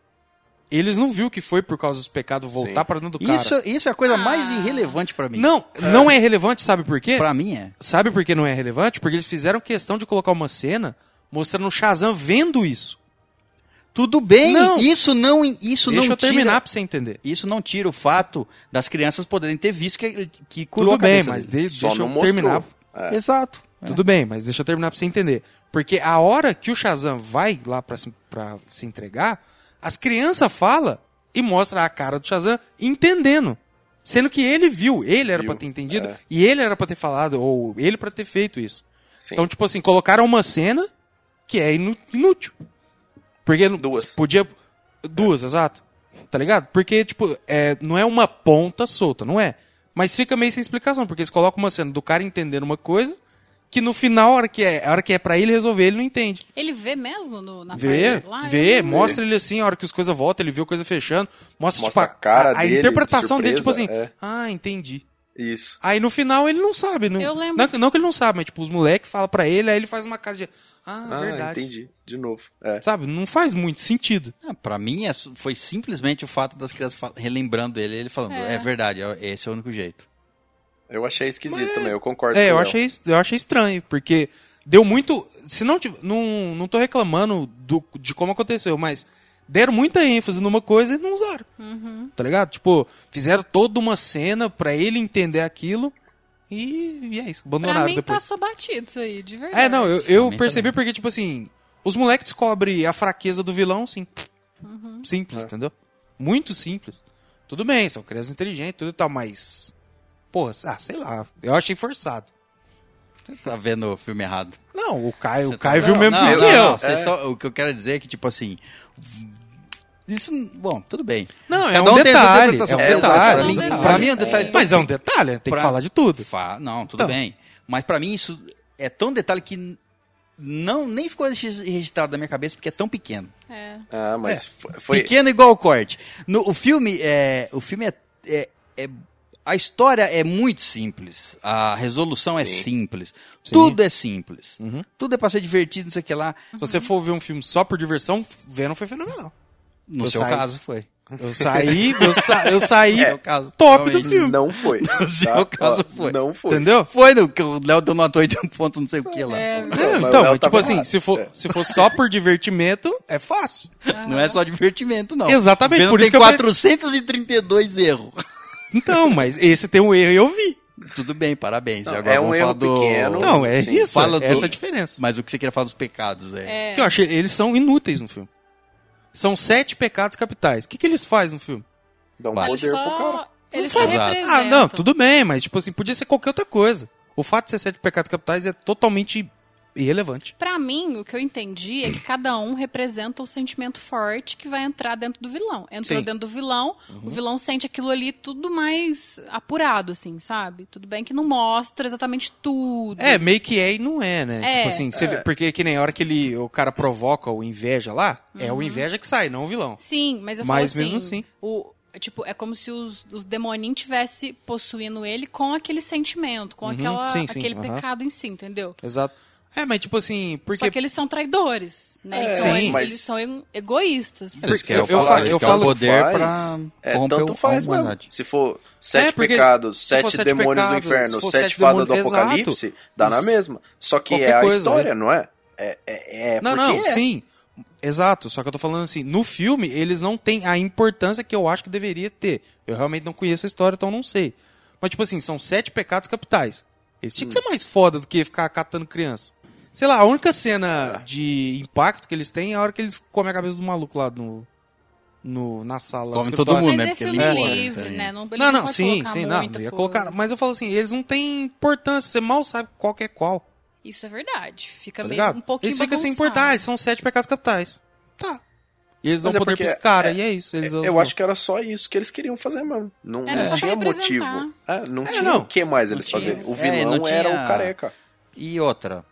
Eles não viu que foi por causa dos pecados voltar
Sim.
pra dentro do cara.
Isso, isso é a coisa
Ah.
mais irrelevante pra mim.
Não, não é relevante, sabe por quê?
Pra mim é.
Sabe por que não é relevante? Porque eles fizeram questão de colocar uma cena mostrando o Shazam vendo isso.
Tudo bem,
Não.
isso não, isso
Deixa
não
eu terminar
tira,
pra você entender.
isso não tira o fato das crianças poderem ter visto que, ele- que curou
Tudo
a
bem,
cabeça
mas
dele.
de-
Só
deixa
não
eu
mostrou.
terminar.
É.
Exato.
Tudo bem, mas deixa eu terminar pra você entender. Porque a hora que o Shazam vai lá pra se, pra se entregar, as crianças falam e mostram a cara do Shazam entendendo. Sendo que ele viu, ele era
Viu,
pra ter entendido,
é.
e ele era pra ter falado, ou ele pra ter feito isso.
Sim.
Então, tipo assim, colocaram uma cena que é inu- inútil. Porque não-
Duas.
podia. Duas, exato. Tá ligado? Porque, tipo, é, não é uma ponta solta, não é. Mas fica meio sem explicação, porque eles colocam uma cena do cara entendendo uma coisa que no final, a hora que é, a hora que é pra ele resolver, ele não entende.
Ele vê mesmo no, na
Vê,
parte lá?
vê,
Eu não-
mostra ele assim, a hora que as coisas voltam, ele viu a coisa fechando, mostra,
Mostra
tipo, a,
a cara
a
dele,
interpretação dele, tipo assim,
surpresa, é.
ah, entendi.
Isso.
Aí no final ele não sabe. Não,
Eu lembro
Não,
que-
não que ele não sabe, mas tipo, os moleques falam pra ele, aí ele faz uma cara de. Ah,
Ah,
verdade.
entendi. De novo. É.
Sabe? Não faz muito sentido.
Ah, pra mim é- foi simplesmente o fato das crianças fal- relembrando ele, ele falando, é,
É.
verdade, é- esse é o único jeito.
Eu achei esquisito também, eu concordo com
É, eu
o Léo.
achei, eu achei estranho, porque deu muito. Se não tive- Não, não tô reclamando do, de como aconteceu, mas deram muita ênfase numa coisa e não usaram.
Uhum.
Tá ligado? Tipo, fizeram toda uma cena pra ele entender aquilo e, e é isso.
Pra
Abandonaram
mim
depois.
passou batido isso aí, de verdade.
É, não, eu,
Pra
eu
mim
percebi porque, tipo assim, os moleques descobrem a fraqueza do vilão, sim.
Uhum. É.
Simples, entendeu? Muito simples. Tudo bem, são crianças inteligentes, tudo e tal, mas. Porra, ah, sei lá. Eu achei forçado.
Você tá vendo o filme errado.
Não, o Caio,
Você
o
tá-
Caio viu
não,
mesmo
não,
filme
não,
que
não,
eu.
vocês
É.
tão- o que eu quero dizer é que, tipo assim. Isso. Bom, tudo bem.
Não, é
Cada
um
tem a sua
detalhe. É um
interpretação.
detalhe.
Pra mim,
São
é um
pra mim é um
detalhes,
detalhe.
é.
tão-
Mas é um detalhe, tem que
Pra-
falar de tudo.
Fa- Não, tudo
Então.
bem. Mas pra mim isso é tão detalhe que n- não nem ficou regis- registrado na minha cabeça porque é tão pequeno.
É.
Ah, mas fo- foi.
Pequeno igual o corte. No, o filme é, o filme é, é- é- a história é muito simples. A resolução é
Sim.
simples.
Sim.
Tudo é simples.
Uhum.
Tudo é pra ser divertido, não sei o que lá.
Se você for ver um filme só por diversão, Venom foi fenomenal.
No
Eu
seu
saí.
caso foi.
Eu saí, eu, sa- eu saí
No seu caso,
top do
realmente.
filme.
Não foi. No
seu caso, foi.
Não foi.
Entendeu?
Foi no que o Léo deu nota 8 ponto, não sei o que lá.
É,
Não, mas o
então,
Léo
mas, tipo
tava
assim,
errado. É.
se for, se for só por divertimento, é fácil.
Não é só divertimento, não.
Exatamente,
Venom
por
tem
isso que eu-
432 erros.
Então, mas esse tem um erro e eu vi.
Tudo bem, parabéns.
Não,
Agora
é um
vamos
erro
falar do...
pequeno.
Não, é
Sim,
isso.
fala do-
essa é a diferença.
Mas o que você queria falar dos pecados, velho?
É.
Que eu achei, eles são inúteis no filme. São sete pecados capitais. O que, que eles fazem no filme?
Dá um
Vale.
poder pro cara.
Ele
Não
só
faz nada.
representa.
Ah, não, tudo bem, mas tipo assim, podia ser qualquer outra coisa. O fato de ser sete pecados capitais é totalmente irrelevante.
Pra mim, o que eu entendi é que cada um representa um sentimento forte que vai entrar dentro do vilão. Entrou
Sim. Uhum.
dentro do vilão, o vilão sente aquilo ali tudo mais apurado, assim, sabe? Tudo bem que não mostra exatamente tudo.
É, meio que é e não é, né?
É.
Tipo assim, você vê- porque que nem a hora que ele, o cara provoca o inveja lá, é o inveja que sai, não o vilão.
Uhum. Sim, mas eu
Mas
falo assim,
mesmo assim.
O, tipo, é como se os, os demoninhos tivessem possuindo ele com aquele sentimento, com
Uhum,
aquela,
sim, sim,
aquele
aham.
pecado em si, entendeu?
Exato. É, mas tipo assim, porque
Só que eles são traidores, né? Eles,
É,
são,
sim,
e-
mas-
eles são e- egoístas.
Eles
Porque
querem
eu falo-
eles
eu
querem
falo-
o poder
faz,
pra
É,
corromper
tanto faz,
a
mano.
humanidade.
Se for sete
É, porque
pecados,
se for
sete
sete
demônios
pecados,
do inferno,
se for
sete,
sete
fadas do
demônios-
apocalipse, dá na
Isso.
mesma. Só que
Qualquer
é a
coisa, né?
história, não é? É, é, é
não,
porque
não,
é.
sim. Exato, só que eu tô falando assim, no filme eles não têm a importância que eu acho que deveria ter. Eu realmente não conheço a história, então não sei. Mas tipo assim, são sete pecados capitais. Esse tinha que
Hum.
ser mais foda do que ficar catando criança. Sei lá, a única
É.
cena de impacto que eles têm é a hora que eles comem a cabeça do maluco lá no, no na sala. do
Come todo
escritório.
mundo,
Mas
né,
é
porque
filme
ele não
livre,
pode,
né?
também.
Não, ele
Não, não,
pode
sim,
colocar
sim, não,
muita
não ia
coisa.
colocar. Mas eu falo assim, eles não têm importância, você mal sabe qual que é qual.
Isso é verdade. Fica
Tá
meio
ligado?
um pouquinho
eles ficam sem
bagunçado.
importar, eles são sete pecados capitais. Tá. E eles dão
Mas é
poder
porque
pra esse cara,
é-
e é isso. Eles
Eu acho que era só isso que eles queriam fazer mesmo. Não,
Era
É, não
só pra
tinha motivo.
representar.
É, não
É,
tinha
não.
o que mais
Não
eles
tinha.
fazerem. O
É,
vilão
não
era
tinha-
o careca.
E outra,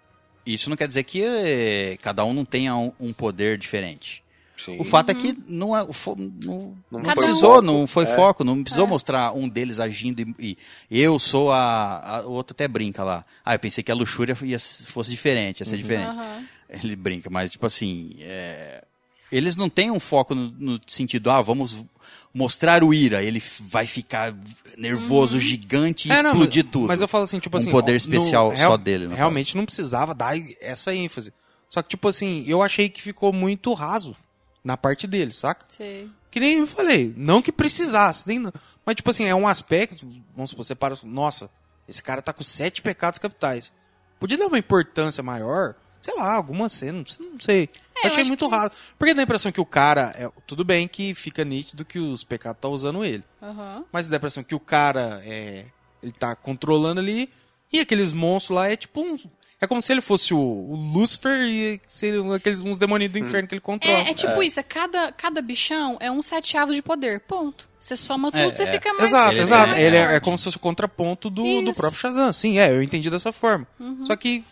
isso não quer dizer que eh, cada um não tenha um, um poder diferente.
Sim.
O fato é que não, é, o fo- não, não,
foi
precisou,
foco.
não foi
É.
foco, não precisou mostrar um deles agindo e, e eu sou a, a- O outro até brinca lá. Ah, eu pensei que a luxúria ia, fosse diferente, ia ser diferente.
Aham.
Ele brinca, mas tipo assim, é, eles não têm um foco no, no sentido, ah, vamos mostrar o Ira, ele f- vai ficar nervoso, gigante e
É, não, mas-
explodir tudo.
Mas eu falo assim, tipo
Um
assim.
poder
ó,
especial
real-
só dele, no
Realmente não precisava dar essa ênfase. Só que, tipo assim, eu achei que ficou muito raso na parte dele, saca?
Sei.
Que nem eu falei, não que precisasse, nem não. Mas, tipo assim, é um aspecto. Vamos supor, você para. Nossa, esse cara tá com sete pecados capitais. Podia dar uma importância maior, sei lá, alguma cena, não sei- não sei.
É, eu
achei
acho
muito
que-
raso. Porque dá a impressão que o cara. é- tudo bem que fica nítido que os pecados tá usando ele.
Aham.
Mas dá a impressão que o cara é. Ele tá controlando ali. E aqueles monstros lá é tipo um. É como se ele fosse o, o Lucifer e seriam aqueles uns demônios do inferno que ele controla.
É, é tipo isso, é cada, cada bichão é um sete avos de poder, ponto. Você soma tudo,
É,
você
é.
fica mais
Exato,
Ele
fica
exato.
mais
Ele é, é
forte.
como se fosse o contraponto do, do
Isso.
próprio Shazam. Sim, é, eu entendi dessa forma. Só que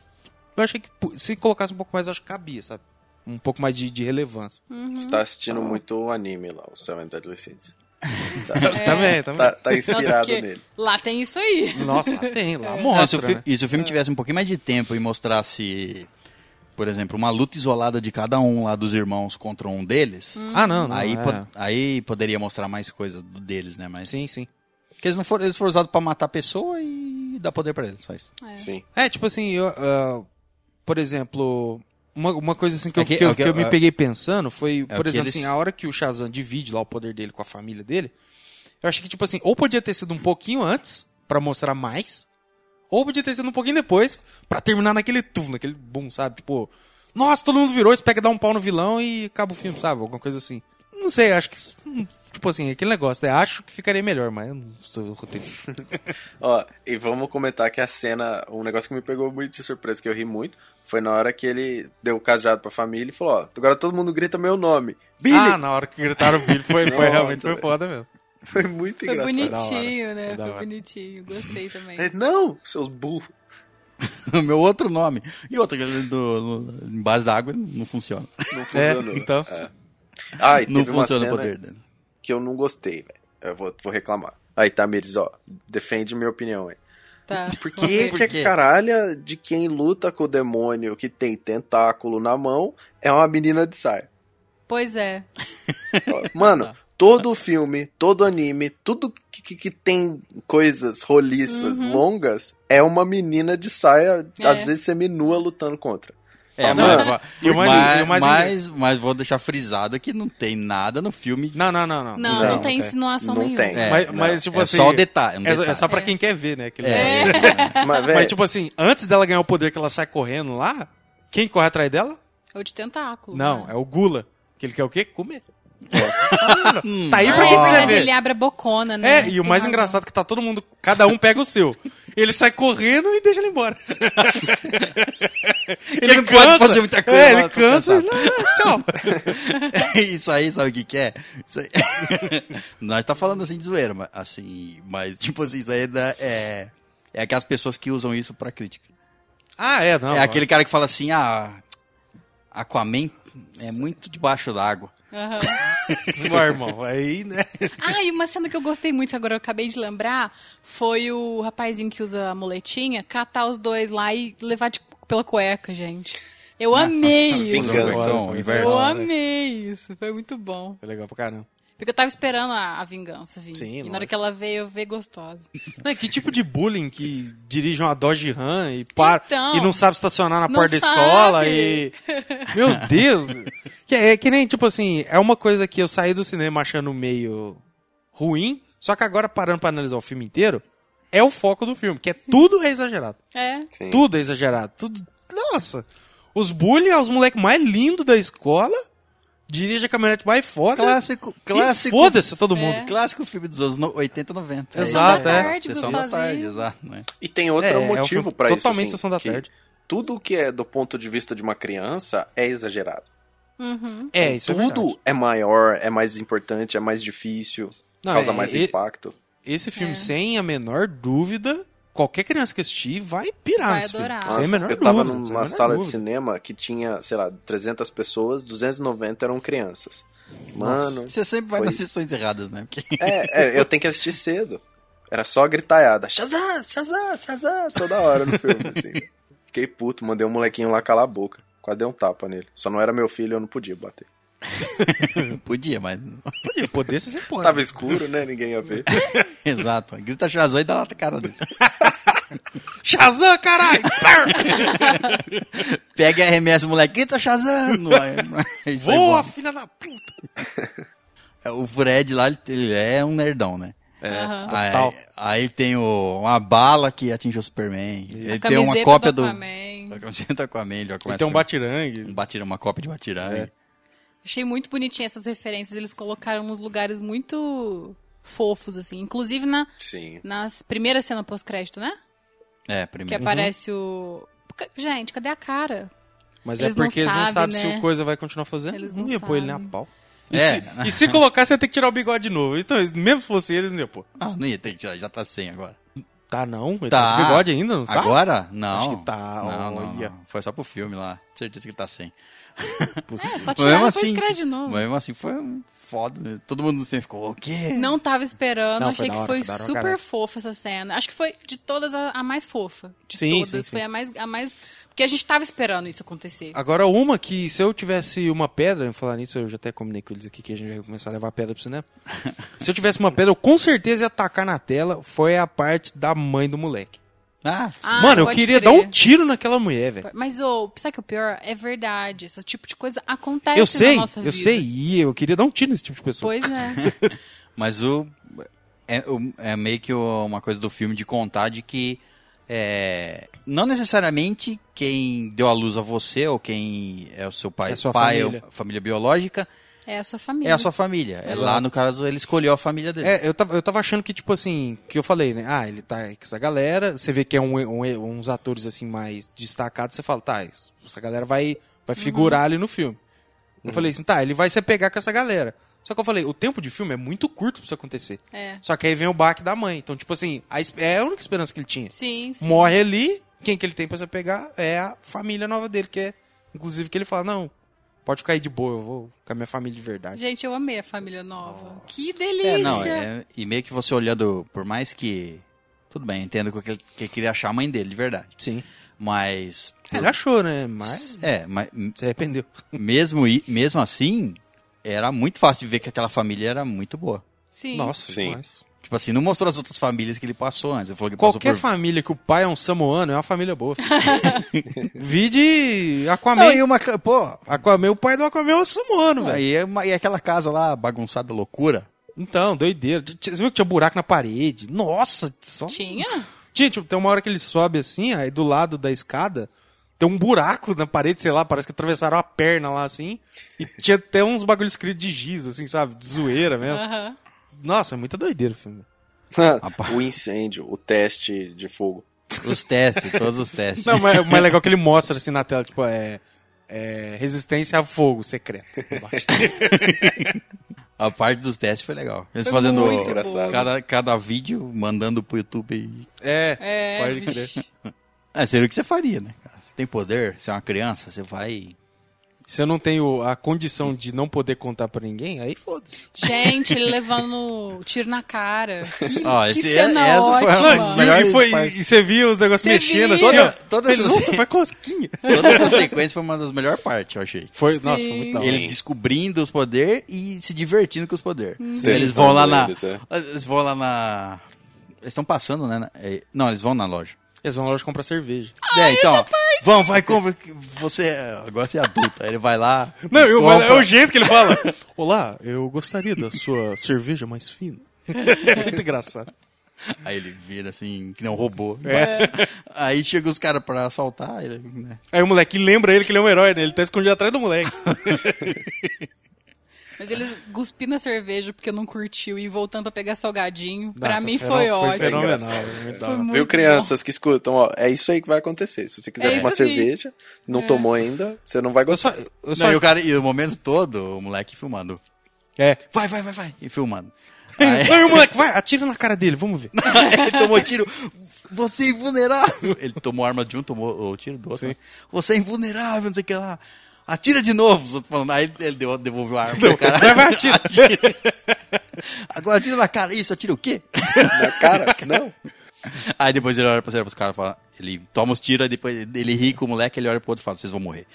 eu achei que pu- se colocasse um pouco mais, eu acho que cabia, sabe? Um pouco mais de, de relevância.
Você tá assistindo muito anime lá, o Seven Deadly Sins.
Também, também.
Tá, tá
Nossa,
inspirado
porque
nele.
Lá tem isso aí.
Nossa, lá tem, lá
Não, se, o
mostra,
fi-
né?
e se o filme tivesse um pouquinho mais de tempo e mostrasse, por exemplo, uma luta isolada de cada um lá dos irmãos contra um deles,
Ah, não, não.
aí,
é.
po- aí poderia mostrar mais coisa do- deles, né? Mas
Sim, sim.
porque eles não foram, eles foram usados pra matar a pessoa e dar poder pra eles, só isso.
É.
Sim.
É, tipo assim, eu, ah, por exemplo, uma, uma coisa assim que, eu-
É que-
que eu,
é que-
que eu me
é-
peguei pensando foi,
é
por
que
exemplo,
eles-
assim, a hora que o Shazam divide lá o poder dele com a família dele, eu achei que, tipo assim, ou podia ter sido um pouquinho antes, pra mostrar mais, ou podia ter sido um pouquinho depois, pra terminar naquele tum, naquele boom, sabe? Tipo, nossa, todo mundo virou, eles pega dá um pau no vilão e acaba o filme, sabe? Alguma coisa assim. Não sei, acho que. isso- hum, Tipo assim, aquele negócio, né? acho que ficaria melhor, mas eu não sou roteirista.
Ó, e vamos comentar que a cena, um negócio que me pegou muito de surpresa, que eu ri muito, foi na hora que ele deu o cajado pra família e falou, ó, agora todo mundo grita meu nome. Billy!
ah, na hora que gritaram Billy, foi, foi
Nossa,
realmente foi
velho.
foda mesmo.
Foi muito
Foi
engraçado.
bonitinho, né?
Foi da
Foi
hora. É,
bonitinho. Gostei também.
Ele, Não, seus burros.
O meu outro nome. E outra, que do, no- embaixo da água não funciona.
Não
É,
funcionou.
então.
Ah, e
não
teve uma
funciona
cena
o poder dele.
que eu não gostei, velho. Eu vou, vou reclamar. Aí, Tamires, ó, defende minha opinião, hein.
Tá.
Por
vamos
que,
ver.
Por
que
quê?
a caralha de quem luta com o demônio que tem tentáculo na mão é uma menina de saia?
Pois é.
Mano, todo filme, todo anime, tudo que, que- que tem coisas roliças, longas, é uma menina de saia,
Uhum. É.
às vezes seminua lutando contra.
É,
Não,
mas,
e o mais- e o
mas,
mais-
mas, mas vou deixar frisado que não tem nada no filme.
Não, não, não, não.
Não, não,
não
tem insinuação
não
nenhuma.
tem.
É,
mas,
não,
mas, tipo
é
assim.
só o detalhe. um
É, só- é
detalhe.
só pra quem quer ver, né? Aquele
É.
negócio.
Mas, velho,
Mas, tipo assim, antes dela ganhar o poder que ela sai correndo lá, quem corre atrás dela?
É o de tentáculo.
Não, é
né?
o Gula. Que ele quer o quê? Comer.
Hum.
Mano, tá aí pra
Ah, é
você
verdade,
ver.
ele abre a bocona, né?
É, e o
Tem
mais
razão.
engraçado é que tá todo mundo, cada um pega o seu. Ele sai correndo e deixa ele embora. ele
não pode fazer muita coisa,
É, ele
né, pra
cansa.
pensar.
Não, não, tchau.
Isso aí, sabe o que que é? Isso aí- Nós tá falando assim de zoeira, mas, assim, mas tipo assim, isso aí é, da- é, é aquelas pessoas que usam isso pra crítica.
Ah, é, não.
é aquele cara que fala assim, ah, Aquaman é muito debaixo d'água.
Aham.
Pô, irmão, aí, né?
Ah, e uma cena que eu gostei muito, agora eu acabei de lembrar, foi o rapazinho que usa a muletinha catar os dois lá e levar de- pela cueca, gente. Eu amei isso.
vingança.
Inversão,
Foi
inversão.
Eu
legal, né?
amei isso. Foi muito bom.
Foi legal pra caramba.
Porque eu tava esperando a, a vingança vir.
Sim,
e na hora
lógico.
que ela veio, eu veio gostosa.
Né, que tipo de bullying que dirige uma Dodge Ram e para
Então,
e não sabe estacionar na
não
porta da
sabe.
escola e meu Deus, que é, é que nem tipo assim é uma coisa que eu saí do cinema achando meio ruim, só que agora parando pra analisar o filme inteiro é o foco do filme, que é tudo é exagerado,
É.
Sim.
tudo é exagerado, tudo nossa, os bullying é os moleques mais lindos da escola dirige a caminhonete mais foda,
Clássico,
e
clássico.
é- foda-se todo mundo.
É.
Clássico filme dos anos no- 80, 90.
Sessão Exato, da é.
tarde,
Sessão da
gostosinho.
tarde, exato. Né?
E tem outro
um
motivo
filme
pra isso.
Totalmente
assim,
sessão da
que
tarde.
Tudo que é do ponto de vista de uma criança é exagerado.
Uhum.
É, isso é verdade.
tudo é, maior, é mais importante, é mais difícil,
Não,
causa
é-
mais
e-
impacto.
Esse filme,
É.
sem a menor dúvida, qualquer criança que assistir vai pirar
Vai
nesse filme.
adorar.
Sem a
Nossa,
menor
eu tava
dúvida. sem a
numa
menor
sala de
dúvida.
cinema que tinha, sei lá, 300 pessoas, 290 eram crianças. Mano,
Você sempre vai
Foi.
nas sessões erradas, né? Porque
é, é, eu tenho que assistir cedo. Era só gritaiada. Shazam, Shazam, Shazam, toda hora no filme, assim. Fiquei puto, mandei um molequinho lá calar a boca. Quase dei um tapa nele. Só não era meu filho, eu não podia bater.
podia, mas.
Podia poder ser sempre
Tava escuro, né? Ninguém ia ver.
Exato. Grita Shazam e dá na cara dele.
Shazam, caralho!
Pega e arremessa o moleque. Grita Shazam! No ar. Aí sai
Voa,
voando.
filha da puta!
É, O Fred lá, ele- ele é um nerdão, né?
Aham.
Aí-
Total.
Aí, tem o- uma bala que atinge o Superman. Ele tem uma
Camiseta
cópia
do
do.
Aquaman.
A camiseta com a Mandy, ó,
Ele
começa
tem um É.
com- um
batirangue.
batira, uma cópia de batirangue.
Achei muito bonitinha essas referências. Eles colocaram nos lugares muito fofos, assim. Inclusive na,
Sim.
nas primeiras cenas pós-crédito, né?
É,
Uhum.
Que
primeiro.
aparece o. Ca- Gente, cadê a cara?
Mas
Eles
é porque
não
eles não
sabem,
sabem se
né?
o coisa vai continuar fazendo.
Eles
não
não
ia pôr ele nem a
sabem.
pau. E,
É.
se, e se colocar, você ia ter que tirar o bigode de novo. Então, mesmo se fosse eles, não ia pôr.
Ah, não ia ter que tirar, já tá sem agora.
Tá não, ele
Tá.
tá com bigode ainda, não tá?
Agora? Não.
Acho que tá,
Não, não,
olha.
não. Foi só pro filme lá. Certeza que ele tá sem.
É, só
Mas
tirar e
mesmo
depois
assim-
escreve de novo.
Mas mesmo assim foi um foda. né? Todo mundo no cinema ficou, o quê?
Não tava esperando,
Não, foi
achei
da
que
hora,
foi
foi da hora,
super
caralho.
fofa essa cena. Acho que foi de todas a, a mais fofa. De
Sim,
todas.
sim, sim. Ah,
Foi a mais, a mais. Porque a gente tava esperando isso acontecer.
Agora, uma que se eu tivesse uma pedra, em falar nisso, eu já até combinei com eles aqui que a gente vai começar a levar pedra pro cinema. se eu tivesse uma pedra, eu com certeza ia atacar na tela, foi a parte da mãe do moleque.
Ah,
Ah,
Mano, eu
pode
queria
crer.
dar um tiro naquela mulher, velho.
Mas, ô, sabe que o pior? É verdade. Esse tipo de coisa acontece
Eu sei,
na é nossa vida.
eu sei, e eu queria dar um tiro nesse tipo de pessoa.
Pois é.
mas o é, o- é meio que o- uma coisa do filme de contar de que é, não necessariamente quem deu a luz a você ou quem é o seu pai,
É sua
pai
família.
ou família biológica
É a sua família.
é a sua família. É lá no caso ele escolheu a família dele.
É, eu tava, eu tava achando que, tipo assim, que eu falei, né? Ah, ele tá com essa galera, você vê que é um, um- uns atores, assim, mais destacados, você fala, tá, isso- essa galera vai,
Uhum.
vai figurar ali no filme. Eu falei assim, tá, ele vai se apegar com essa galera. Só que eu falei, o tempo de filme é muito curto pra isso acontecer.
É.
Só que aí vem o baque da mãe. Então, tipo assim, a, es- é a única esperança que ele tinha.
Sim, sim.
Morre ali, quem que ele tem pra se apegar é a família nova dele, que é, inclusive, que ele fala, não, pode ficar aí de boa, eu vou com a minha família de verdade.
Gente, eu amei a família nova. Que
É,
delícia!
não, é, e meio que você olhando, por mais que. Tudo bem, eu entendo que ele, que ele queria achar a mãe dele, de verdade.
Sim.
Mas.
é.
Ele achou, né? Mas
É, mas m-
se arrependeu.
mesmo, i- mesmo assim, era muito fácil de ver que aquela família era muito boa.
Sim.
Nossa,
Sim.
demais.
Tipo assim, não mostrou as outras famílias que ele passou antes. Ele falou que
Qualquer
passou por...
família que o pai é um samoano é uma família boa. filho. Vide
Não,
Aquaman.
e uma. ca- Pô.
Aquaman, o pai do Aquaman é um samoano,
não,
velho.
E, é uma- e aquela casa lá bagunçada, loucura.
Então, doideira. T- t- Você viu que tinha buraco na parede? Nossa, só...
Tinha?
Tinha, tipo, tem uma hora que ele sobe assim, aí do lado da escada tem um buraco na parede, sei lá, parece que atravessaram a perna lá assim. E tinha até uns bagulhos escritos de giz, assim, sabe? De zoeira mesmo.
Aham.
Nossa, é muita doideira o filme.
Rapaz.
o incêndio, o teste de fogo.
Os testes, todos os testes.
Não, mas mas é legal que ele mostra assim na tela, tipo, é. é, resistência a fogo secreto. Embaixo.
A parte dos testes foi legal. Eles
Foi
fazendo.
muito
engraçado.
Cada, cada vídeo mandando pro YouTube.
É,
É,
pode
vixe.
crer.
É, seria o que você faria, né? cara? Você tem poder, você é uma criança, você vai
Se eu não tenho a condição de não poder contar pra ninguém, aí foda-se.
Gente, ele levando tiro na cara.
Ó,
que
esse-
cena
essa foi uma
ótima.
das
Os
E,
melhores
e foi,
partes.
e você via os negócios
Você
mexendo assim,
via.
ó.
Toda- toda
Ele,
essa-
Nossa, faz cosquinha.
Toda essa sequência foi uma das melhores partes, eu achei.
Foi,
Sim.
nossa, foi muito da hora.
Ele descobrindo os poderes e se divertindo com os poderes.
Hum.
Eles
Testando
vão lá na.
eles, é.
Eles vão lá na. Eles estão passando, né? na- é, Não, eles vão na loja.
Eles vão lá hoje comprar cerveja.
é, então. Vão, vai, compra. que Você. é- Agora você é adulto. Aí ele vai lá.
Não, eu,
compra.
é o jeito que ele fala. Olá, eu gostaria da sua cerveja mais fina. É muito engraçado.
Aí ele vira assim, que não roubou. É. Aí chega os caras pra assaltar. Ele, né?
Aí o moleque lembra ele que ele é um herói, né? Ele tá escondido atrás do moleque.
Mas eles cuspindo a cerveja porque não curtiu e voltando pra pegar salgadinho. pra
Não,
mim
fenô-
foi ótimo.
Foi fenomenal. foi muito da
Foi
hora.
muito
Viu,
bom.
crianças que escutam, ó, é isso aí que vai acontecer. Se você
É
quiser
isso
tomar
aí. É.
cerveja, não tomou ainda, você não vai
Eu só,
gostar.
eu só-
Não, e, o cara, e o momento todo, o moleque filmando.
É.
Vai, vai, vai, vai. E filmando.
É.
Aí-
Aí o moleque vai, atira na cara dele, vamos ver.
ele tomou tiro. Você é invulnerável. Ele tomou a arma de um, tomou o tiro do outro.
Sim.
né? Você é invulnerável, não sei o que lá. Atira de novo, os outros falando. Aí ele deu- devolveu a arma pro cara.
Vai, vai, atira.
Agora atira na cara. Isso, atira o quê?
Na cara, que não.
Aí depois ele olha pra- pros caras e fala. Ele toma os tiros, aí depois ele ri com o moleque, ele olha pro outro e fala, vocês vão morrer.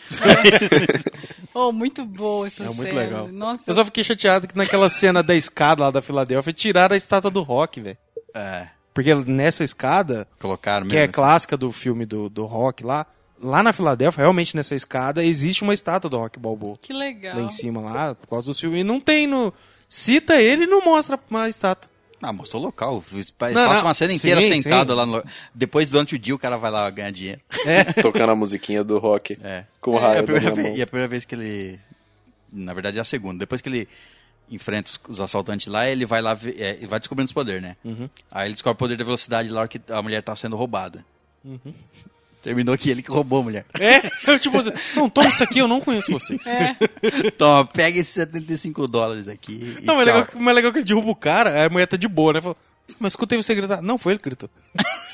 Oh, muito boa essa
É
cena.
muito legal.
Nossa,
Eu só fiquei chateado que naquela cena da escada lá da Filadélfia tiraram a estátua do rock, velho.
É,
Porque nessa escada,
colocaram
que é
mesmo.
clássica do filme do, do rock lá, lá na Filadélfia, realmente nessa escada, existe uma estátua do rock balboa.
que legal.
Lá em cima, lá, por causa dos filmes. E não tem no. Cita ele e não mostra uma estátua.
Ah, mostrou o local. Eles pa-
Não,
Passa
não.
uma cena inteira
Sim, sim.
sentado lá no lo- Depois, durante o dia, o cara vai lá ganhar dinheiro.
Tocando a musiquinha do rock.
É.
Com o
É, a
raio da
primeira
minha
vez,
mão.
e a primeira vez que ele. Na verdade é a segunda. Depois que ele enfrenta os, os assaltantes lá, ele vai lá ver- é, ele vai descobrindo os poderes, né?
Uhum.
Aí ele descobre o poder da velocidade lá que a mulher tá sendo roubada.
Uhum.
Terminou que ele que roubou a mulher.
É, eu, tipo assim, não, toma isso aqui, eu não conheço vocês.
Toma, pega esses 75 dólares aqui. E
Não, mas é
tchau.
legal, que- mas é legal que ele derruba o cara, aí a mulher tá de boa, né? Fala, mas escutei você gritar. Não, foi ele que gritou.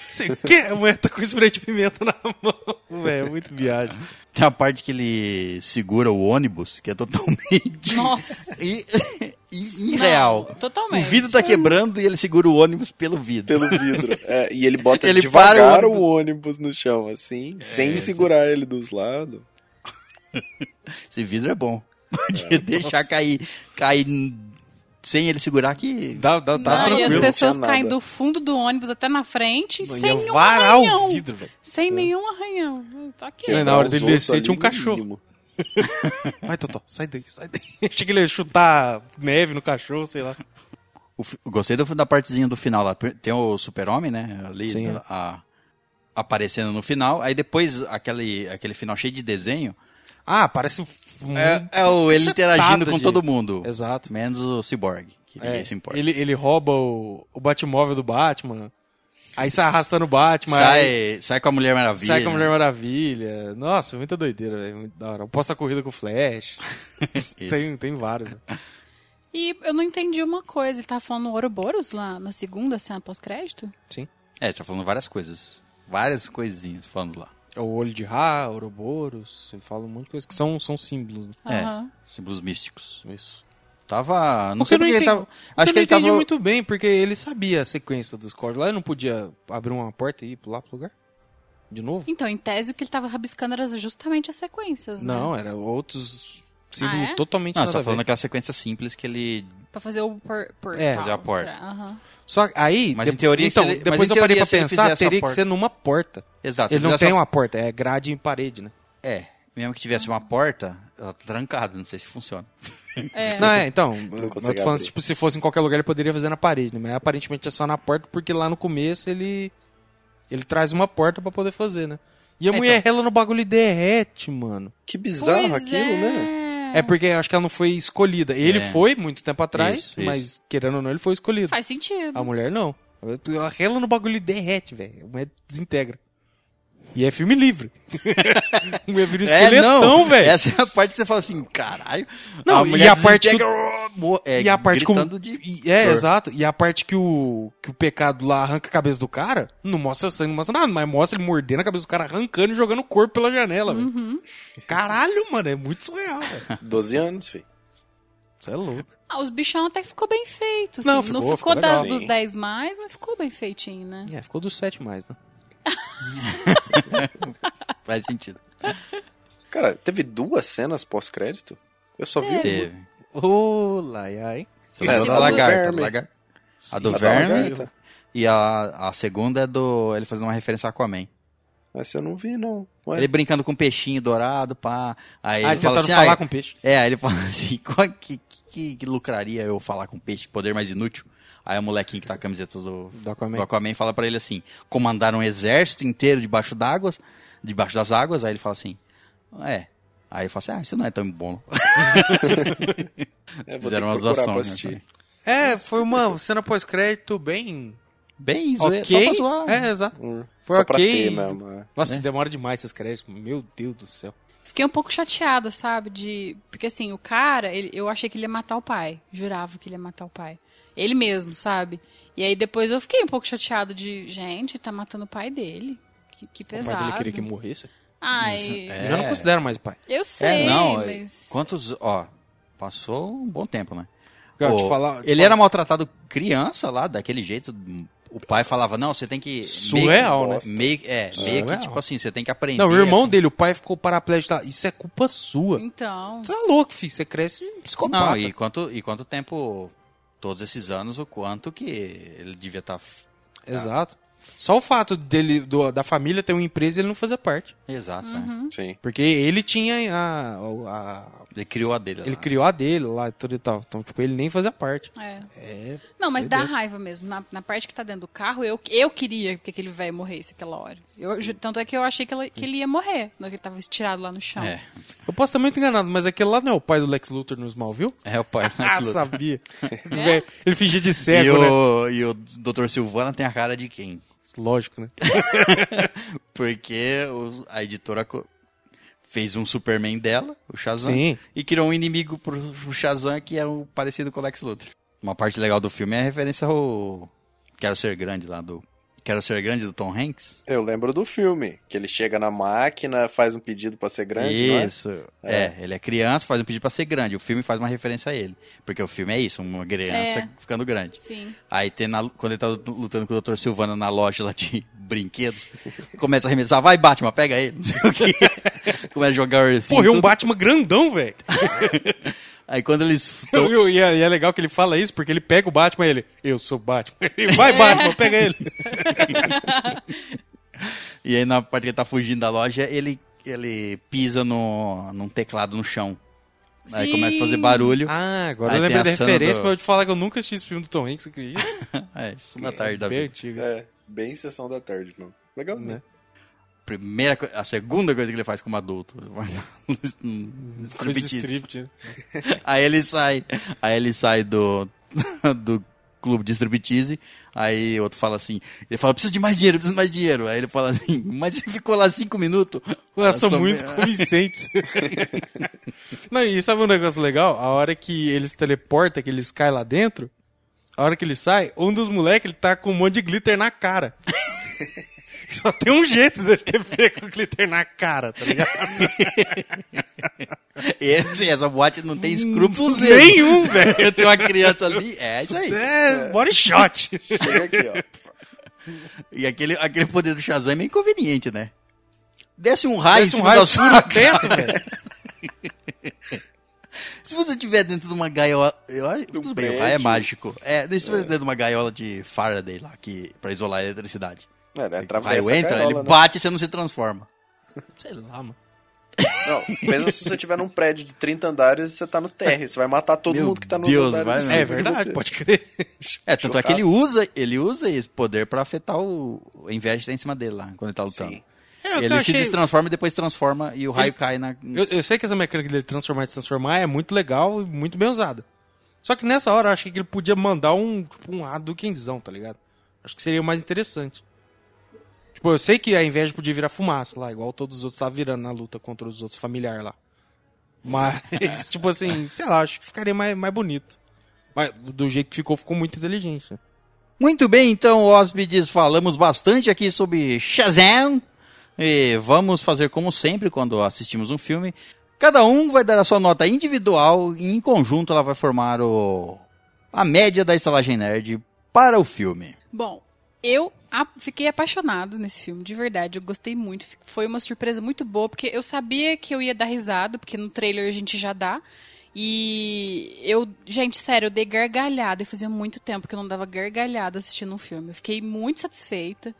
Assim, o quê? A mulher tá com spray de pimenta na mão. Velho, é muito viagem.
Tem a parte que ele segura o ônibus, que é totalmente.
Nossa.
E, e,
Não,
irreal.
totalmente.
O vidro tá quebrando e ele segura o ônibus pelo vidro.
Pelo vidro. É, e ele bota
Ele
devagar
para o
o ônibus. no chão,
É,
assim, sem segurar ele dos lados.
Esse vidro é bom. Podia
É,
deixar cair, cair n- sem ele segurar que.
Dá, dá,
Não,
tá
e as
tranquilo.
pessoas
não tinha
caem
nada.
do fundo do ônibus até na frente
Não,
sem
ia
nenhum
varar
arranhão.
o vidro, É. velho.
Sem nenhum arranhão. Tá aqui.
Sim. na hora dele descer, tinha um cachorro.
Mínimo.
Vai, Totó, sai daí, sai daí. Achei que ele ia chutar neve no cachorro, sei lá.
O fi- eu Gostei do- da partezinha do final lá. Tem o super-homem, né? Ali
Sim,
tá- a- aparecendo no final. Aí depois aquele, aquele final cheio de desenho.
Ah, parece um...
É, é o, ele
Cetada
interagindo com
de-
todo mundo.
Exato.
Menos o Cyborg, que
É,
ninguém se importa.
ele, ele rouba o, o Batmóvel do Batman, aí sai arrastando o Batman, aí
Sai, sai com a Mulher Maravilha.
é sai com a Mulher Maravilha. Nossa, muita doideira, velho. Muito da hora. Posta a corrida com o Flash. tem, tem vários. né?
E eu não entendi uma coisa. Ele tava falando Ouroboros lá na segunda cena pós-crédito?
É, tá falando várias coisas. Várias coisinhas falando lá.
É O olho de Ra, Ouroboros, eu falo um monte de coisa que são, são símbolos. né?
Aham.
É, símbolos místicos.
Isso.
Tava. Não sei
Porque eu não
porque ele
entendi-
tava. Acho
eu
que
não
ele
entendi
tava.
muito bem, porque ele sabia a sequência dos códigos. Lá ele não podia abrir uma porta e ir lá pro lugar? De novo?
Então, em tese, o que ele tava rabiscando era justamente as sequências, né?
Não, era outros símbolos
Ah, é?
totalmente
Não,
nada
só
a ver.
falando aquela sequência simples que ele.
Pra fazer o por, portal.
É,
fazer a porta.
pra- aham.
Só que aí,
Mas em teoria,
então,
se ele-
depois
mas em
eu parei
teoria,
pra
se ele fizer
pensar,
essa
teria que
porta-
ser numa porta.
Exato. se
ele não
fizesse
tem
uma-
uma porta, é grade e parede, né?
É. Mesmo que tivesse uma porta, ela tá trancada, não sei se funciona.
É.
Não, é, então, eu tô
consegue
falando,
abrir.
tipo, se fosse em qualquer lugar ele poderia fazer na parede, né? Mas aparentemente é só na porta, porque lá no começo ele ele traz uma porta pra poder fazer, né? E a
É,
mulher, ela no bagulho e derrete, mano.
Que bizarro
Pois
aquilo, né?
é.
É. porque eu acho que ela não foi escolhida. Ele
É.
foi muito tempo atrás,
Isso,
mas querendo ou não, ele foi escolhido.
Faz sentido.
A mulher não. Ela rela no bagulho e derrete, velho. A mulher desintegra. E é filme livre. Meu filho
É,
esqueletão,
não.
velho.
Essa é a parte que você fala assim, caralho.
Não, e
mulher
a parte
desintegra- Mo- é,
e a parte que
gritando
o,
de
e- é,
dor.
exato. E a parte que o que o pecado lá arranca a cabeça do cara, não mostra sangue, não mostra nada, mas mostra ele mordendo a cabeça do cara, arrancando e jogando o corpo pela janela, velho. Caralho, mano, é muito surreal, velho.
12 anos, filho.
Você é louco.
Ah, os bichão até que ficou bem feito. assim.
Não,
Não
ficou,
ficou,
ficou
da-
legal.
dos
Sim.
10 mais, mas ficou bem feitinho, né?
É, ficou dos sete mais, né?
Faz sentido.
Cara, teve duas cenas pós-crédito? Eu só vi uma.
Teve.
Ô, laiai.
Só
É,
lembra
sim,
da
do
lagarta.
verme.
do lagarta. A do
A da
verme.
lagarta.
E a, a segunda é do. Ele fazendo uma referência ao Aquaman.
Essa eu não vi, não. Ué.
Ele brincando com um peixinho dourado, pá. Aí
Ah,
ele
ele
fala
tentando
assim.
falar
ah,
com o peixe.
É, aí ele fala assim: qual que, que, que lucraria eu falar com peixe? Poder mais inútil? Aí o molequinho que tá com a camiseta do,
Do Aquaman.
do Aquaman fala pra ele assim: comandar um exército inteiro debaixo d'água, debaixo das águas. Aí ele fala assim: é. Aí eu falo assim: ah, isso não é tão bom.
É, vou ter que
Fizeram umas
procurar pra
doações.
assistir.
né?
É, foi uma cena pós-crédito bem
Bem, zoe- só
ok.
pra zoar.
É, exato.
Hum,
Foi
só
ok.
pra ter mesmo. é.
Nossa,
Né?
demora demais esses créditos. Meu Deus do céu.
Fiquei um pouco chateada, sabe? De. Porque assim, o cara, ele- eu achei que ele ia matar o pai. Jurava que ele ia matar o pai. Ele mesmo, sabe? E aí depois eu fiquei um pouco chateada de. Gente, ele tá matando o pai dele. Que, que
O pai
pesado.
dele queria que morresse.
Ai.
É.
Eu Já não considero mais pai.
Eu
É,
sei,
não.
mas.
Quantos. Ó, passou um bom tempo, né?
Eu
Ô,
te falar- te
ele
falar-
era maltratado criança lá, daquele jeito. O pai falava, não, você tem que. meio que-
Surreal, né?
Meio, é, meio que
Surreal.
tipo assim, você tem que aprender.
Não, o irmão
assim.
dele, o pai ficou paraplégico. lá. Isso é culpa sua.
Então.
Você é louco, filho. Você cresce é psicopata.
Não, e quanto, e quanto tempo. Todos esses anos, o quanto que ele devia tá estar.
Exato. Só o fato dele, do- da família ter uma empresa e ele não fazer parte.
Exato, né?
Uhum.
Sim.
Porque ele tinha a. a-
Ele criou a dele.
ele
lá.
criou a dele lá e tudo e tal. Então, tipo, ele nem fazia parte.
É.
É.
Não, mas dá
Doideira.
raiva mesmo. Na, na parte que tá dentro do carro, eu, eu queria que aquele velho morresse aquela hora. Eu, ju- tanto é que eu achei que, ela- que ele ia morrer, na hora que ele tava estirado lá no chão.
É,
Eu posso estar muito enganado, mas aquele lá não é o pai do Lex Luthor no Smallville?
é o pai. do Lex
Ah,
Luthor.
sabia. Velho, Ele fingia de cego,
e,
né?
o, e o Dr. Silvana tem a cara de quem?
Lógico, né?
Porque os- a editora co- fez um Superman dela, o Shazam,
Sim.
e criou um inimigo pro, pro Shazam que é o parecido com o Lex Luthor. Uma parte legal do filme é a referência ao Quero Ser Grande lá do. Quero Ser Grande do Tom Hanks.
Eu lembro do filme, que ele chega na máquina, faz um pedido pra ser grande, não é?
isso. É? ele é criança, faz um pedido pra ser grande. O filme faz uma referência a ele. Porque o filme é isso, uma criança
É.
ficando grande.
Sim.
Aí tem na- quando ele tá lutando com o Dr. Silvano na loja lá de brinquedos, começa a arremessar, vai Batman, pega ele. não sei o quê. começa a jogar o ursinho.
Porra, é um
tudo.
Batman grandão, velho.
Aí quando eles
Então,
tão-
e, e é e é legal que ele fala isso porque ele pega o Batman e ele, eu sou Batman. Ele, Vai, Batman, pega ele.
e aí na parte que ele tá fugindo da loja, ele ele pisa no num teclado no chão. Aí
Sim.
começa a fazer barulho.
Ah, agora
Aí
eu
tem a
lembrei da
cena
referência,
do-
mas eu te falar que eu nunca assisti esse filme do Tom Hanks, você acredita?
É, isso na tarde da
bem
vida.
antigo.
É, bem sessão da tarde, mano. Legalzinho.
Né?
Primeira, co- a segunda coisa que ele faz como adulto.
Coisa
Striptease.
strip, né?
Aí ele sai. Aí ele sai do. do clube de striptease. Aí outro fala assim. Ele fala, preciso de mais dinheiro, preciso de mais dinheiro. Aí ele fala assim, mas você ficou lá cinco minutos.
Ué, são
São-
muito convincentes. Não, e sabe um negócio legal? A hora que eles teleportam, que eles caem lá dentro, a hora que ele sai, um dos moleques, ele tá com um monte de glitter na cara. Só tem um jeito dele ter feio com glitter na cara, tá ligado?
Esse- essa boate não tem escrúpulos mesmo.
Hum, Nenhum, velho.
Eu tenho uma criança ali, é isso aí.
É, body shot.
Chega aqui, ó.
E aquele, aquele poder do Shazam é meio inconveniente, né? Desce um raio,
Desce
em
um
cima
raio
da
fura
sua
o teto,
cara.
velho.
Se você tiver dentro de uma gaiola. Eu, acho- tudo bem, o raio é
prédio.
mágico. É, se você tiver dentro de uma gaiola de Faraday lá, que, pra isolar a eletricidade.
É, ele
O
atravessa
raio
a
entra,
gaiola,
ele
né?
bate e você não se transforma.
Sei lá, mano.
Não, pensa se você tiver num prédio de 30 andares e você tá no térreo. Você vai matar todo
Meu
mundo que tá no
Deus,
andar.
vai
de
mesmo.
cima
É
de
verdade,
você.
pode crer.
É, tanto é que ele
Churrasco.
usa, ele usa esse poder pra afetar o, a inveja que tá em cima dele lá, quando ele tá lutando.
Sim.
É, o
Ele
que eu
se
achei-
destransforma e depois transforma e o raio cai na.
Eu, eu sei que essa mecânica dele transformar e destransformar é muito legal e muito bem usada. Só que nessa hora eu achei que ele podia mandar um, tipo, um Hadoukenzão, tá ligado? Acho que seria o mais interessante. Tipo, eu sei que a inveja podia virar fumaça lá, igual todos os outros estavam virando na luta contra os outros familiares lá. Mas, tipo assim, sei lá, acho que ficaria mais, mais bonito. Mas do jeito que ficou, ficou muito inteligente. né?
Muito bem, então, hóspedes, falamos bastante aqui sobre Shazam. E vamos fazer como sempre quando assistimos um filme. Cada um vai dar a sua nota individual e em conjunto ela vai formar o... a média da estalagem nerd para o filme.
Bom, eu a- fiquei apaixonado nesse filme, de verdade. Eu gostei muito. Fi- Foi uma surpresa muito boa, porque eu sabia que eu ia dar risada, porque no trailer a gente já dá. E eu, gente, sério, eu dei gargalhada. E fazia muito tempo que eu não dava gargalhada assistindo um filme. Eu fiquei muito satisfeita.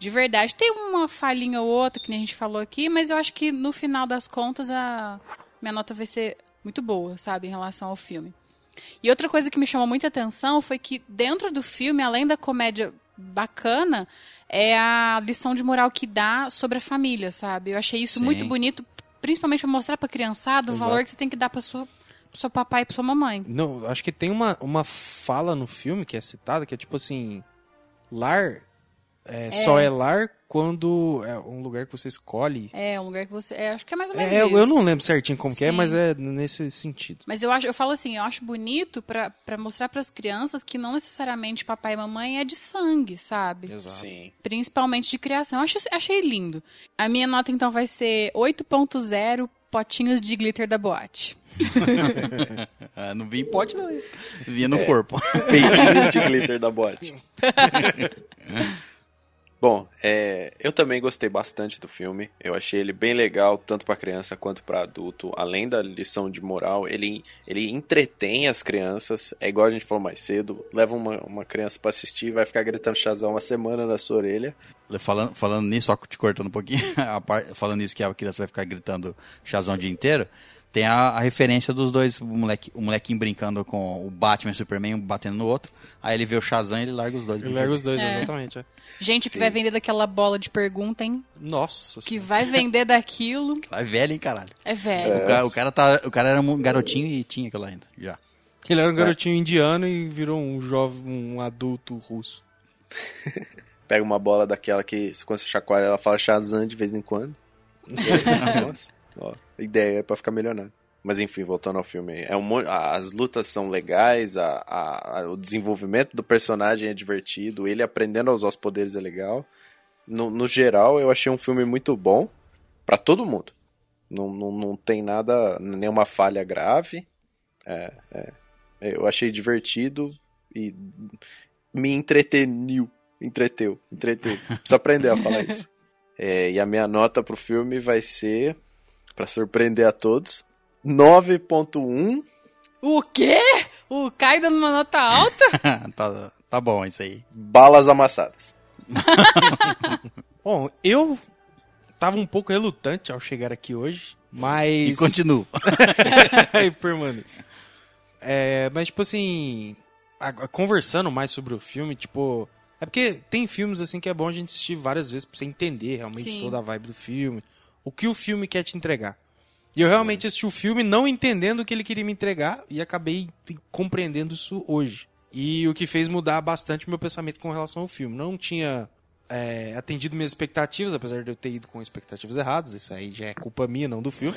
De verdade. Tem uma falhinha ou outra que nem a gente falou aqui, mas eu acho que no final das contas a minha nota vai ser muito boa, sabe, em relação ao filme. E outra coisa que me chamou muita atenção foi que dentro do filme, além da comédia bacana, é a lição de moral que dá sobre a família, sabe? Eu achei isso
Sim.
muito bonito, principalmente pra mostrar pra criançada o
Exato.
valor que você tem que dar pra sua, pro seu papai e pra sua mamãe.
Não, acho que tem uma, uma fala no filme que é citada, que é tipo assim: lar é, só é lar quando é um lugar que você escolhe.
É, um lugar que você. É, acho que é mais ou menos
É, eu
isso.
eu não lembro certinho como que é,
Sim.
mas é nesse sentido.
Mas eu acho, eu falo assim, eu acho bonito pra pra mostrar pras crianças que não necessariamente papai e mamãe é de sangue, sabe?
Exato.
Sim.
Principalmente de criação. Eu acho- achei lindo. A minha nota então vai ser 8.0 potinhos de glitter da boate.
Ah, não vi em pote, não. Via no corpo.
Peitinhos de glitter da boate. Bom, é, eu também gostei bastante do filme. Eu achei ele bem legal, tanto pra criança quanto pra adulto. Além da lição de moral, ele, ele entretém as crianças. É igual a gente falou mais cedo: leva uma, uma criança pra assistir, vai ficar gritando chazão uma semana na sua orelha.
Falando, falando nisso, só te cortando um pouquinho, a par- falando nisso que a criança vai ficar gritando chazão o dia inteiro, tem a, a referência dos dois, o, moleque, o molequinho brincando com o Batman e o Superman, um batendo no outro, aí ele vê o Shazam e ele larga os dois.
Eu largo os dois, exatamente. é.
Gente, o que vai vender daquela bola de pergunta, hein?
Nossa.
O que vai vender daquilo
Lá é velho, hein, caralho.
é velho.
O, cara, o cara tá, o cara era um garotinho e tinha aquilo lá ainda, já.
Ele era um garotinho indiano e virou um jovem, um adulto russo.
Pega uma bola daquela que, quando você chacoalha, ela fala Shazam de vez em quando. Nossa, ó, ideia é pra ficar milionário. Mas enfim, voltando ao filme, é um, mon- a- as lutas são legais, a, a- a- o desenvolvimento do personagem é divertido, ele aprendendo a usar os poderes é legal. No, no geral, eu achei um filme muito bom pra todo mundo. Não, não, não tem nada, nenhuma falha grave. É, é. eu achei divertido e me entreteniu. Entreteu, entreteu. Preciso aprender a falar isso. É, e a minha nota pro filme vai ser, pra surpreender a todos, 9.1.
O quê? O Caio dando uma nota alta?
tá, tá bom isso aí.
Balas amassadas.
Bom, eu tava um pouco relutante ao chegar aqui hoje, mas.
E continuo.
e permaneço. É, mas, tipo assim, a- conversando mais sobre o filme, tipo. É porque tem filmes assim que é bom a gente assistir várias vezes pra você entender realmente
Sim.
toda a vibe do filme, o que o filme quer te entregar. E eu realmente assisti o filme não entendendo o que ele queria me entregar e acabei t- compreendendo isso hoje. E o que fez mudar bastante meu pensamento com relação ao filme. Não tinha é, atendido minhas expectativas, apesar de eu ter ido com expectativas erradas, isso aí já é culpa minha, não do filme.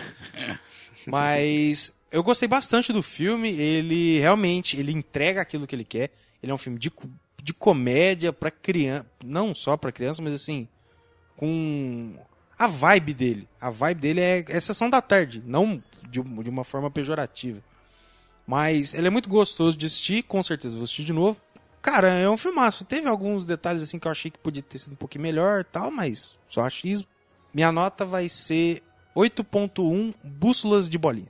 Mas eu gostei bastante do filme. Ele realmente ele entrega aquilo que ele quer. Ele é um filme de, co- de comédia pra criança, não só pra criança, mas assim com a vibe dele. A vibe dele é, é sessão da tarde, não de, um- de uma forma pejorativa. Mas ele é muito gostoso de assistir, com certeza vou assistir de novo. Cara, é um filmaço. Teve alguns detalhes assim que eu achei que podia ter sido um pouquinho melhor, e tal, mas só achismo. Minha nota vai ser 8.1 bússolas de bolinha.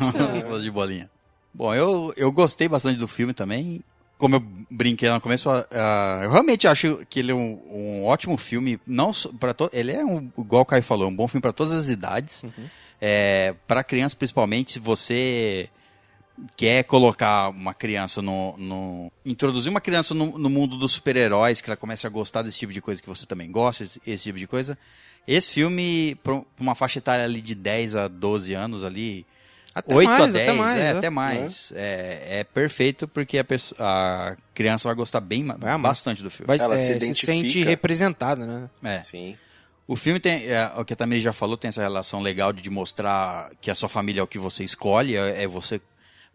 Nossa.
Bolas de bolinha. Bom, eu, eu gostei bastante do filme também. Como eu brinquei lá no começo, ah, ah, eu realmente acho que ele é um, um ótimo filme. Não para ele é um, igual o Caio falou, um bom filme para todas as idades. É, para criança principalmente, se você quer colocar uma criança no, no- introduzir uma criança no, no mundo dos super-heróis, que ela comece a gostar desse tipo de coisa que você também gosta, esse, esse tipo de um, coisa. Esse filme, para uma faixa etária ali de 10 a 12 anos ali,
Até
Oito
mais,
a 10,
até mais.
é,
né?
até mais. É, é perfeito porque a, pesso- a criança vai gostar bem, ma-
Vai amar.
bastante do filme.
Vai,
Ela
é,
se
se,
identifica.
sente representada, né?
É.
Sim.
O filme tem, é, o que a Tamir já falou, tem essa relação legal de, de mostrar que a sua família é o que você escolhe, é, é você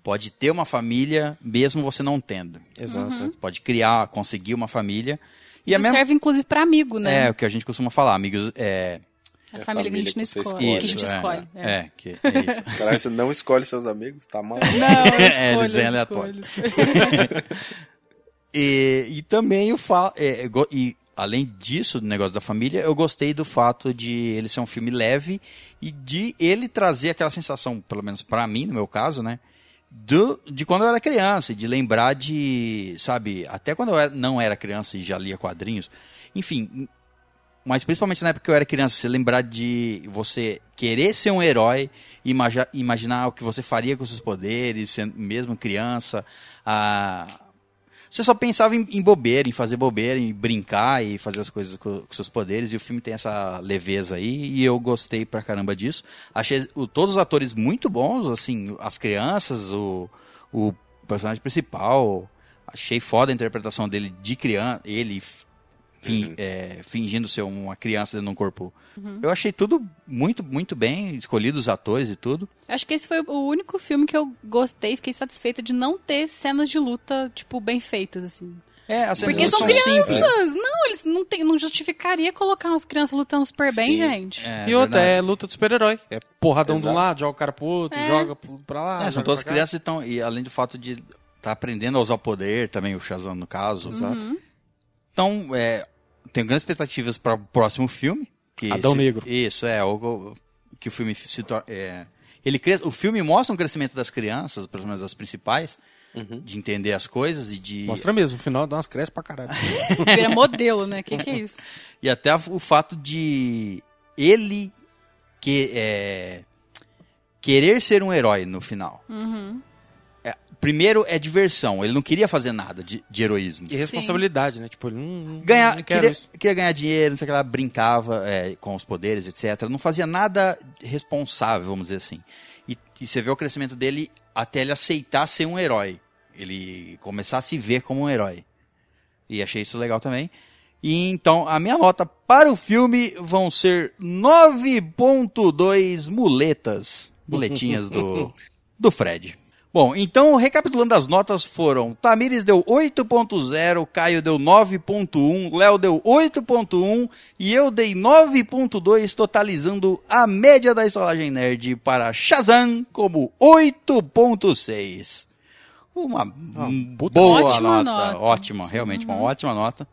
pode ter uma família mesmo você não tendo.
Exato.
Você pode criar, conseguir uma família. E a
Isso
mesma,
serve, inclusive, pra amigo, né?
é o que a gente costuma falar, amigos, é,
a
É a
família que a
família
gente não
que você
escolhe.
escolhe.
que a gente
isso, é,
escolhe.
É, que, é isso.
Caralho, você não escolhe seus amigos, tá mal.
Não, eu
É, eles
escolho,
vêm
eu
aleatórios.
escolho, eu escolho.
E, e também o fato. e além disso, do negócio da família, eu gostei do fato de ele ser um filme leve e de ele trazer aquela sensação, pelo menos pra mim, no meu caso, né? do- de quando eu era criança, de lembrar de. Sabe, até quando eu era- não era criança e já lia quadrinhos. Enfim. Mas principalmente na época que eu era criança, você lembrar de você querer ser um herói, imaja- imaginar o que você faria com seus poderes, sendo mesmo criança, a, você só pensava em, em bobeira, em fazer bobeira, em brincar e fazer as coisas co- com, seus poderes. E o filme tem essa leveza aí. E eu gostei pra caramba disso. Achei o- todos os atores muito bons, assim, as crianças, o, o personagem principal. Achei foda a interpretação dele de criança. Ele f- fin-
Uhum.
é, fingindo ser uma criança dentro de um corpo.
Uhum.
Eu achei tudo muito, muito bem escolhido, os atores e tudo.
Acho que esse foi o único filme que eu gostei, fiquei satisfeita de não ter cenas de luta, tipo, bem feitas, assim.
É, as
Porque
cenas
são
simples.
Crianças! Não, eles não, tem, não justificaria colocar umas crianças lutando super bem,
Sim.
gente.
É,
e outra,
verdade.
é luta do super-herói. É porradão de um
Exato.
lado, joga o cara pro outro,
É.
joga pro- Ah, pra lá.
É, são
joga
todas
pra cá.
crianças então, e além do fato de estar aprendendo a usar o poder, também o Shazam no
Uhum.
caso. Então, é, tenho grandes expectativas para o próximo filme. Que
Adão
se-
Negro.
Isso, é, o- o, que o filme se torna... é, ele cre- o filme mostra um crescimento das crianças, pelo menos as principais,
Uhum.
de entender as coisas e de...
Mostra mesmo, no final dá umas cresces pra caralho.
Vira modelo, né? Que que é isso?
E até o fato de ele que, é, querer ser um herói no final.
Uhum.
Primeiro é diversão, ele não queria fazer nada de- de heroísmo.
E responsabilidade, né? Tipo, ele não, não
ganhar,
quero
queria,
isso.
queria ganhar dinheiro, não sei o que lá, brincava é, com os poderes, etc. Não fazia nada responsável, vamos dizer assim. E, e você vê o crescimento dele até ele aceitar ser um herói. Ele começar a se ver como um herói. E achei isso legal também. E então, a minha nota para o filme vão ser 9.2 muletas. Muletinhas do, do Fred. Bom, então, recapitulando as notas, foram Tamires deu 8.0, Caio deu 9.1, Léo deu 8.1 e eu dei 9.2, totalizando a média da estalagem nerd para Shazam como 8.6. Uma hum,
puta
boa
Ótima
nota,
nota.
ótima, realmente uma ótima nota.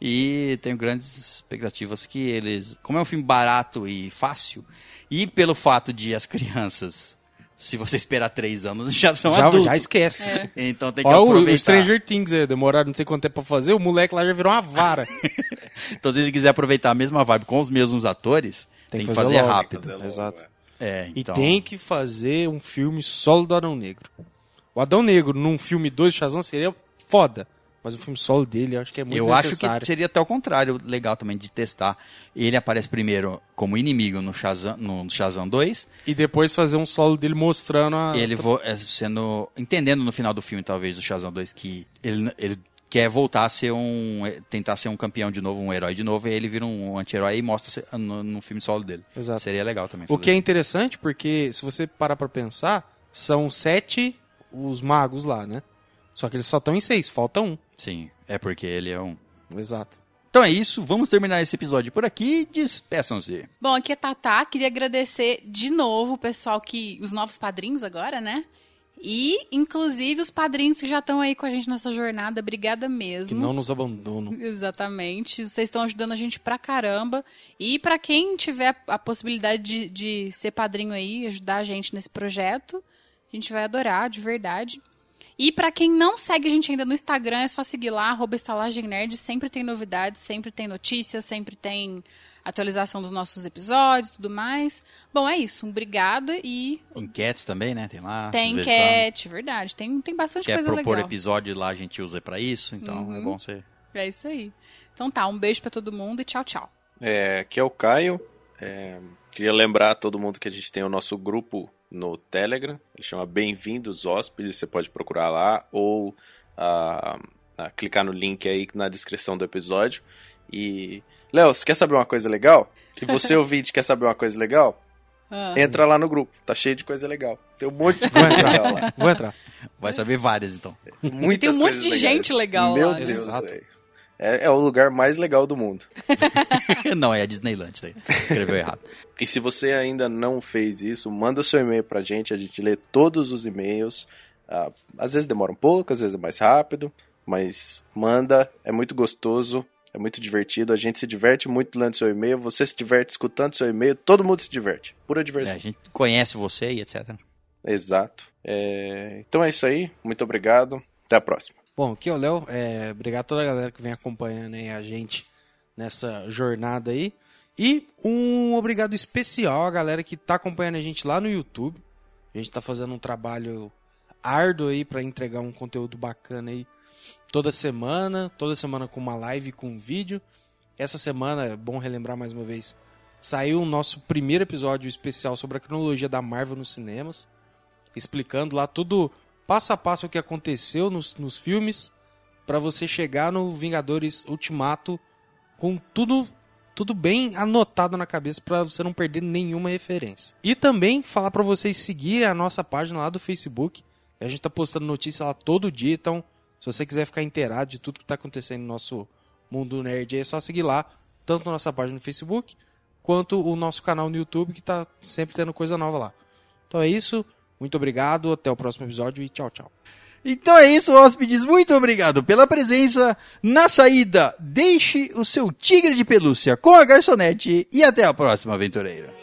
E tenho grandes expectativas que eles, como é um filme barato e fácil, e pelo fato de as crianças, se você esperar três anos, já são
Já,
adultos.
já esquece.
Então tem que
Olha o-
aproveitar.
o Stranger Things, é, demoraram não sei quanto tempo pra fazer, o moleque lá já virou uma vara.
Então, se ele quiser aproveitar a mesma vibe com os mesmos atores, tem, que fazer,
logo.
rápido.
Fazer logo,
Exato.
é.
É,
E
então,
tem que fazer um filme solo do Adão Negro. O Adão Negro num filme 2 Shazam seria foda. Mas o filme solo dele eu acho que é muito
eu acho
necessário.
que seria até o contrário, legal também de testar. Ele aparece primeiro como inimigo no Shazam, no Shazam 2,
E depois fazer um solo dele mostrando a.
ele vo- é, sendo entendendo no final do filme talvez do Shazam 2 que ele, n- ele quer voltar a ser um é, tentar ser um campeão de novo, um herói de novo, e aí ele vira um anti-herói e mostra se- no, no filme solo dele.
Exato.
Seria legal também.
O
fazer
que é interessante, porque se você parar pra pensar, são sete os magos lá, né? Só que eles só estão em seis, falta um.
isso. Sim, é porque ele é um.
Exato.
Então é isso, vamos terminar esse episódio por aqui. Despeçam-se.
Bom, aqui é Tatá. Queria agradecer de novo o pessoal que. os novos padrinhos agora, né? E, inclusive, os padrinhos que já estão aí com a gente nessa jornada. Obrigada
Que
mesmo.
não nos abandonam.
Tipo,
Exatamente. Vocês estão ajudando a gente pra caramba. E pra quem tiver a- a possibilidade de, de ser padrinho aí, ajudar a gente nesse projeto, a gente vai adorar, de verdade. E pra quem não segue a gente ainda no Instagram, é só seguir lá, arroba estalagem nerd. Sempre tem novidades, sempre tem notícias, sempre tem atualização dos nossos episódios e tudo mais. Bom, é isso. Obrigada e
Enquetes também, né? Tem lá. de
tem
vez em quando.
enquete, verdade. Tem, tem bastante
Quer
coisa
propor
legal.
episódio lá, a gente usa pra isso, então é bom você.
É isso aí. Então tá, um beijo pra todo mundo e tchau, tchau.
É, aqui é o Caio. é, Queria lembrar a todo mundo que a gente tem o nosso grupo no Telegram. Ele chama Bem-vindos Hóspedes. Você pode procurar lá ou ah, ah, clicar no link aí na descrição do episódio. E. Léo, você quer saber uma coisa legal? Se você ouvinte quer saber uma coisa legal,
Ah.
entra lá no grupo. Tá cheio de coisa legal. Tem um monte de coisa
entrar.
legal lá.
Vou entrar.
Vai saber várias, então.
Muitas
Tem um monte
coisas
de
legais.
gente legal
Meu
lá, né?
Deus,
Exato.
velho. é, é o lugar mais legal do mundo.
Não, é a Disneyland isso aí. Escreveu errado.
E se você ainda não fez isso, manda seu e-mail pra gente, a gente lê todos os e-mails. Ah, às vezes demora um pouco, às vezes é mais rápido, mas manda, é muito gostoso, é muito divertido, a gente se diverte muito lendo seu e-mail, você se diverte escutando seu e-mail, todo mundo se diverte. Pura
É,
diversão.
a gente conhece você e etc.
Exato. É, então é isso aí, muito obrigado, até a próxima.
Bom, aqui é o Léo. É, obrigado a toda a galera que vem acompanhando aí a gente nessa jornada aí. E um obrigado especial à galera que tá acompanhando a gente lá no YouTube. A gente tá fazendo um trabalho árduo aí para entregar um conteúdo bacana aí toda semana, toda semana com uma live, com um vídeo. Essa semana, é bom relembrar mais uma vez, saiu o nosso primeiro episódio especial sobre a cronologia da Marvel nos cinemas, explicando lá tudo passo a passo o que aconteceu nos, nos filmes para você chegar no Vingadores Ultimato com tudo tudo bem anotado na cabeça para você não perder nenhuma referência. E também falar para vocês seguir a nossa página lá do Facebook. A gente tá postando notícia lá todo dia, então se você quiser ficar inteirado de tudo que tá acontecendo no nosso mundo nerd, aí, é só seguir lá, tanto a nossa página no Facebook, quanto o nosso canal no YouTube que tá sempre tendo coisa nova lá. Então é isso, muito obrigado, até o próximo episódio e tchau, tchau.
Então é isso, hóspedes. Muito obrigado pela presença. Na saída, deixe o seu tigre de pelúcia com a garçonete e até a próxima, aventureiro.